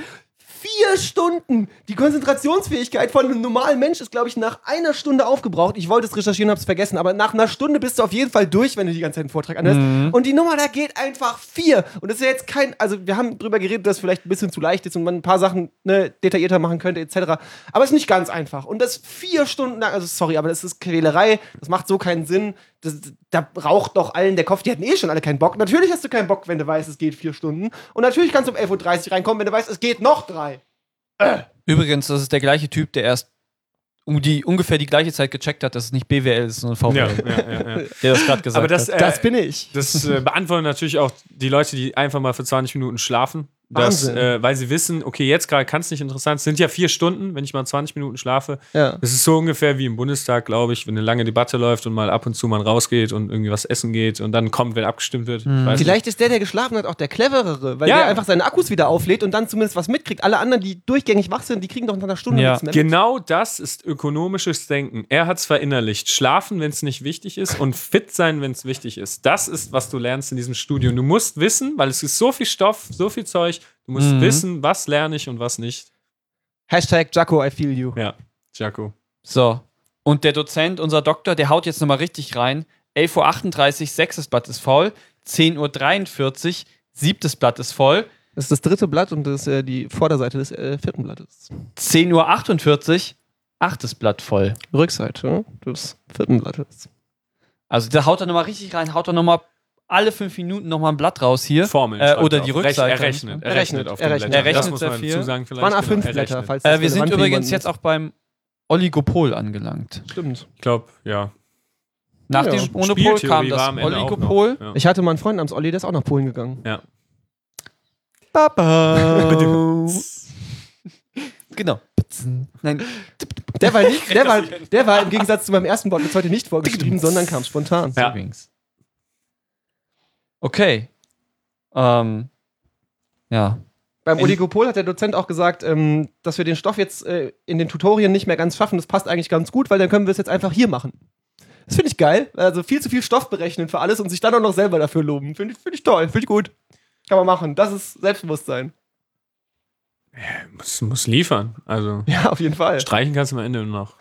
[SPEAKER 3] Vier Stunden! Die Konzentrationsfähigkeit von einem normalen Mensch ist, glaube ich, nach einer Stunde aufgebraucht. Ich wollte es recherchieren, habe es vergessen, aber nach einer Stunde bist du auf jeden Fall durch, wenn du die ganze Zeit einen Vortrag anhörst. Und die Nummer da geht einfach vier. Und das ist ja jetzt kein, also wir haben drüber geredet, dass es vielleicht ein bisschen zu leicht ist und man ein paar Sachen ne, detaillierter machen könnte, etc. Aber es ist nicht ganz einfach. Und das vier Stunden lang, also sorry, aber das ist Quälerei, das macht so keinen Sinn. Das, da raucht doch allen der Kopf, die hatten eh schon alle keinen Bock. Natürlich hast du keinen Bock, wenn du weißt, es geht vier Stunden. Und natürlich kannst du um 11.30 Uhr reinkommen, wenn du weißt, es geht noch drei.
[SPEAKER 2] Übrigens, das ist der gleiche Typ, der erst um die ungefähr die gleiche Zeit gecheckt hat, dass es nicht BWL ist, sondern VWL,
[SPEAKER 1] Ja, ja, ja, ja.
[SPEAKER 2] der das gerade gesagt
[SPEAKER 1] Aber das,
[SPEAKER 2] hat.
[SPEAKER 1] äh,
[SPEAKER 3] das bin ich.
[SPEAKER 1] das äh, beantworten natürlich auch die Leute, die einfach mal für 20 Minuten schlafen. Dass,
[SPEAKER 3] Wahnsinn.
[SPEAKER 1] äh, weil sie wissen, okay, jetzt gerade kann es nicht interessant. Es sind ja vier Stunden, wenn ich mal 20 Minuten schlafe.
[SPEAKER 3] Ja.
[SPEAKER 1] Das ist so ungefähr wie im Bundestag, glaube ich, wenn eine lange Debatte läuft und mal ab und zu man rausgeht und irgendwie was essen geht und dann kommt, wenn abgestimmt wird. Ich weiß
[SPEAKER 3] Vielleicht ist der, der geschlafen hat, auch der cleverere, weil
[SPEAKER 1] Ja.
[SPEAKER 3] der einfach seine Akkus wieder auflädt und dann zumindest was mitkriegt. Alle anderen, die durchgängig wach sind, die kriegen doch nach einer Stunde
[SPEAKER 2] Ja.
[SPEAKER 3] nichts mehr. mit.
[SPEAKER 1] Genau das ist ökonomisches Denken. Er hat es verinnerlicht. Schlafen, wenn es nicht wichtig ist und fit sein, wenn es wichtig ist. Das ist, was du lernst in diesem Studium. Du musst wissen, weil es ist so viel Stoff, so viel Zeug. Du musst
[SPEAKER 2] Mhm.
[SPEAKER 1] wissen, was lerne ich und was nicht.
[SPEAKER 3] Hashtag Jaco, I feel you.
[SPEAKER 1] Ja, Jaco.
[SPEAKER 2] So. Und der Dozent, unser Doktor, der haut jetzt nochmal richtig rein. 11.38 Uhr, sechstes Blatt ist voll. 10.43 Uhr, siebtes Blatt ist voll.
[SPEAKER 3] Das ist das dritte Blatt und das ist äh, die Vorderseite des äh, vierten Blattes.
[SPEAKER 2] 10.48 Uhr, achtes Blatt voll.
[SPEAKER 3] Rückseite des vierten Blattes.
[SPEAKER 2] Also da haut er nochmal richtig rein, haut er nochmal alle fünf Minuten nochmal ein Blatt raus hier.
[SPEAKER 1] Formeln.
[SPEAKER 2] Äh,
[SPEAKER 1] schreibt
[SPEAKER 2] oder
[SPEAKER 1] er
[SPEAKER 2] die
[SPEAKER 1] auf.
[SPEAKER 2] Rückseite.
[SPEAKER 1] Er rechnet. Er
[SPEAKER 3] Errechnet,
[SPEAKER 1] rechnet auf
[SPEAKER 3] errechnet.
[SPEAKER 1] den Blättern.
[SPEAKER 2] Errechnet
[SPEAKER 1] Das muss
[SPEAKER 2] sehr
[SPEAKER 1] man
[SPEAKER 2] viel.
[SPEAKER 1] dazu sagen vielleicht.
[SPEAKER 3] Waren
[SPEAKER 1] Genau,
[SPEAKER 3] A5-Blätter,
[SPEAKER 1] errechnet.
[SPEAKER 3] falls das
[SPEAKER 2] Äh, wir sind
[SPEAKER 3] relevant für
[SPEAKER 2] übrigens
[SPEAKER 3] jemanden
[SPEAKER 2] jetzt
[SPEAKER 3] ist.
[SPEAKER 2] auch beim Oligopol angelangt.
[SPEAKER 3] Stimmt.
[SPEAKER 1] Ich glaube, ja.
[SPEAKER 2] Nach
[SPEAKER 3] Ja.
[SPEAKER 2] dem Monopol
[SPEAKER 1] Spieltheorie
[SPEAKER 2] kam
[SPEAKER 1] war
[SPEAKER 2] das
[SPEAKER 1] am Ende auch noch.
[SPEAKER 2] Oligopol.
[SPEAKER 1] Ja.
[SPEAKER 3] Ich hatte mal einen Freund namens Olli, der ist auch nach Polen gegangen.
[SPEAKER 1] Ja.
[SPEAKER 3] Baba.
[SPEAKER 2] Genau. Nein,
[SPEAKER 3] Der war, nicht, der, war, der war im Gegensatz zu meinem ersten Wort jetzt heute nicht vorgeschrieben, sondern kam spontan.
[SPEAKER 1] Ja.
[SPEAKER 2] Savings. Okay. Ähm, ja.
[SPEAKER 3] Beim Oligopol hat der Dozent auch gesagt, ähm, dass wir den Stoff jetzt äh, in den Tutorien nicht mehr ganz schaffen. Das passt eigentlich ganz gut, weil dann können wir es jetzt einfach hier machen. Das finde ich geil. Also viel zu viel Stoff berechnen für alles und sich dann auch noch selber dafür loben. Finde ich, finde ich toll, finde ich gut. Kann man machen. Das ist Selbstbewusstsein.
[SPEAKER 1] Muss, muss liefern. Also.
[SPEAKER 3] Ja, auf jeden Fall.
[SPEAKER 1] Streichen kannst du am Ende noch.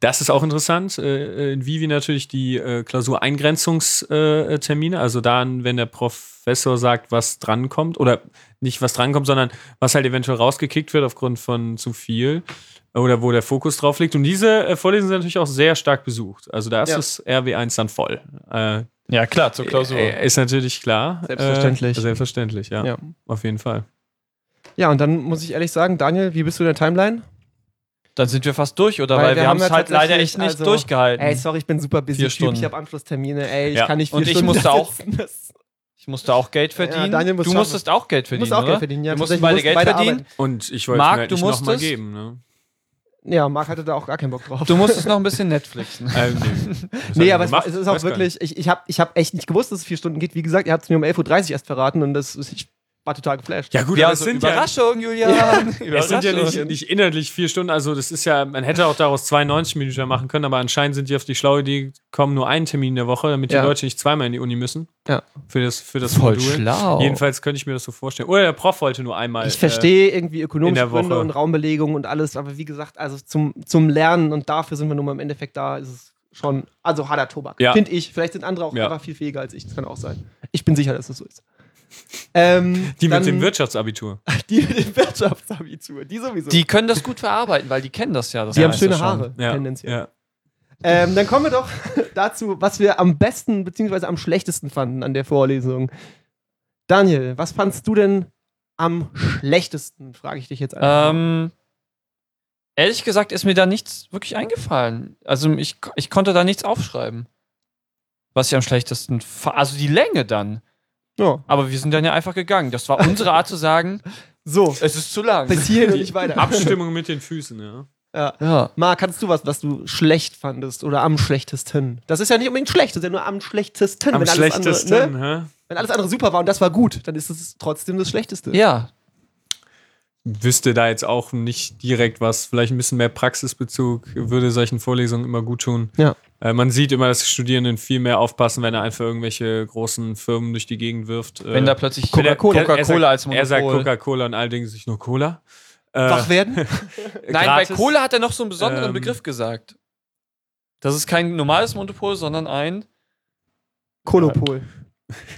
[SPEAKER 1] Das ist auch interessant, äh, in Vivi natürlich die äh, Klausureingrenzungstermine, äh, Termine, also dann, wenn der Professor sagt, was drankommt, oder nicht was drankommt, sondern was halt eventuell rausgekickt wird aufgrund von zu viel äh, oder wo der Fokus drauf liegt. Und diese äh, Vorlesungen sind natürlich auch sehr stark besucht. Also da ist
[SPEAKER 3] Ja.
[SPEAKER 1] das RW1 dann voll. Äh,
[SPEAKER 2] Ja, klar, zur
[SPEAKER 1] äh, ist natürlich klar.
[SPEAKER 3] Selbstverständlich.
[SPEAKER 1] Äh, selbstverständlich, ja.
[SPEAKER 3] Ja.
[SPEAKER 1] Auf jeden Fall.
[SPEAKER 3] ja, und dann muss ich ehrlich sagen, Daniel, wie bist du in der Timeline?
[SPEAKER 2] Dann sind wir fast durch, oder?
[SPEAKER 3] Weil
[SPEAKER 2] Weil,
[SPEAKER 3] wir
[SPEAKER 2] wir,
[SPEAKER 3] haben
[SPEAKER 2] haben es
[SPEAKER 3] ja
[SPEAKER 2] halt leider
[SPEAKER 3] tatsächlich,
[SPEAKER 2] echt nicht
[SPEAKER 3] also-
[SPEAKER 2] durchgehalten.
[SPEAKER 3] Ey, sorry, ich bin super busy.
[SPEAKER 2] Äh, Vier
[SPEAKER 3] Typ,
[SPEAKER 2] Stunden.
[SPEAKER 3] Ich habe Anschlusstermine. Ey, ich
[SPEAKER 1] Ja.
[SPEAKER 3] kann nicht vier
[SPEAKER 2] Und ich
[SPEAKER 3] Stunden
[SPEAKER 2] musste
[SPEAKER 3] da
[SPEAKER 2] auch
[SPEAKER 3] sitzen. Das-
[SPEAKER 2] ich musste auch Geld verdienen.
[SPEAKER 3] Daniel muss
[SPEAKER 2] du
[SPEAKER 3] schaffen.
[SPEAKER 2] musstest auch Geld
[SPEAKER 3] Du
[SPEAKER 2] verdienen.
[SPEAKER 3] musst auch Geld
[SPEAKER 2] oder?
[SPEAKER 3] verdienen.
[SPEAKER 2] Wir
[SPEAKER 3] Ja,
[SPEAKER 2] mussten
[SPEAKER 3] tatsächlich,
[SPEAKER 2] beide
[SPEAKER 3] wir
[SPEAKER 2] Geld
[SPEAKER 3] mussten
[SPEAKER 2] verdienen.
[SPEAKER 1] Und ich wollte
[SPEAKER 2] Marc,
[SPEAKER 1] mir halt
[SPEAKER 2] du
[SPEAKER 1] nicht noch mal
[SPEAKER 2] musstest?
[SPEAKER 1] geben. Ne?
[SPEAKER 3] arbeiten. Ja, Marc hatte da auch gar keinen Bock drauf.
[SPEAKER 2] Du musstest noch ein bisschen Netflixen.
[SPEAKER 1] Ähm, nee. Das hab
[SPEAKER 3] Nee,
[SPEAKER 1] ich
[SPEAKER 3] aber es, war,
[SPEAKER 1] gemacht.
[SPEAKER 3] es
[SPEAKER 1] Weiß
[SPEAKER 3] ist auch
[SPEAKER 1] gar nicht.
[SPEAKER 3] wirklich, ich, ich habe ich hab echt nicht gewusst, dass es vier Stunden geht. Wie gesagt, ihr habt es mir um 11.30 Uhr erst verraten und das ist, ich war total geflasht.
[SPEAKER 1] Ja, gut,
[SPEAKER 2] ja,
[SPEAKER 1] aber es
[SPEAKER 2] also
[SPEAKER 1] sind ja,
[SPEAKER 2] Überraschung, Julian.
[SPEAKER 1] es sind ja nicht,
[SPEAKER 2] Überraschung.
[SPEAKER 1] nicht inhaltlich vier Stunden. Also, das ist ja, man hätte auch daraus 92 Minuten machen können, aber anscheinend sind die auf die schlaue Idee gekommen, nur einen Termin in der Woche, damit
[SPEAKER 3] Ja.
[SPEAKER 1] die Leute nicht zweimal in die Uni müssen.
[SPEAKER 3] Ja.
[SPEAKER 1] Für das, für das
[SPEAKER 2] Voll
[SPEAKER 1] Modul.
[SPEAKER 2] schlau.
[SPEAKER 1] Jedenfalls könnte ich mir das so vorstellen. Oder der Prof wollte nur einmal.
[SPEAKER 3] ich verstehe irgendwie
[SPEAKER 1] äh, in
[SPEAKER 3] ökonomische
[SPEAKER 1] der
[SPEAKER 3] Gründe
[SPEAKER 1] Woche.
[SPEAKER 3] und Raumbelegung und alles, aber wie gesagt, also zum, zum Lernen und dafür sind wir nun mal im Endeffekt da, ist es schon, also harter Tobak,
[SPEAKER 1] Ja.
[SPEAKER 3] finde ich. Vielleicht sind andere auch
[SPEAKER 1] Ja.
[SPEAKER 3] einfach viel fähiger als ich, das kann auch sein. Ich bin sicher, dass das so ist. Ähm,
[SPEAKER 1] Äh, die
[SPEAKER 3] dann-
[SPEAKER 1] mit dem Wirtschaftsabitur.
[SPEAKER 3] Die mit dem Wirtschaftsabitur, die sowieso.
[SPEAKER 2] Die können das gut verarbeiten, weil die kennen das ja. Das
[SPEAKER 3] Die haben
[SPEAKER 2] meiste
[SPEAKER 3] schöne
[SPEAKER 2] schon.
[SPEAKER 3] Haare,
[SPEAKER 1] Ja.
[SPEAKER 3] tendenziell.
[SPEAKER 1] ja.
[SPEAKER 3] Ähm, dann kommen wir doch dazu, was wir am besten bzw. am schlechtesten fanden an der Vorlesung. Daniel, was fandst du denn am schlechtesten, frage ich dich jetzt einfach.
[SPEAKER 2] Ähm, ehrlich gesagt ist mir da nichts wirklich eingefallen. Also ich, ich konnte da nichts aufschreiben. Was ich am schlechtesten. fa- Also die Länge dann.
[SPEAKER 3] ja.
[SPEAKER 2] Aber wir sind dann ja einfach gegangen. Das war unsere Art zu sagen,
[SPEAKER 3] So,
[SPEAKER 2] es ist zu lang.
[SPEAKER 3] bis hierhin und nicht weiter.
[SPEAKER 1] Abstimmung mit den Füßen, ja.
[SPEAKER 2] Ja.
[SPEAKER 3] Marc, kannst du was, was du schlecht fandest oder am schlechtesten? Das ist ja nicht unbedingt schlecht, das ist ja nur am schlechtesten.
[SPEAKER 1] Am
[SPEAKER 3] wenn, alles
[SPEAKER 1] schlechtesten,
[SPEAKER 3] andere, ne?
[SPEAKER 1] hä?
[SPEAKER 3] wenn alles andere super war und das war gut, dann ist es trotzdem das Schlechteste.
[SPEAKER 2] ja.
[SPEAKER 1] wüsste da jetzt auch nicht direkt was. Vielleicht ein bisschen mehr Praxisbezug würde solchen Vorlesungen immer gut tun.
[SPEAKER 3] Ja.
[SPEAKER 1] Äh, man sieht immer, dass die Studierenden viel mehr aufpassen, wenn er einfach irgendwelche großen Firmen durch die Gegend wirft.
[SPEAKER 2] Wenn
[SPEAKER 1] Äh,
[SPEAKER 2] da plötzlich
[SPEAKER 1] wenn er-
[SPEAKER 2] Coca-Cola
[SPEAKER 1] er sagt-
[SPEAKER 2] als Monopol.
[SPEAKER 1] Er sagt Coca-Cola und all Dingen sich nur Cola. Äh,
[SPEAKER 3] Wach werden?
[SPEAKER 1] Nein,
[SPEAKER 2] Nein,
[SPEAKER 1] gratis.
[SPEAKER 2] bei Cola hat er noch so einen besonderen
[SPEAKER 1] Ähm.
[SPEAKER 2] Begriff gesagt. Das ist kein normales Monopol, sondern ein.
[SPEAKER 3] Kolopol.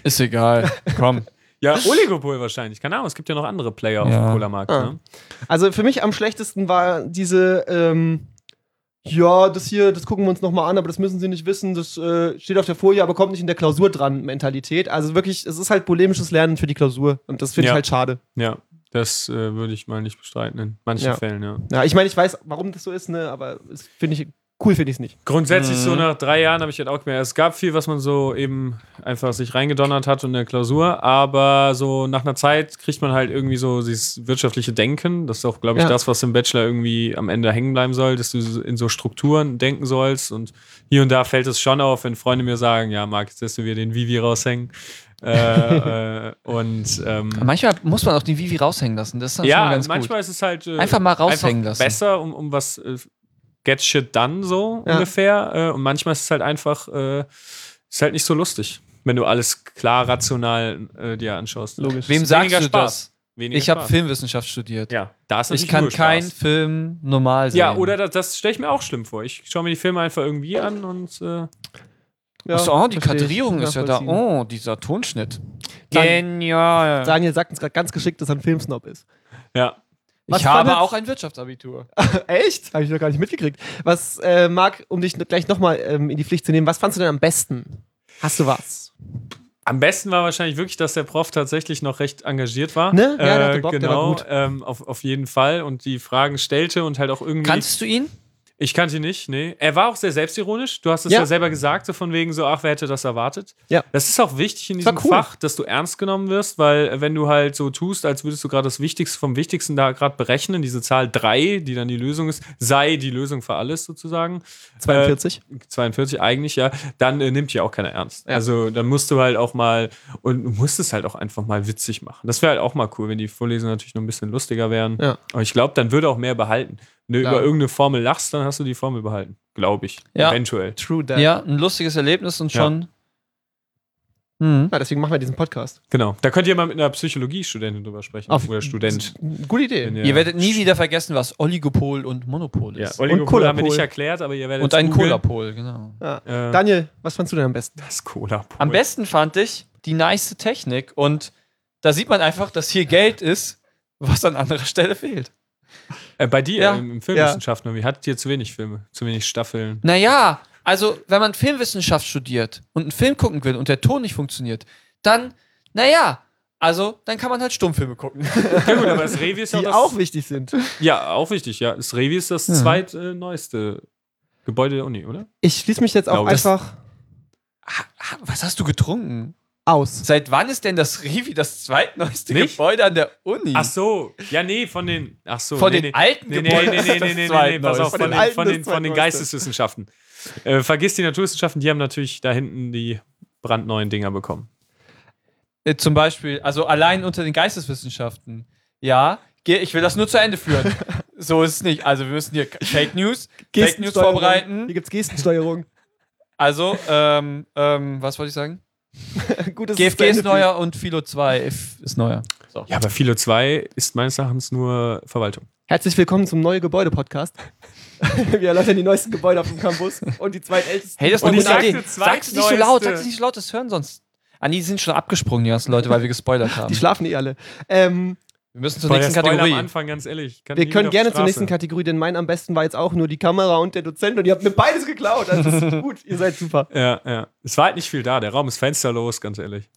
[SPEAKER 2] Ist egal. Komm.
[SPEAKER 1] Ja, Oligopol wahrscheinlich. Keine Ahnung, es gibt ja noch andere Player auf
[SPEAKER 2] Ja.
[SPEAKER 1] dem Cola-Markt.
[SPEAKER 3] Ah.
[SPEAKER 1] Ne?
[SPEAKER 3] Also für mich am schlechtesten war diese, ähm, ja, das hier, das gucken wir uns nochmal an, aber das müssen Sie nicht wissen, das äh, steht auf der Folie, aber kommt nicht in der Klausur dran, Mentalität. Also wirklich, es ist halt polemisches Lernen für die Klausur und das finde
[SPEAKER 1] Ja.
[SPEAKER 3] ich halt schade.
[SPEAKER 1] Ja, das äh, würde ich mal nicht bestreiten in manchen
[SPEAKER 3] Ja.
[SPEAKER 1] Fällen, ja.
[SPEAKER 3] Ja, ich meine, ich weiß, warum das so ist, ne, aber es finde ich, cool finde ich es nicht.
[SPEAKER 1] Grundsätzlich
[SPEAKER 2] Mhm.
[SPEAKER 1] so nach drei Jahren habe ich halt auch gemerkt, es gab viel, was man so eben einfach sich reingedonnert hat in der Klausur, aber so nach einer Zeit kriegt man halt irgendwie so dieses wirtschaftliche Denken. Das ist auch, glaube ich,
[SPEAKER 3] Ja.
[SPEAKER 1] das, was im Bachelor irgendwie am Ende hängen bleiben soll, dass du in so Strukturen denken sollst und hier und da fällt es schon auf, wenn Freunde mir sagen, ja, Marc, jetzt lässt du wieder den Vivi raushängen. äh, äh, und ähm,
[SPEAKER 2] Manchmal muss man auch den Vivi raushängen lassen. Das ist dann
[SPEAKER 1] ja,
[SPEAKER 2] schon ganz
[SPEAKER 1] manchmal ist es halt äh,
[SPEAKER 2] Einfach mal raushängen lassen.
[SPEAKER 1] Besser, um, um was äh, get shit done so
[SPEAKER 3] Ja.
[SPEAKER 1] ungefähr. Äh, und manchmal ist es halt einfach, äh, ist halt nicht so lustig, wenn du alles klar rational äh, dir anschaust.
[SPEAKER 3] Logisch.
[SPEAKER 2] gut. Wem
[SPEAKER 1] Ist
[SPEAKER 2] sagst
[SPEAKER 1] weniger
[SPEAKER 2] du
[SPEAKER 1] Spaß.
[SPEAKER 2] das?
[SPEAKER 1] Weniger
[SPEAKER 2] Ich habe
[SPEAKER 1] Spaß.
[SPEAKER 2] Filmwissenschaft studiert.
[SPEAKER 1] Ja, da ist
[SPEAKER 2] ich
[SPEAKER 1] natürlich
[SPEAKER 2] kann
[SPEAKER 1] nur
[SPEAKER 2] keinen
[SPEAKER 1] Spaß.
[SPEAKER 2] Film normal sehen.
[SPEAKER 1] Ja, oder das, das stelle ich mir auch schlimm vor. Ich schaue mir die Filme einfach irgendwie an und äh,
[SPEAKER 3] Ja,
[SPEAKER 2] Achso, oh, die
[SPEAKER 3] verstehe ich.
[SPEAKER 2] Kadrierung ist ja da.
[SPEAKER 3] Nachvollziehen.
[SPEAKER 2] Oh, dieser Tonschnitt.
[SPEAKER 3] Dann-
[SPEAKER 2] Genial.
[SPEAKER 3] Daniel sagt uns gerade ganz geschickt, dass er ein Filmsnob ist.
[SPEAKER 1] ja.
[SPEAKER 3] Was
[SPEAKER 2] ich habe
[SPEAKER 3] fandet-
[SPEAKER 2] auch ein Wirtschaftsabitur.
[SPEAKER 3] Echt? Habe ich noch gar nicht mitgekriegt. Was, äh, Marc, um dich gleich nochmal ähm, in die Pflicht zu nehmen, was fandst du denn am besten? Hast du was?
[SPEAKER 1] Am besten war wahrscheinlich wirklich, dass der Prof tatsächlich noch recht engagiert war.
[SPEAKER 3] Ne? Ja, der hatte Bock, der war
[SPEAKER 1] genau,
[SPEAKER 3] gut.
[SPEAKER 1] Ähm, auf, auf jeden Fall. Und die Fragen stellte und halt auch irgendwie.
[SPEAKER 2] Kannst du ihn?
[SPEAKER 1] Ich kannte ihn nicht, nee. Er war auch sehr selbstironisch. Du hast es ja.
[SPEAKER 3] Ja.
[SPEAKER 1] selber gesagt, so von wegen so, ach, wer hätte das erwartet?
[SPEAKER 3] Ja.
[SPEAKER 1] Das ist auch wichtig in
[SPEAKER 3] Das war
[SPEAKER 1] diesem
[SPEAKER 3] cool.
[SPEAKER 1] Fach, dass du ernst genommen wirst, weil äh, wenn du halt so tust, als würdest du gerade das Wichtigste vom Wichtigsten da gerade berechnen, diese Zahl 3, die dann die Lösung ist, sei die Lösung für alles sozusagen, Äh,
[SPEAKER 3] 42?
[SPEAKER 2] Äh,
[SPEAKER 1] 42 eigentlich, ja, dann äh, nimmt ja auch keiner ernst. Also dann musst du halt auch mal, und du musst es halt auch einfach mal witzig machen. Das wäre halt auch mal cool, wenn die Vorlesungen natürlich noch ein bisschen lustiger wären.
[SPEAKER 3] Ja.
[SPEAKER 1] Aber ich glaube, dann würde auch mehr behalten. Wenn du
[SPEAKER 2] Ja.
[SPEAKER 1] über irgendeine Formel lachst, dann hast du die Formel behalten. Glaube ich.
[SPEAKER 2] Ja.
[SPEAKER 1] Eventuell.
[SPEAKER 3] True that.
[SPEAKER 2] Ja, ein lustiges Erlebnis und
[SPEAKER 1] Ja.
[SPEAKER 2] schon. Hm.
[SPEAKER 3] Na, Ah, deswegen machen wir diesen Podcast.
[SPEAKER 1] Genau. Da könnt ihr mal mit einer Psychologiestudentin drüber sprechen.
[SPEAKER 3] Auf-
[SPEAKER 1] Oder Student.
[SPEAKER 3] Gute
[SPEAKER 1] wenn
[SPEAKER 3] Idee.
[SPEAKER 2] Ihr werdet nie wieder vergessen, was Oligopol und Monopol
[SPEAKER 1] ja,
[SPEAKER 2] ist.
[SPEAKER 1] Oligopol haben wir
[SPEAKER 3] Colapol.
[SPEAKER 1] nicht erklärt, aber ihr werdet
[SPEAKER 2] und ein
[SPEAKER 1] googeln.
[SPEAKER 2] Colapol, genau.
[SPEAKER 3] Ja.
[SPEAKER 1] Äh,
[SPEAKER 3] Daniel, was fandst du denn am besten?
[SPEAKER 1] das Colapol.
[SPEAKER 2] Am besten fand ich die nice Technik und da sieht man einfach, dass hier Geld ist, was an anderer Stelle fehlt.
[SPEAKER 1] Äh, bei dir
[SPEAKER 2] Ja.
[SPEAKER 1] im, im Filmwissenschaften, wie hattet ihr zu wenig Filme, zu wenig Staffeln?
[SPEAKER 2] Naja, also wenn man Filmwissenschaft studiert und einen Film gucken will und der Ton nicht funktioniert, dann, naja, also dann kann man halt Stummfilme gucken.
[SPEAKER 1] Ja gut, aber das Revi ist ja
[SPEAKER 3] Die
[SPEAKER 1] das-
[SPEAKER 3] auch wichtig sind.
[SPEAKER 1] Ja, auch wichtig, ja. Das Revi ist das
[SPEAKER 2] Ja.
[SPEAKER 1] zweitneueste Gebäude der Uni, oder?
[SPEAKER 3] Ich schließe mich jetzt auch
[SPEAKER 1] Glaube ich.
[SPEAKER 3] einfach
[SPEAKER 2] Ah, Was hast du getrunken?
[SPEAKER 3] aus.
[SPEAKER 2] Seit wann ist denn das Revi das zweitneueste
[SPEAKER 1] Nicht?
[SPEAKER 2] Gebäude an der Uni?
[SPEAKER 1] Ach so, ja, nee, von den. Ach so,
[SPEAKER 2] Von
[SPEAKER 1] nee,
[SPEAKER 2] den
[SPEAKER 1] nee.
[SPEAKER 2] alten
[SPEAKER 1] Nee, nee,
[SPEAKER 2] Gebäuden
[SPEAKER 1] nee,
[SPEAKER 2] ist
[SPEAKER 1] nee,
[SPEAKER 2] das
[SPEAKER 1] nee, nee, nee, nee,
[SPEAKER 2] zweitneueste.
[SPEAKER 1] pass auf, von
[SPEAKER 3] Von den
[SPEAKER 1] den,
[SPEAKER 3] alten
[SPEAKER 1] von den,
[SPEAKER 3] ist
[SPEAKER 1] von den
[SPEAKER 3] zweitneueste.
[SPEAKER 1] Geisteswissenschaften. Äh, vergiss die Naturwissenschaften, die haben natürlich da hinten die brandneuen Dinger bekommen.
[SPEAKER 2] Äh, Zum Beispiel, also allein unter den Geisteswissenschaften. Ja, geh- ich will das nur zu Ende führen. so ist es nicht. Also wir müssen hier Fake News, Fake News
[SPEAKER 3] Gestensteuerung. Hier
[SPEAKER 2] vorbereiten.
[SPEAKER 3] gibt's Gestensteuerung.
[SPEAKER 2] Also, ähm, ähm, was wollte ich sagen?
[SPEAKER 3] Gutes
[SPEAKER 2] GFG ist neuer und Philo 2 f- ist neuer. So.
[SPEAKER 1] Ja, aber Philo 2 ist meines Erachtens nur Verwaltung.
[SPEAKER 3] Herzlich willkommen zum Neue Gebäude Podcast. Wir erläutern die neuesten Gebäude auf dem Campus und die zweitältesten.
[SPEAKER 2] Hey, das ist
[SPEAKER 1] Und
[SPEAKER 2] eine
[SPEAKER 1] ich
[SPEAKER 2] gute
[SPEAKER 1] sagte
[SPEAKER 2] Idee. Sag's nicht so
[SPEAKER 1] zweitneueste.
[SPEAKER 2] laut,
[SPEAKER 3] äh,
[SPEAKER 2] sag's nicht so laut, das hören sonst. Ah, nee, die sind schon abgesprungen, die ganzen Leute, weil wir gespoilert haben.
[SPEAKER 3] Die schlafen eh alle. Ähm,
[SPEAKER 2] Wir müssen zur
[SPEAKER 1] War
[SPEAKER 2] nächsten
[SPEAKER 1] der Spoiler
[SPEAKER 2] Kategorie.
[SPEAKER 1] am Anfang, ganz ehrlich. Kann
[SPEAKER 3] wir
[SPEAKER 1] nie wieder
[SPEAKER 3] können
[SPEAKER 1] auf
[SPEAKER 3] gerne
[SPEAKER 1] die
[SPEAKER 3] zur nächsten
[SPEAKER 1] Straße.
[SPEAKER 3] Kategorie, denn mein am besten war jetzt auch nur die Kamera und der Dozent und ihr habt mir beides geklaut. Also das ist gut, ihr seid super.
[SPEAKER 1] Ja, ja. Es war halt nicht viel da. Der Raum ist fensterlos, ganz ehrlich.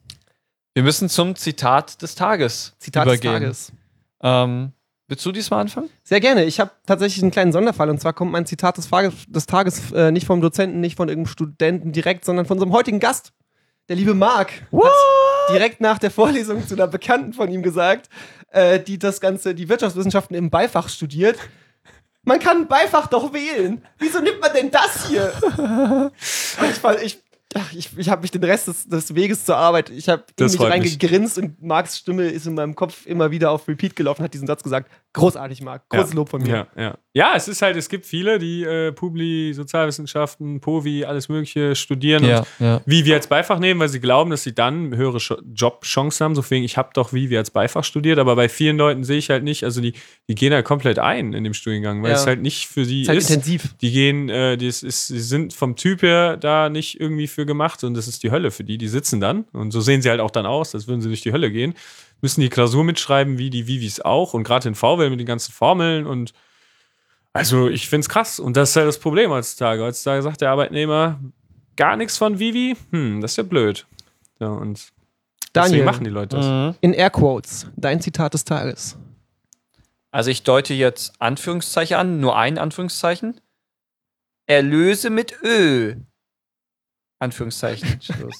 [SPEAKER 2] Wir müssen zum Zitat des Tages
[SPEAKER 3] Zitat des
[SPEAKER 2] übergehen.
[SPEAKER 3] Tages.
[SPEAKER 2] Ähm, willst du diesmal anfangen?
[SPEAKER 3] Sehr gerne. Ich habe tatsächlich einen kleinen Sonderfall. Und zwar kommt mein Zitat des, Frage, des Tages äh, nicht vom Dozenten, nicht von irgendeinem Studenten direkt, sondern von unserem heutigen Gast. Der liebe Marc hat direkt nach der Vorlesung zu einer Bekannten von ihm gesagt, äh, die das Ganze, die Wirtschaftswissenschaften im Beifach studiert. Man kann ein Beifach doch wählen. Wieso nimmt man denn das hier? ich fand- ich, ach, ich, ich habe mich den Rest des, des Weges zur Arbeit, ich habe in
[SPEAKER 1] Das
[SPEAKER 3] mich
[SPEAKER 1] freut mich.
[SPEAKER 3] reingegrinst und Marks Stimme ist in meinem Kopf immer wieder auf Repeat gelaufen, hat diesen Satz gesagt. Großartig, Marc. Großes Lob von mir.
[SPEAKER 1] Ja, ja. ja, es ist halt, es gibt viele, die äh, Publi, Sozialwissenschaften, POVI, alles Mögliche studieren und
[SPEAKER 2] Ja, ja.
[SPEAKER 1] Vivi als Beifach nehmen, weil sie glauben, dass sie dann höhere Sch- Jobchancen haben. So wegen, ich habe doch Vivi als Beifach studiert, aber bei vielen Leuten sehe ich halt nicht, also die, die gehen halt komplett ein in dem Studiengang, weil
[SPEAKER 3] Ja.
[SPEAKER 1] es halt nicht für sie
[SPEAKER 3] Ist halt
[SPEAKER 1] ist.
[SPEAKER 3] intensiv.
[SPEAKER 1] Die gehen, äh, die, ist, ist, sie sind vom Typ her da nicht irgendwie für gemacht und das ist die Hölle für die. Die sitzen dann und so sehen sie halt auch dann aus, als würden sie durch die Hölle gehen. Müssen die Klausur mitschreiben, wie die Vivis auch und gerade in VW mit den ganzen Formeln und also ich find's krass und das ist halt das Problem heutzutage. Heutzutage sagt der Arbeitnehmer gar nichts von Vivi, hm, das ist ja blöd. Ja, und deswegen
[SPEAKER 3] Daniel,
[SPEAKER 1] machen die Leute das.
[SPEAKER 2] Mhm.
[SPEAKER 3] in Airquotes, dein Zitat des Tages.
[SPEAKER 4] Also ich deute jetzt Anführungszeichen an, nur ein Anführungszeichen. Erlöse mit Ö. Anführungszeichen. Schluss.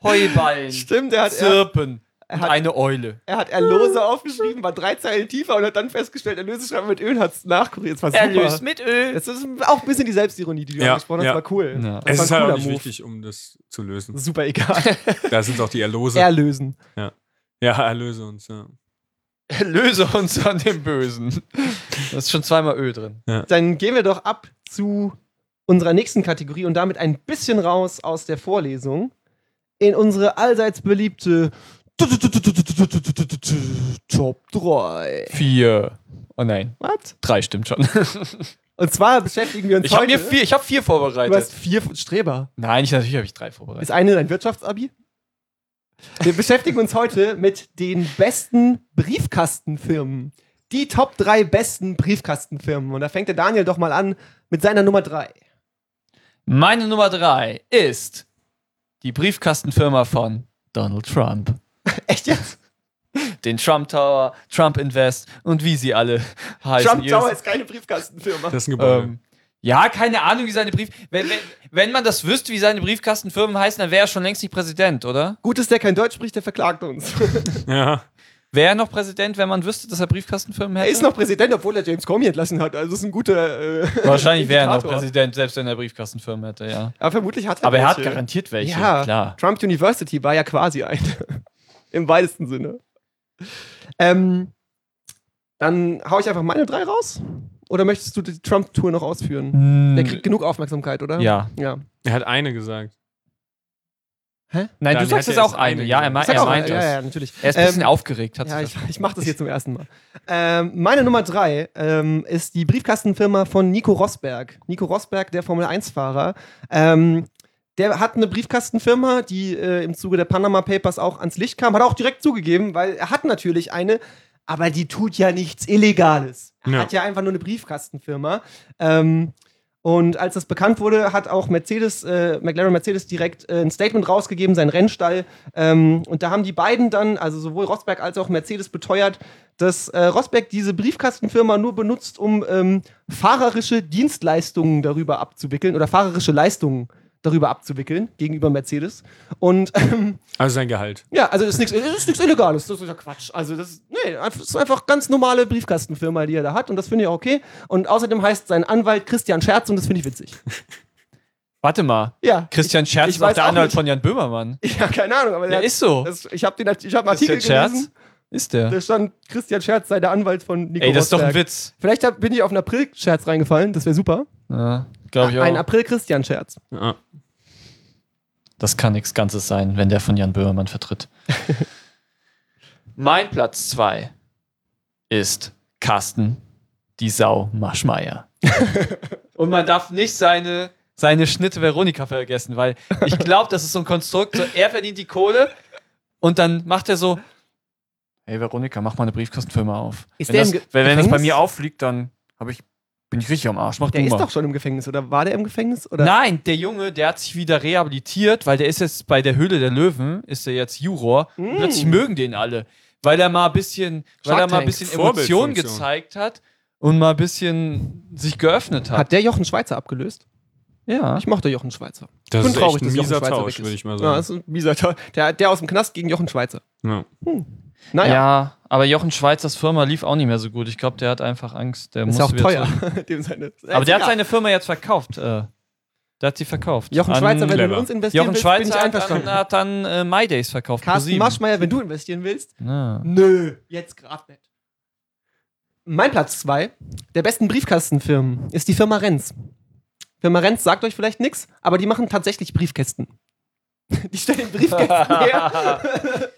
[SPEAKER 4] Heuballen.
[SPEAKER 3] Stimmt, er
[SPEAKER 2] Zirpen.
[SPEAKER 3] er
[SPEAKER 2] Und
[SPEAKER 3] hat-
[SPEAKER 2] eine Eule.
[SPEAKER 3] Er hat Erlose aufgeschrieben, war drei Zeilen tiefer und hat dann festgestellt, Erlöse schreiben mit Öl, hat es nachkorrigiert. Das war super.
[SPEAKER 4] Erlöse mit Ö.
[SPEAKER 3] Das ist auch ein bisschen die Selbstironie, die du
[SPEAKER 1] Ja,
[SPEAKER 3] angesprochen hast.
[SPEAKER 1] ja.
[SPEAKER 3] War cool.
[SPEAKER 2] Ja.
[SPEAKER 3] Das
[SPEAKER 1] Es
[SPEAKER 3] war
[SPEAKER 1] ist
[SPEAKER 3] ein
[SPEAKER 1] halt auch
[SPEAKER 3] cooler
[SPEAKER 1] nicht
[SPEAKER 3] Move.
[SPEAKER 1] wichtig, um das zu lösen.
[SPEAKER 3] Super egal.
[SPEAKER 1] Da sind auch die Erlose.
[SPEAKER 3] Erlösen.
[SPEAKER 1] ja, Erlöse uns. Ja.
[SPEAKER 2] Erlöse uns von dem Bösen. Da ist schon zweimal Öl drin.
[SPEAKER 3] Dann gehen wir doch ab zu unserer nächsten Kategorie und damit ein bisschen raus aus der Vorlesung in unsere allseits beliebte Top 3.
[SPEAKER 2] Vier. Oh nein,
[SPEAKER 3] Was?
[SPEAKER 2] drei stimmt schon.
[SPEAKER 3] Und zwar beschäftigen wir uns
[SPEAKER 2] Ich
[SPEAKER 3] heute.
[SPEAKER 2] habe mir vier, ich hab vier vorbereitet.
[SPEAKER 3] du hast vier Streber.
[SPEAKER 2] Nein, ich, natürlich habe ich drei vorbereitet.
[SPEAKER 3] Ist eine dein Wirtschaftsabi? Wir beschäftigen uns heute mit den besten Briefkastenfirmen. Die Top 3 besten Briefkastenfirmen. Und da fängt der Daniel doch mal an mit seiner Nummer 3.
[SPEAKER 2] Meine Nummer drei ist die Briefkastenfirma von Donald Trump.
[SPEAKER 3] Echt jetzt?
[SPEAKER 2] Den Trump Tower, Trump Invest und wie sie alle heißen.
[SPEAKER 3] Trump
[SPEAKER 2] Jedes-
[SPEAKER 3] Tower ist keine Briefkastenfirma.
[SPEAKER 1] Das ist ein Gebäude.
[SPEAKER 2] ähm, ja, keine Ahnung, wie seine Brief. Wenn, wenn, wenn man das wüsste, wie seine Briefkastenfirmen heißen, dann wäre er schon längst nicht Präsident, oder?
[SPEAKER 3] Gut, dass der kein Deutsch spricht, der verklagt uns.
[SPEAKER 1] ja.
[SPEAKER 2] Wäre er noch Präsident, wenn man wüsste, dass er Briefkastenfirmen
[SPEAKER 3] er
[SPEAKER 2] hätte?
[SPEAKER 3] ist noch Präsident, obwohl er James Comey entlassen hat. Also ist ein guter. Äh,
[SPEAKER 2] Wahrscheinlich wäre er noch
[SPEAKER 3] Diktator.
[SPEAKER 2] Präsident, selbst wenn er Briefkastenfirmen hätte, ja.
[SPEAKER 3] Aber vermutlich hat er.
[SPEAKER 2] Aber er hat
[SPEAKER 3] welche.
[SPEAKER 2] garantiert welche,
[SPEAKER 3] Ja,
[SPEAKER 2] klar.
[SPEAKER 3] Trump University war ja quasi eine. Im weitesten Sinne. Ähm, dann hau ich einfach meine drei raus? Oder möchtest du die Trump-Tour noch ausführen?
[SPEAKER 2] Hm,
[SPEAKER 3] Der kriegt genug Aufmerksamkeit, oder?
[SPEAKER 2] Äh, ja.
[SPEAKER 3] Ja.
[SPEAKER 1] Er hat eine gesagt.
[SPEAKER 2] Nein,
[SPEAKER 1] Dann
[SPEAKER 2] du sagst
[SPEAKER 1] hätte
[SPEAKER 2] es
[SPEAKER 1] er
[SPEAKER 2] auch
[SPEAKER 1] es
[SPEAKER 2] eine.
[SPEAKER 1] eine
[SPEAKER 2] Ja, er,
[SPEAKER 1] gegeben.
[SPEAKER 2] me
[SPEAKER 1] Ich
[SPEAKER 3] Sag
[SPEAKER 2] Ah, er
[SPEAKER 3] auch-
[SPEAKER 2] meint
[SPEAKER 3] ja,
[SPEAKER 2] es.
[SPEAKER 3] ja, natürlich.
[SPEAKER 2] Er ist ein bisschen
[SPEAKER 3] Ähm,
[SPEAKER 2] aufgeregt, hat
[SPEAKER 3] Ja,
[SPEAKER 2] sich
[SPEAKER 3] ich, ich mache das hier zum ersten Mal. Ähm, meine Nummer drei ähm, ist die Briefkastenfirma von Nico Rosberg. Nico Rosberg, der Formel-1-Fahrer. Ähm, der hat eine Briefkastenfirma, die äh, im Zuge der Panama Papers auch ans Licht kam. Hat er auch direkt zugegeben, weil er hat natürlich eine, aber die tut ja nichts Illegales. Er
[SPEAKER 1] Ja.
[SPEAKER 3] hat ja einfach nur eine Briefkastenfirma. Ähm, und als das bekannt wurde, hat auch Mercedes, äh, McLaren Mercedes direkt äh, ein Statement rausgegeben, sein Rennstall. Ähm, und da haben die beiden dann, also sowohl Rosberg als auch Mercedes, beteuert, dass äh, Rosberg diese Briefkastenfirma nur benutzt, um ähm, fahrerische Dienstleistungen darüber abzuwickeln oder fahrerische Leistungen darüber abzuwickeln gegenüber Mercedes. Und ähm,
[SPEAKER 1] Also sein Gehalt.
[SPEAKER 3] ja, also ist nichts ist nichts Illegales, das ist ja Quatsch. Also das ist, nee, einfach- das ist einfach ganz normale Briefkastenfirma, die er da hat und das finde ich auch okay. Und außerdem heißt sein Anwalt Christian Scherz und das finde ich witzig.
[SPEAKER 2] Warte mal.
[SPEAKER 3] Ja,
[SPEAKER 2] Christian Scherz
[SPEAKER 3] ich
[SPEAKER 2] ist auch
[SPEAKER 3] weiß
[SPEAKER 2] der
[SPEAKER 3] auch
[SPEAKER 2] Anwalt
[SPEAKER 3] nicht.
[SPEAKER 2] von Jan Böhmermann.
[SPEAKER 3] ich, ja keine Ahnung, aber
[SPEAKER 2] Ja,
[SPEAKER 3] der
[SPEAKER 2] ist so.
[SPEAKER 3] das, ich habe den Art- ich hab einen Artikel gelesen,
[SPEAKER 2] Ist der.
[SPEAKER 3] da stand Christian Scherz sei der Anwalt von Nico
[SPEAKER 2] Ey, das ist doch ein
[SPEAKER 3] Rosberg.
[SPEAKER 2] Witz.
[SPEAKER 3] Vielleicht hab, bin ich auf einen April-Scherz reingefallen, das wäre super.
[SPEAKER 2] Ja, glaube ich
[SPEAKER 3] Ein
[SPEAKER 2] auch.
[SPEAKER 3] April-Christian-Scherz.
[SPEAKER 1] Ja.
[SPEAKER 2] Das kann nichts Ganzes sein, wenn der von Jan Böhmermann vertritt. mein Platz 2 ist Carsten, die Sau Maschmeier. Und man darf nicht seine, seine Schnitte Veronika vergessen, weil ich glaube, das ist so ein Konstrukt. So, er verdient die Kohle und dann macht er so: Hey Veronika, mach mal eine Briefkastenfirma auf.
[SPEAKER 3] Ist
[SPEAKER 2] wenn
[SPEAKER 3] der
[SPEAKER 2] das,
[SPEAKER 3] im Ge-
[SPEAKER 2] wenn, wenn das bei
[SPEAKER 3] Gefängnis?
[SPEAKER 2] mir auffliegt, dann hab ich, bin ich richtig am Arsch. Mach
[SPEAKER 3] Der
[SPEAKER 2] du
[SPEAKER 3] ist
[SPEAKER 2] mal.
[SPEAKER 3] doch schon im Gefängnis, oder war der im Gefängnis? Oder?
[SPEAKER 2] Nein, der Junge, der hat sich wieder rehabilitiert, weil der ist jetzt bei der Höhle der Löwen, ist er jetzt Juror.
[SPEAKER 3] Mm.
[SPEAKER 2] Und plötzlich mögen den alle, weil er mal ein bisschen, weil er
[SPEAKER 3] Shark
[SPEAKER 2] mal ein
[SPEAKER 3] Tank.
[SPEAKER 2] bisschen Emotionen
[SPEAKER 1] Vorbildfunktion.
[SPEAKER 2] gezeigt hat und mal ein bisschen sich geöffnet hat.
[SPEAKER 3] Hat der Jochen Schweizer abgelöst?
[SPEAKER 2] ja.
[SPEAKER 3] Ich mochte Jochen Schweizer.
[SPEAKER 1] Das
[SPEAKER 3] Bin
[SPEAKER 1] ist
[SPEAKER 3] traurig,
[SPEAKER 1] echt ein
[SPEAKER 3] dass Jochen
[SPEAKER 1] mieser
[SPEAKER 3] Schweizer
[SPEAKER 1] Tausch,
[SPEAKER 3] weg ist.
[SPEAKER 1] würde ich mal
[SPEAKER 3] Ja,
[SPEAKER 1] sagen.
[SPEAKER 3] das ist ein mieser Tor. Der, der aus dem Knast gegen Jochen Schweizer. Hm.
[SPEAKER 1] Ja.
[SPEAKER 2] ja.
[SPEAKER 3] Naja,
[SPEAKER 2] aber Jochen Schweizers Firma lief auch nicht mehr so gut. Ich glaube, der hat einfach Angst. Der
[SPEAKER 3] ist
[SPEAKER 2] musste
[SPEAKER 3] ja auch
[SPEAKER 2] wieder
[SPEAKER 3] teuer.
[SPEAKER 2] zurück.
[SPEAKER 3] Dem seine,
[SPEAKER 2] Aber der hat
[SPEAKER 3] Ja.
[SPEAKER 2] seine Firma jetzt verkauft. Äh, der hat sie verkauft.
[SPEAKER 3] Jochen
[SPEAKER 2] An-
[SPEAKER 3] Schweizer, wenn du
[SPEAKER 1] Clever.
[SPEAKER 3] in uns investieren
[SPEAKER 2] Jochen
[SPEAKER 3] willst, bin
[SPEAKER 2] Schweizer
[SPEAKER 3] ich
[SPEAKER 2] hat dann,
[SPEAKER 3] einverstanden.
[SPEAKER 2] hat dann äh, MyDays verkauft.
[SPEAKER 3] Carsten
[SPEAKER 2] ProSieben.
[SPEAKER 3] Maschmeyer, wenn du investieren willst,
[SPEAKER 2] Ja.
[SPEAKER 3] nö, jetzt grad nicht. Mein Platz 2 der besten Briefkastenfirmen ist die Firma Renz. Firma Renz sagt euch vielleicht nichts, aber die machen tatsächlich Briefkästen. Die stellen Briefkästen her.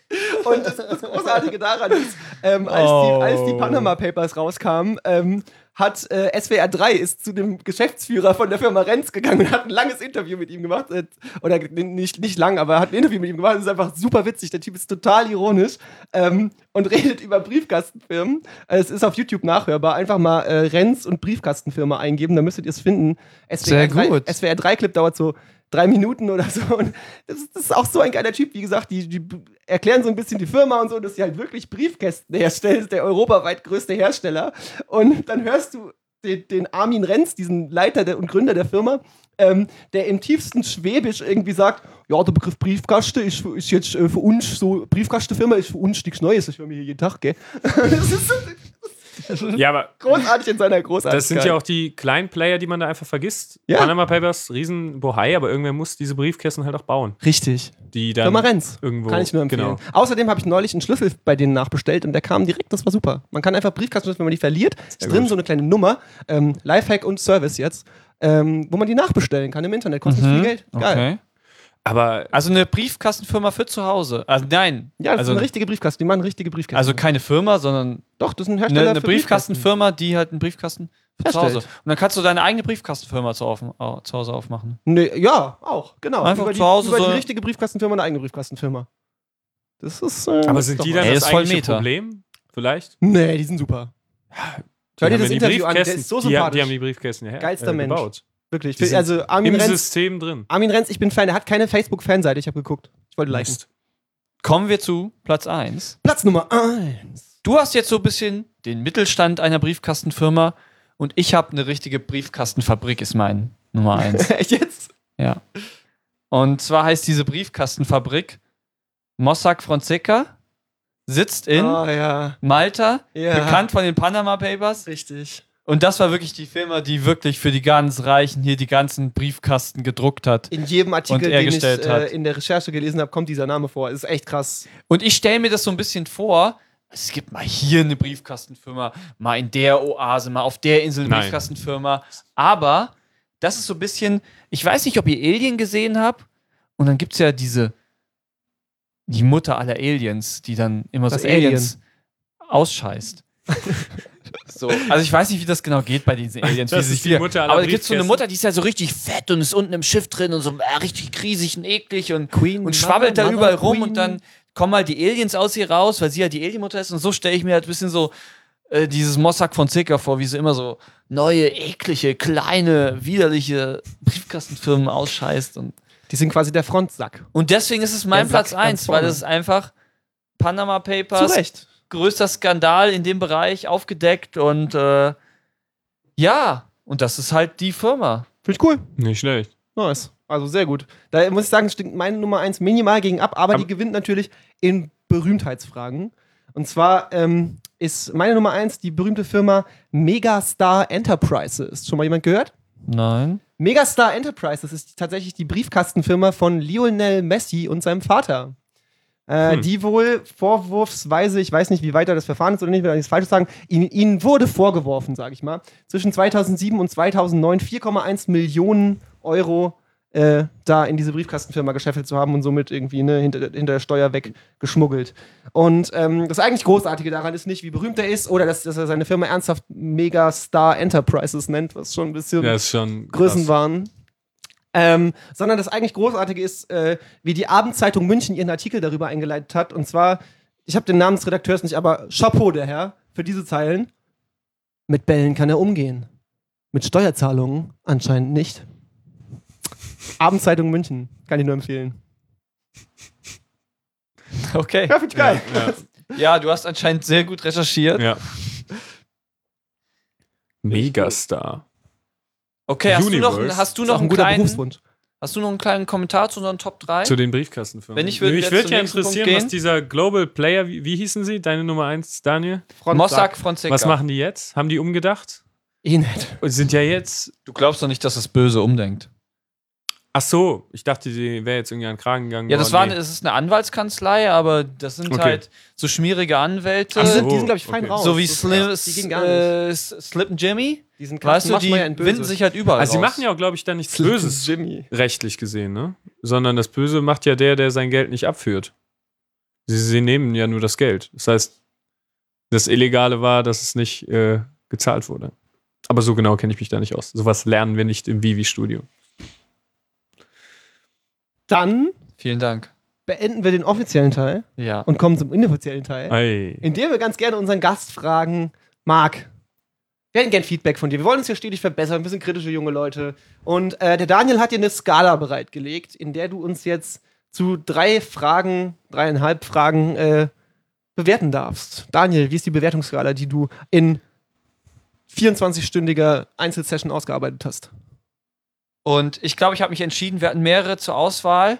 [SPEAKER 3] Und das, das Großartige daran ist, ähm, als, die, als die Panama Papers rauskamen, ähm, hat äh, SWR 3 ist zu dem Geschäftsführer von der Firma Renz gegangen und hat ein langes Interview mit ihm gemacht. Äh, oder nicht, nicht lang, aber hat ein Interview mit ihm gemacht. Das ist einfach super witzig. Der Typ ist total ironisch ähm, und redet über Briefkastenfirmen. Äh, Es ist auf YouTube nachhörbar. Einfach mal äh, Renz und Briefkastenfirma eingeben, da müsstet ihr es finden. SWR
[SPEAKER 5] Sehr
[SPEAKER 3] 3,
[SPEAKER 5] gut.
[SPEAKER 3] SWR 3 Clip dauert so drei Minuten oder so. Und das ist, das ist auch so ein geiler Typ. Wie gesagt, die, die b- erklären so ein bisschen die Firma und so, dass sie halt wirklich Briefkästen herstellen. Das ist der europaweit größte Hersteller. Und dann hörst du den, den Armin Renz, diesen Leiter der, und Gründer der Firma, ähm, der im tiefsten Schwäbisch irgendwie sagt, ja, der Begriff Briefkaste ist, für- ist jetzt äh, für uns so, Briefkastenfirma ist für uns nichts Neues, das hören wir hier jeden Tag, gell? das ist so
[SPEAKER 1] Ja, aber
[SPEAKER 3] großartig in seiner Großartigkeit.
[SPEAKER 1] das sind ja auch die kleinen Player, die man da einfach vergisst.
[SPEAKER 3] Ja.
[SPEAKER 1] Panama Papers, riesen Bohai, aber irgendwer muss diese Briefkästen halt auch bauen,
[SPEAKER 3] Richtig.
[SPEAKER 1] die dann
[SPEAKER 3] Firma Renz.
[SPEAKER 1] Ähm, irgendwo
[SPEAKER 3] Kann ich nur empfehlen.
[SPEAKER 1] Genau.
[SPEAKER 3] Außerdem habe ich neulich einen Schlüssel bei denen nachbestellt und der kam direkt, das war super. Man kann einfach Briefkastenschlüssel, wenn man die verliert, ist drin
[SPEAKER 1] gut.
[SPEAKER 3] so eine kleine Nummer, ähm, Lifehack und Service jetzt, ähm, wo man die nachbestellen kann im Internet. Kostet
[SPEAKER 1] Mhm.
[SPEAKER 3] nicht viel Geld. Geil.
[SPEAKER 2] Okay.
[SPEAKER 1] Aber
[SPEAKER 2] Also eine Briefkastenfirma für zu Hause. Also nein.
[SPEAKER 3] Ja, das
[SPEAKER 2] also,
[SPEAKER 3] ist eine richtige Briefkasten. Die machen richtige Briefkästen.
[SPEAKER 2] also keine Firma, sondern
[SPEAKER 3] doch, das ist ein
[SPEAKER 2] eine,
[SPEAKER 3] Hersteller
[SPEAKER 2] eine
[SPEAKER 3] für Briefkästen.
[SPEAKER 2] Briefkastenfirma, die halt einen Briefkasten für zu
[SPEAKER 3] Herstellt.
[SPEAKER 2] Hause. Und dann kannst du deine eigene Briefkastenfirma zu, auf, au- zu Hause aufmachen.
[SPEAKER 3] Nee, ja, auch, genau.
[SPEAKER 2] Einfach
[SPEAKER 3] über die,
[SPEAKER 2] zu Hause
[SPEAKER 3] über
[SPEAKER 2] so-
[SPEAKER 3] die richtige Briefkastenfirma eine eigene Briefkastenfirma. Das ist. Äh,
[SPEAKER 1] Aber
[SPEAKER 3] das
[SPEAKER 1] sind
[SPEAKER 3] ist
[SPEAKER 1] die
[SPEAKER 3] doch
[SPEAKER 1] dann
[SPEAKER 2] Ey,
[SPEAKER 1] das
[SPEAKER 2] ist voll
[SPEAKER 1] eigentliche
[SPEAKER 2] Meter.
[SPEAKER 1] Problem? Vielleicht?
[SPEAKER 3] was. Nee, die sind super.
[SPEAKER 1] Die
[SPEAKER 3] Hör dir
[SPEAKER 1] haben
[SPEAKER 3] das
[SPEAKER 1] ja die
[SPEAKER 3] Interview an, der
[SPEAKER 1] Briefkästen-
[SPEAKER 3] ist so
[SPEAKER 1] die, haben-
[SPEAKER 3] sympathisch.
[SPEAKER 1] die haben die Briefkästen ja her-
[SPEAKER 3] Geilster Mensch.
[SPEAKER 1] gebaut.
[SPEAKER 3] Wirklich.
[SPEAKER 1] Die sind
[SPEAKER 3] also Armin
[SPEAKER 1] Im
[SPEAKER 3] Renz,
[SPEAKER 1] System drin.
[SPEAKER 3] Armin Renz, ich bin Fan, der hat keine Facebook-Fanseite, ich habe geguckt. Ich wollte liken.
[SPEAKER 2] Kommen wir zu Platz 1.
[SPEAKER 3] Platz Nummer 1.
[SPEAKER 2] Du hast jetzt so ein bisschen den Mittelstand einer Briefkastenfirma und ich habe eine richtige Briefkastenfabrik, ist mein Nummer 1.
[SPEAKER 3] Echt jetzt?
[SPEAKER 2] Ja. Und zwar heißt diese Briefkastenfabrik Mossack Fonseca, sitzt in
[SPEAKER 3] Ah, ja.
[SPEAKER 2] Malta,
[SPEAKER 3] Ja.
[SPEAKER 2] bekannt von den Panama Papers.
[SPEAKER 3] Richtig.
[SPEAKER 2] Und das war wirklich die Firma, die wirklich für die ganz Reichen hier die ganzen Briefkasten gedruckt hat.
[SPEAKER 3] In jedem Artikel,
[SPEAKER 2] Und er
[SPEAKER 3] den ich
[SPEAKER 2] gestellt hat.
[SPEAKER 3] äh, in der Recherche gelesen habe, kommt dieser Name vor. Ist echt krass.
[SPEAKER 2] Und ich stelle mir das so ein bisschen vor. Es gibt mal hier eine Briefkastenfirma, mal in der Oase, mal auf der Insel eine
[SPEAKER 1] Nein.
[SPEAKER 2] Briefkastenfirma. Aber das ist so ein bisschen, ich weiß nicht, ob ihr Alien gesehen habt. Und dann gibt es ja diese, die Mutter aller Aliens, die dann immer
[SPEAKER 3] Das
[SPEAKER 2] so Aliens ausscheißt. so, also ich weiß nicht, wie das genau geht bei diesen Aliens.
[SPEAKER 1] Das
[SPEAKER 2] wie sie
[SPEAKER 1] ist die
[SPEAKER 2] wieder-
[SPEAKER 1] Mutter aller
[SPEAKER 2] aber es gibt so eine
[SPEAKER 1] Briefkästen.
[SPEAKER 2] Mutter, die ist ja so richtig fett und ist unten im Schiff drin und so äh, richtig riesig und eklig und
[SPEAKER 3] Queen.
[SPEAKER 2] und schwabbelt da überall rum und dann kommen halt die Aliens aus ihr raus, weil sie ja die Alienmutter ist. Und so stelle ich mir halt ein bisschen so äh, dieses Mossack von Zika vor, wie sie immer so neue, eklige, kleine, widerliche Briefkastenfirmen ausscheißt. Und,
[SPEAKER 3] Die sind quasi der Frontsack.
[SPEAKER 2] und deswegen ist es mein
[SPEAKER 3] Der Sack
[SPEAKER 2] Platz
[SPEAKER 3] ganz
[SPEAKER 2] 1, weil
[SPEAKER 3] vorne.
[SPEAKER 2] das ist einfach Panama Papers,
[SPEAKER 3] Recht.
[SPEAKER 2] größter Skandal in dem Bereich aufgedeckt und äh, ja, und das ist halt die Firma.
[SPEAKER 3] Finde ich cool.
[SPEAKER 1] Nicht schlecht.
[SPEAKER 3] Nice. Also sehr gut. Da muss ich sagen, stinkt meine Nummer 1 minimal gegen ab, aber die
[SPEAKER 1] Aber-
[SPEAKER 3] gewinnt natürlich in Berühmtheitsfragen. Und zwar ähm, ist meine Nummer 1 die berühmte Firma Megastar Enterprises. Schon mal jemand gehört?
[SPEAKER 2] Nein.
[SPEAKER 3] Megastar Enterprises ist tatsächlich die Briefkastenfirma von Lionel Messi und seinem Vater. Äh,
[SPEAKER 1] Hm.
[SPEAKER 3] Die wohl vorwurfsweise, ich weiß nicht, wie weiter das Verfahren ist oder nicht, will ich nichts Falsches sagen, ihnen, ihnen wurde vorgeworfen, sage ich mal, zwischen 2007 und 2009 4,1 Millionen Euro äh, da in diese Briefkastenfirma gescheffelt zu haben und somit irgendwie ne, hinter, hinter der Steuer weggeschmuggelt. Und ähm, das eigentlich Großartige daran ist nicht, wie berühmt er ist oder dass, dass er seine Firma ernsthaft Megastar Enterprises nennt, was schon ein bisschen
[SPEAKER 1] Ja, ist schon. krass.
[SPEAKER 3] Größenwahn. Ähm, sondern das eigentlich Großartige ist, äh, wie die Abendzeitung München ihren Artikel darüber eingeleitet hat. Und zwar, ich habe den Namen des Redakteurs nicht, aber Chapeau, der Herr, für diese Zeilen. Mit Bällen kann er umgehen. Mit Steuerzahlungen anscheinend nicht. Abendzeitung München, kann ich nur empfehlen.
[SPEAKER 2] Okay.
[SPEAKER 3] Ja, finde ich geil.
[SPEAKER 2] Ja, du hast anscheinend sehr gut recherchiert.
[SPEAKER 1] Ja. Megastar.
[SPEAKER 2] Okay, hast du noch,
[SPEAKER 1] Universe.
[SPEAKER 2] hast du
[SPEAKER 3] Ist auch
[SPEAKER 2] noch einen
[SPEAKER 3] guter
[SPEAKER 2] kleinen
[SPEAKER 3] Berufswunsch.
[SPEAKER 2] Hast du noch einen kleinen Kommentar zu unseren Top 3?
[SPEAKER 1] Zu den Briefkastenfirmen.
[SPEAKER 2] Wenn ich würd
[SPEAKER 1] Mich
[SPEAKER 2] jetzt
[SPEAKER 1] würde
[SPEAKER 2] zum
[SPEAKER 1] ja
[SPEAKER 2] nächsten Punkt
[SPEAKER 1] interessieren, was
[SPEAKER 2] gehen.
[SPEAKER 1] dieser Global Player, wie, wie hießen sie? Deine Nummer 1, Daniel?
[SPEAKER 3] Front
[SPEAKER 2] Mossack
[SPEAKER 3] sagt,
[SPEAKER 2] Fonseca.
[SPEAKER 1] Was machen die jetzt? Haben die umgedacht?
[SPEAKER 3] Eh nicht.
[SPEAKER 1] Und sind ja jetzt.
[SPEAKER 2] Du glaubst doch nicht, dass das Böse umdenkt.
[SPEAKER 1] Ach so, ich dachte, sie wäre jetzt irgendwie an den Kragen gegangen.
[SPEAKER 2] Ja, das
[SPEAKER 1] worden.
[SPEAKER 2] war, es ist eine Anwaltskanzlei, aber das sind
[SPEAKER 1] Okay.
[SPEAKER 2] halt so schmierige Anwälte.
[SPEAKER 1] Ach
[SPEAKER 3] Die
[SPEAKER 1] so,
[SPEAKER 3] sind, die sind glaube ich, fein
[SPEAKER 1] okay.
[SPEAKER 3] raus.
[SPEAKER 2] Äh, so wie
[SPEAKER 3] Das-
[SPEAKER 2] Slim,
[SPEAKER 3] Die gehen gar nicht.
[SPEAKER 2] äh, Slip and Jimmy.
[SPEAKER 3] Die sind
[SPEAKER 2] Weißt
[SPEAKER 3] Carsten
[SPEAKER 2] du, die
[SPEAKER 3] Maschmeyer in Böse.
[SPEAKER 2] winden sich halt überall.
[SPEAKER 1] Also, sie
[SPEAKER 2] raus.
[SPEAKER 1] machen ja auch, glaube ich, da nichts Böses
[SPEAKER 3] Jimmy.
[SPEAKER 1] rechtlich gesehen, ne? Sondern das Böse macht ja der, der sein Geld nicht abführt. Sie, sie nehmen ja nur das Geld. Das heißt, das Illegale war, dass es nicht äh, gezahlt wurde. Aber so genau kenne ich mich da nicht aus. Sowas lernen wir nicht im Vivi-Studio.
[SPEAKER 3] Dann
[SPEAKER 2] Vielen Dank.
[SPEAKER 3] beenden wir den offiziellen Teil
[SPEAKER 2] Ja.
[SPEAKER 3] und kommen zum inoffiziellen Teil,
[SPEAKER 1] Ei.
[SPEAKER 3] in dem wir ganz gerne unseren Gast fragen, Marc, wir hätten gern Feedback von dir. Wir wollen uns hier stetig verbessern. Wir sind kritische junge Leute. Und äh, der Daniel hat dir eine Skala bereitgelegt, in der du uns jetzt zu drei Fragen, dreieinhalb Fragen äh, bewerten darfst. Daniel, wie ist die Bewertungsskala, die du in 24-stündiger Einzelsession ausgearbeitet hast?
[SPEAKER 2] Und ich glaube, ich habe mich entschieden, wir hatten mehrere zur Auswahl.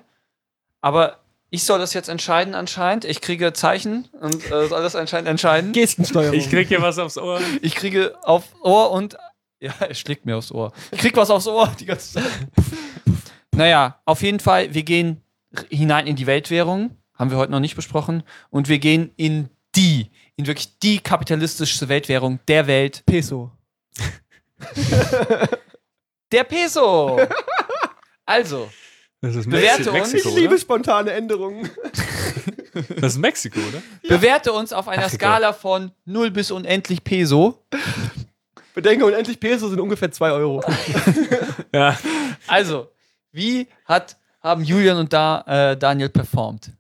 [SPEAKER 2] Aber ich soll das jetzt entscheiden anscheinnd. Ich kriege Zeichen und äh, soll das anscheinend entscheiden.
[SPEAKER 3] Gestensteuerung.
[SPEAKER 1] Ich krieg hier was aufs Ohr.
[SPEAKER 2] Ich kriege auf Ohr und. Ja, er schlägt mir aufs Ohr. Ich krieg was aufs Ohr die ganze Zeit. naja, auf jeden Fall, wir gehen r- hinein in die Weltwährung. Haben wir heute noch nicht besprochen. Und wir gehen in die, in wirklich die kapitalistischste Weltwährung der Welt,
[SPEAKER 3] Peso.
[SPEAKER 2] der Peso. also,
[SPEAKER 1] Das ist
[SPEAKER 2] Bewerte uns.
[SPEAKER 1] Mexiko,
[SPEAKER 3] Ich liebe
[SPEAKER 1] oder?
[SPEAKER 3] spontane Änderungen.
[SPEAKER 1] Das ist Mexiko, oder?
[SPEAKER 2] bewerte uns auf einer
[SPEAKER 1] Ach, egal.
[SPEAKER 2] Skala von 0 bis unendlich Peso.
[SPEAKER 3] Bedenke, unendlich Peso sind ungefähr 2 Euro.
[SPEAKER 1] Ja.
[SPEAKER 2] Also, wie hat, haben Julian und da, äh, Daniel performt?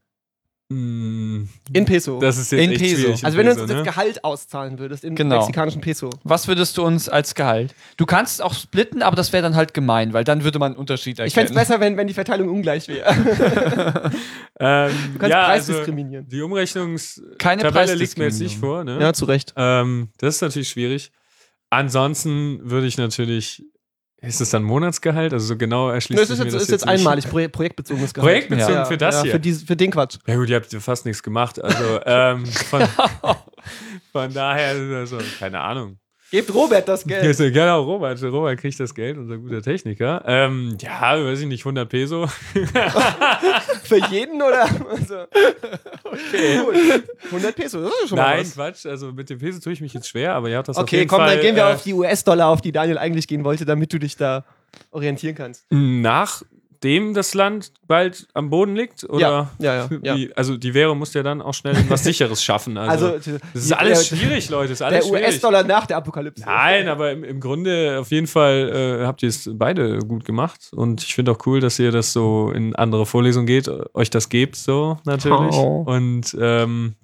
[SPEAKER 1] Hm,
[SPEAKER 3] Oh. In Peso.
[SPEAKER 1] Das ist jetzt
[SPEAKER 2] In
[SPEAKER 1] echt
[SPEAKER 2] Peso.
[SPEAKER 1] schwierig.
[SPEAKER 3] also wenn du uns
[SPEAKER 1] Peso,
[SPEAKER 3] das
[SPEAKER 1] ne?
[SPEAKER 3] Gehalt auszahlen würdest in
[SPEAKER 2] Genau.
[SPEAKER 3] mexikanischen Peso.
[SPEAKER 2] Was würdest du uns als Gehalt? Du kannst auch splitten, aber das wäre dann halt gemein, weil dann würde man einen Unterschied erkennen.
[SPEAKER 3] Ich fände es besser, wenn, wenn die Verteilung ungleich wäre.
[SPEAKER 1] ähm,
[SPEAKER 3] Du kannst
[SPEAKER 1] ja,
[SPEAKER 3] Preis
[SPEAKER 1] also
[SPEAKER 3] diskriminieren.
[SPEAKER 1] die
[SPEAKER 2] Keine
[SPEAKER 1] Umrechnungstabelle liegt mir jetzt nicht vor. Ne?
[SPEAKER 3] zu Recht.
[SPEAKER 1] Ähm, das ist natürlich schwierig. Ansonsten würde ich natürlich, ist es dann Monatsgehalt? Also so genau erschließt
[SPEAKER 3] Das ist
[SPEAKER 1] sich mir
[SPEAKER 3] jetzt,
[SPEAKER 1] das
[SPEAKER 3] ist jetzt
[SPEAKER 1] nicht.
[SPEAKER 3] einmalig, Pro projektbezogenes Gehalt.
[SPEAKER 1] Projektbezogen
[SPEAKER 3] Ja,
[SPEAKER 1] für das
[SPEAKER 3] ja,
[SPEAKER 1] hier.
[SPEAKER 3] Für, dies, für den Quatsch.
[SPEAKER 1] Ja gut, ihr habt fast nichts gemacht. Also ähm, von, von daher, also, keine Ahnung.
[SPEAKER 3] Gebt Robert das Geld.
[SPEAKER 1] Also, genau, Robert. Robert kriegt das Geld, unser guter Techniker. Ähm, ja, weiß ich nicht, 100 Peso.
[SPEAKER 3] für jeden oder? Also, okay. 100 Peso, das ist schon mal
[SPEAKER 1] Nein,
[SPEAKER 3] was.
[SPEAKER 1] Quatsch. Also mit dem Peso tue ich mich jetzt schwer, aber ihr habt das auf
[SPEAKER 3] Okay,
[SPEAKER 1] jeden
[SPEAKER 3] komm,
[SPEAKER 1] Fall.
[SPEAKER 3] dann gehen wir
[SPEAKER 1] äh,
[SPEAKER 3] auf die US-Dollar, auf die Daniel eigentlich gehen wollte, damit du dich da orientieren kannst.
[SPEAKER 1] Nachdem das Land bald am Boden liegt? Oder
[SPEAKER 3] Ja, ja, ja.
[SPEAKER 1] Wie, also die Währung muss ja dann auch schnell was Sicheres schaffen. Also,
[SPEAKER 3] Also, die-
[SPEAKER 1] das ist alles
[SPEAKER 3] der-
[SPEAKER 1] schwierig, Leute. Das ist alles
[SPEAKER 3] Der
[SPEAKER 1] schwierig.
[SPEAKER 3] US-Dollar nach der Apokalypse.
[SPEAKER 1] Nein, aber im, im Grunde auf jeden Fall äh, habt ihr es beide gut gemacht. Und ich finde auch cool, dass ihr das so in andere Vorlesungen geht, euch das gebt, so natürlich.
[SPEAKER 3] Oh.
[SPEAKER 1] Und ähm,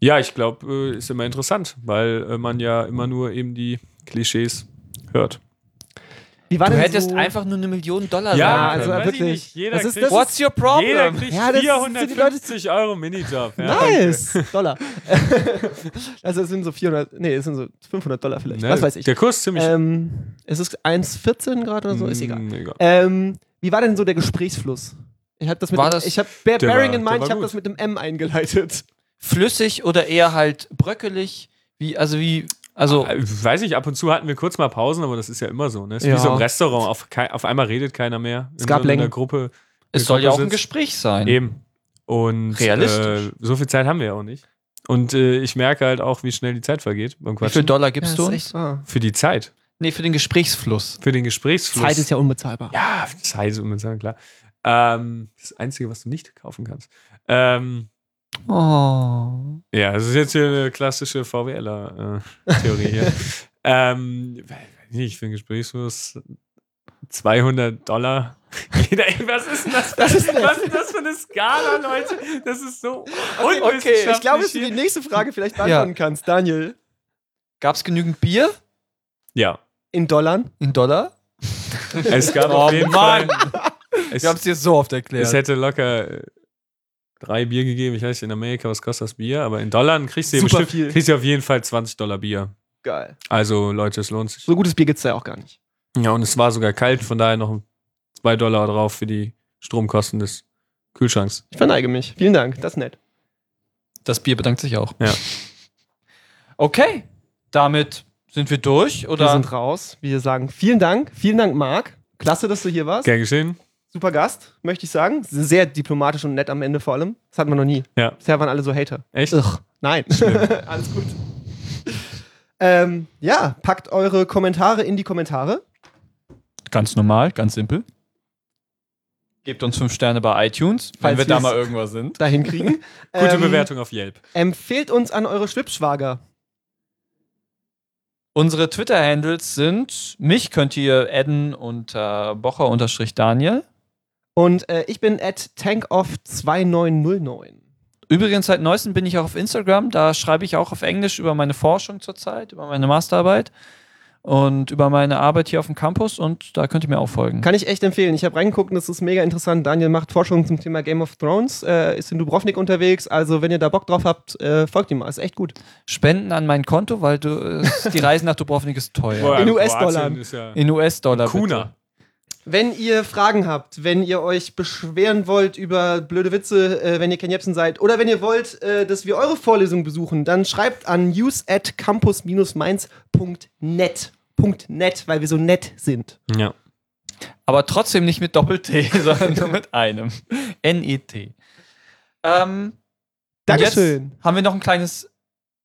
[SPEAKER 1] ja, ich glaube, äh, ist immer interessant, weil äh, man ja immer nur eben die Klischees hört.
[SPEAKER 3] Wie war
[SPEAKER 2] Du
[SPEAKER 3] denn
[SPEAKER 2] hättest
[SPEAKER 3] so-
[SPEAKER 2] einfach nur eine Million Dollar
[SPEAKER 3] Ja,
[SPEAKER 2] sagen
[SPEAKER 3] also
[SPEAKER 2] können.
[SPEAKER 1] weiß ich
[SPEAKER 3] wirklich.
[SPEAKER 1] nicht. Jeder
[SPEAKER 3] Das ist-
[SPEAKER 1] kriegt-
[SPEAKER 3] das
[SPEAKER 2] What's your
[SPEAKER 1] Jeder
[SPEAKER 2] problem?
[SPEAKER 1] kriegt
[SPEAKER 3] Ja, das sind die Leute-
[SPEAKER 1] 450 Euro Minijob. Ja,
[SPEAKER 3] Nice! Dollar. also es sind so 400, nee, es sind so 500 Dollar vielleicht,
[SPEAKER 1] Ne,
[SPEAKER 3] was weiß ich.
[SPEAKER 1] Der Kurs ist ziemlich.
[SPEAKER 3] Ähm, es ist 1,14 Grad oder so, ist egal.
[SPEAKER 1] Mm, egal.
[SPEAKER 3] Ähm, wie war denn so der Gesprächsfluss? Ich habe das mit
[SPEAKER 2] War
[SPEAKER 3] dem,
[SPEAKER 2] das-
[SPEAKER 3] ich habe Bear
[SPEAKER 1] Der
[SPEAKER 3] Bearing
[SPEAKER 1] war-
[SPEAKER 3] in
[SPEAKER 1] der
[SPEAKER 3] mind,
[SPEAKER 1] war
[SPEAKER 3] ich habe
[SPEAKER 1] gut.
[SPEAKER 3] das mit dem M eingeleitet.
[SPEAKER 2] Flüssig oder eher halt bröckelig? Wie, also wie, also
[SPEAKER 1] Äh, Weiß ich, ab und zu hatten wir kurz mal Pausen, aber das ist ja immer so. Ne? Ist
[SPEAKER 3] Ja.
[SPEAKER 1] wie so im Restaurant. Auf, kei- auf einmal redet keiner mehr.
[SPEAKER 3] Es gab
[SPEAKER 1] in, so einer
[SPEAKER 3] Längen.
[SPEAKER 1] Gruppe.
[SPEAKER 2] es soll ja auch ein
[SPEAKER 1] sitzt-
[SPEAKER 2] Gespräch sein.
[SPEAKER 1] Eben. Und
[SPEAKER 2] Realistisch.
[SPEAKER 1] Äh, so viel Zeit haben wir ja auch nicht. Und äh, ich merke halt auch, wie schnell die Zeit vergeht beim
[SPEAKER 2] Wie viel
[SPEAKER 1] Quatschen.
[SPEAKER 2] Dollar gibst du uns?
[SPEAKER 3] Ah.
[SPEAKER 1] Für die Zeit,
[SPEAKER 2] Nee, für den Gesprächsfluss.
[SPEAKER 1] für den Gesprächsfluss.
[SPEAKER 3] Zeit ist ja unbezahlbar.
[SPEAKER 1] Ja, Zeit ist unbedingt klar. Ähm, das Einzige, was du nicht kaufen kannst. Ähm,
[SPEAKER 2] Oh.
[SPEAKER 1] Ja, das ist jetzt hier eine klassische VWLer-Theorie äh, hier. ähm, weiß nicht, für ein Gesprächsfluss 200 Dollar. Jeder, ey, was ist denn das? Was ist, das für eine Skala, Leute? Das ist so okay,
[SPEAKER 3] Ich glaube, dass du die nächste Frage vielleicht beantworten kannst, Daniel.
[SPEAKER 2] Gab es genügend Bier
[SPEAKER 1] Ja,
[SPEAKER 3] In Dollar?
[SPEAKER 2] in Dollar?
[SPEAKER 1] es gab
[SPEAKER 2] Oh,
[SPEAKER 1] auf jeden
[SPEAKER 2] Mann.
[SPEAKER 1] Fall... Es,
[SPEAKER 2] Wir haben es dir so oft erklärt.
[SPEAKER 1] es hätte locker äh, drei Bier gegeben. Ich weiß nicht, in Amerika, was kostet das Bier? Aber in Dollar kriegst du,
[SPEAKER 3] Super
[SPEAKER 1] bestimmt,
[SPEAKER 3] viel.
[SPEAKER 1] kriegst du auf jeden Fall 20 Dollar Bier.
[SPEAKER 3] Geil.
[SPEAKER 1] Also, Leute, es lohnt sich.
[SPEAKER 3] So gutes Bier gibt's da ja auch gar nicht.
[SPEAKER 1] Ja, und es war sogar kalt, von daher noch 2 Dollar drauf für die Stromkosten des Kühlschranks.
[SPEAKER 3] Ich verneige mich. Vielen Dank, das ist nett.
[SPEAKER 2] Das Bier bedankt sich auch.
[SPEAKER 1] Ja.
[SPEAKER 2] Okay, damit sind wir durch,
[SPEAKER 3] Wir
[SPEAKER 2] oder?
[SPEAKER 3] sind raus. Wir sagen vielen Dank. Vielen Dank, Marc. Klasse, dass du hier warst.
[SPEAKER 1] Gern geschehen.
[SPEAKER 3] Super Gast, möchte ich sagen. Sehr diplomatisch und nett am Ende vor allem. Das hatten wir noch nie.
[SPEAKER 1] Ja.
[SPEAKER 3] Bisher waren alle so Hater.
[SPEAKER 1] Echt?
[SPEAKER 3] Nein.
[SPEAKER 1] Schlimm.
[SPEAKER 3] Alles gut. Ähm, ja, packt eure Kommentare in die Kommentare.
[SPEAKER 2] Ganz normal, ganz simpel. Gebt uns fünf Sterne bei iTunes,
[SPEAKER 3] Falls
[SPEAKER 2] wenn wir da
[SPEAKER 3] wir's-
[SPEAKER 2] mal irgendwas sind.
[SPEAKER 3] Dahin kriegen.
[SPEAKER 1] Gute
[SPEAKER 3] Ähm,
[SPEAKER 1] Bewertung auf Yelp.
[SPEAKER 3] Empfehlt uns an eure Schlipschwager.
[SPEAKER 2] Unsere Twitter-Handles sind, mich könnt ihr adden unter bocher-daniel.
[SPEAKER 3] Und äh, ich bin at tankoff2909.
[SPEAKER 2] Übrigens, seit neuestem bin ich auch auf Instagram. Da schreibe ich auch auf Englisch über meine Forschung zurzeit, über meine Masterarbeit und über meine Arbeit hier auf dem Campus. Und da könnt ihr mir auch folgen.
[SPEAKER 3] Kann ich echt empfehlen. Ich habe reingeguckt und das ist mega interessant. Daniel macht Forschung zum Thema Game of Thrones, äh, ist in Dubrovnik unterwegs. Also, wenn ihr da Bock drauf habt, äh, folgt ihm mal. Ist echt gut.
[SPEAKER 2] Spenden an mein Konto, weil du, äh, die Reise nach Dubrovnik ist teuer.
[SPEAKER 1] Boah,
[SPEAKER 3] in
[SPEAKER 1] Kroatien
[SPEAKER 3] US-Dollar.
[SPEAKER 1] ist Ja
[SPEAKER 2] In US-Dollar. bitte.
[SPEAKER 1] Kuna.
[SPEAKER 3] Wenn ihr Fragen habt, wenn ihr euch beschweren wollt über blöde Witze, äh, wenn ihr Ken Jebsen seid, oder wenn ihr wollt, äh, dass wir eure Vorlesung besuchen, dann schreibt an news at campus-mainz.net. Punkt .net, weil wir so nett sind.
[SPEAKER 1] Ja.
[SPEAKER 2] Aber trotzdem nicht mit Doppel-T, sondern nur mit einem. N-E-T. Ähm, und
[SPEAKER 3] Dankeschön.
[SPEAKER 2] Jetzt haben wir noch ein kleines,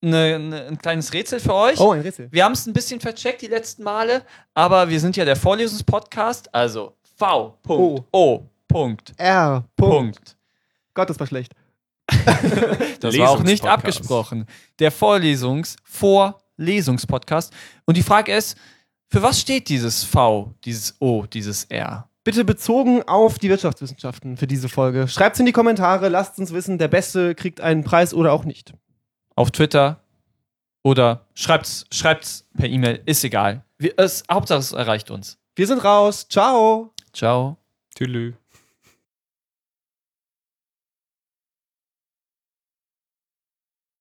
[SPEAKER 2] ne, ne, ein kleines Rätsel für euch.
[SPEAKER 3] Oh, ein Rätsel.
[SPEAKER 2] Wir haben es ein bisschen vercheckt die letzten Male, aber wir sind ja der Vorlesungspodcast, also V. Punkt
[SPEAKER 3] Oh.
[SPEAKER 2] O. Punkt.
[SPEAKER 3] R. Punkt.
[SPEAKER 2] Punkt.
[SPEAKER 3] Gott, das war schlecht.
[SPEAKER 2] Das war auch nicht
[SPEAKER 1] Lesungspodcast.
[SPEAKER 2] abgesprochen. Der Vorlesungs-, Vorlesungspodcast. Und die Frage ist, für was steht dieses V, dieses O, dieses R?
[SPEAKER 3] Bitte bezogen auf die Wirtschaftswissenschaften für diese Folge. Schreibt's in die Kommentare, lasst uns wissen, der Beste kriegt einen Preis oder auch nicht.
[SPEAKER 2] auf Twitter oder schreibt's, schreibt's per E-Mail, ist egal. Wir, es, Hauptsache es erreicht uns.
[SPEAKER 3] Wir sind raus. Ciao.
[SPEAKER 2] Ciao.
[SPEAKER 1] Tüdelü.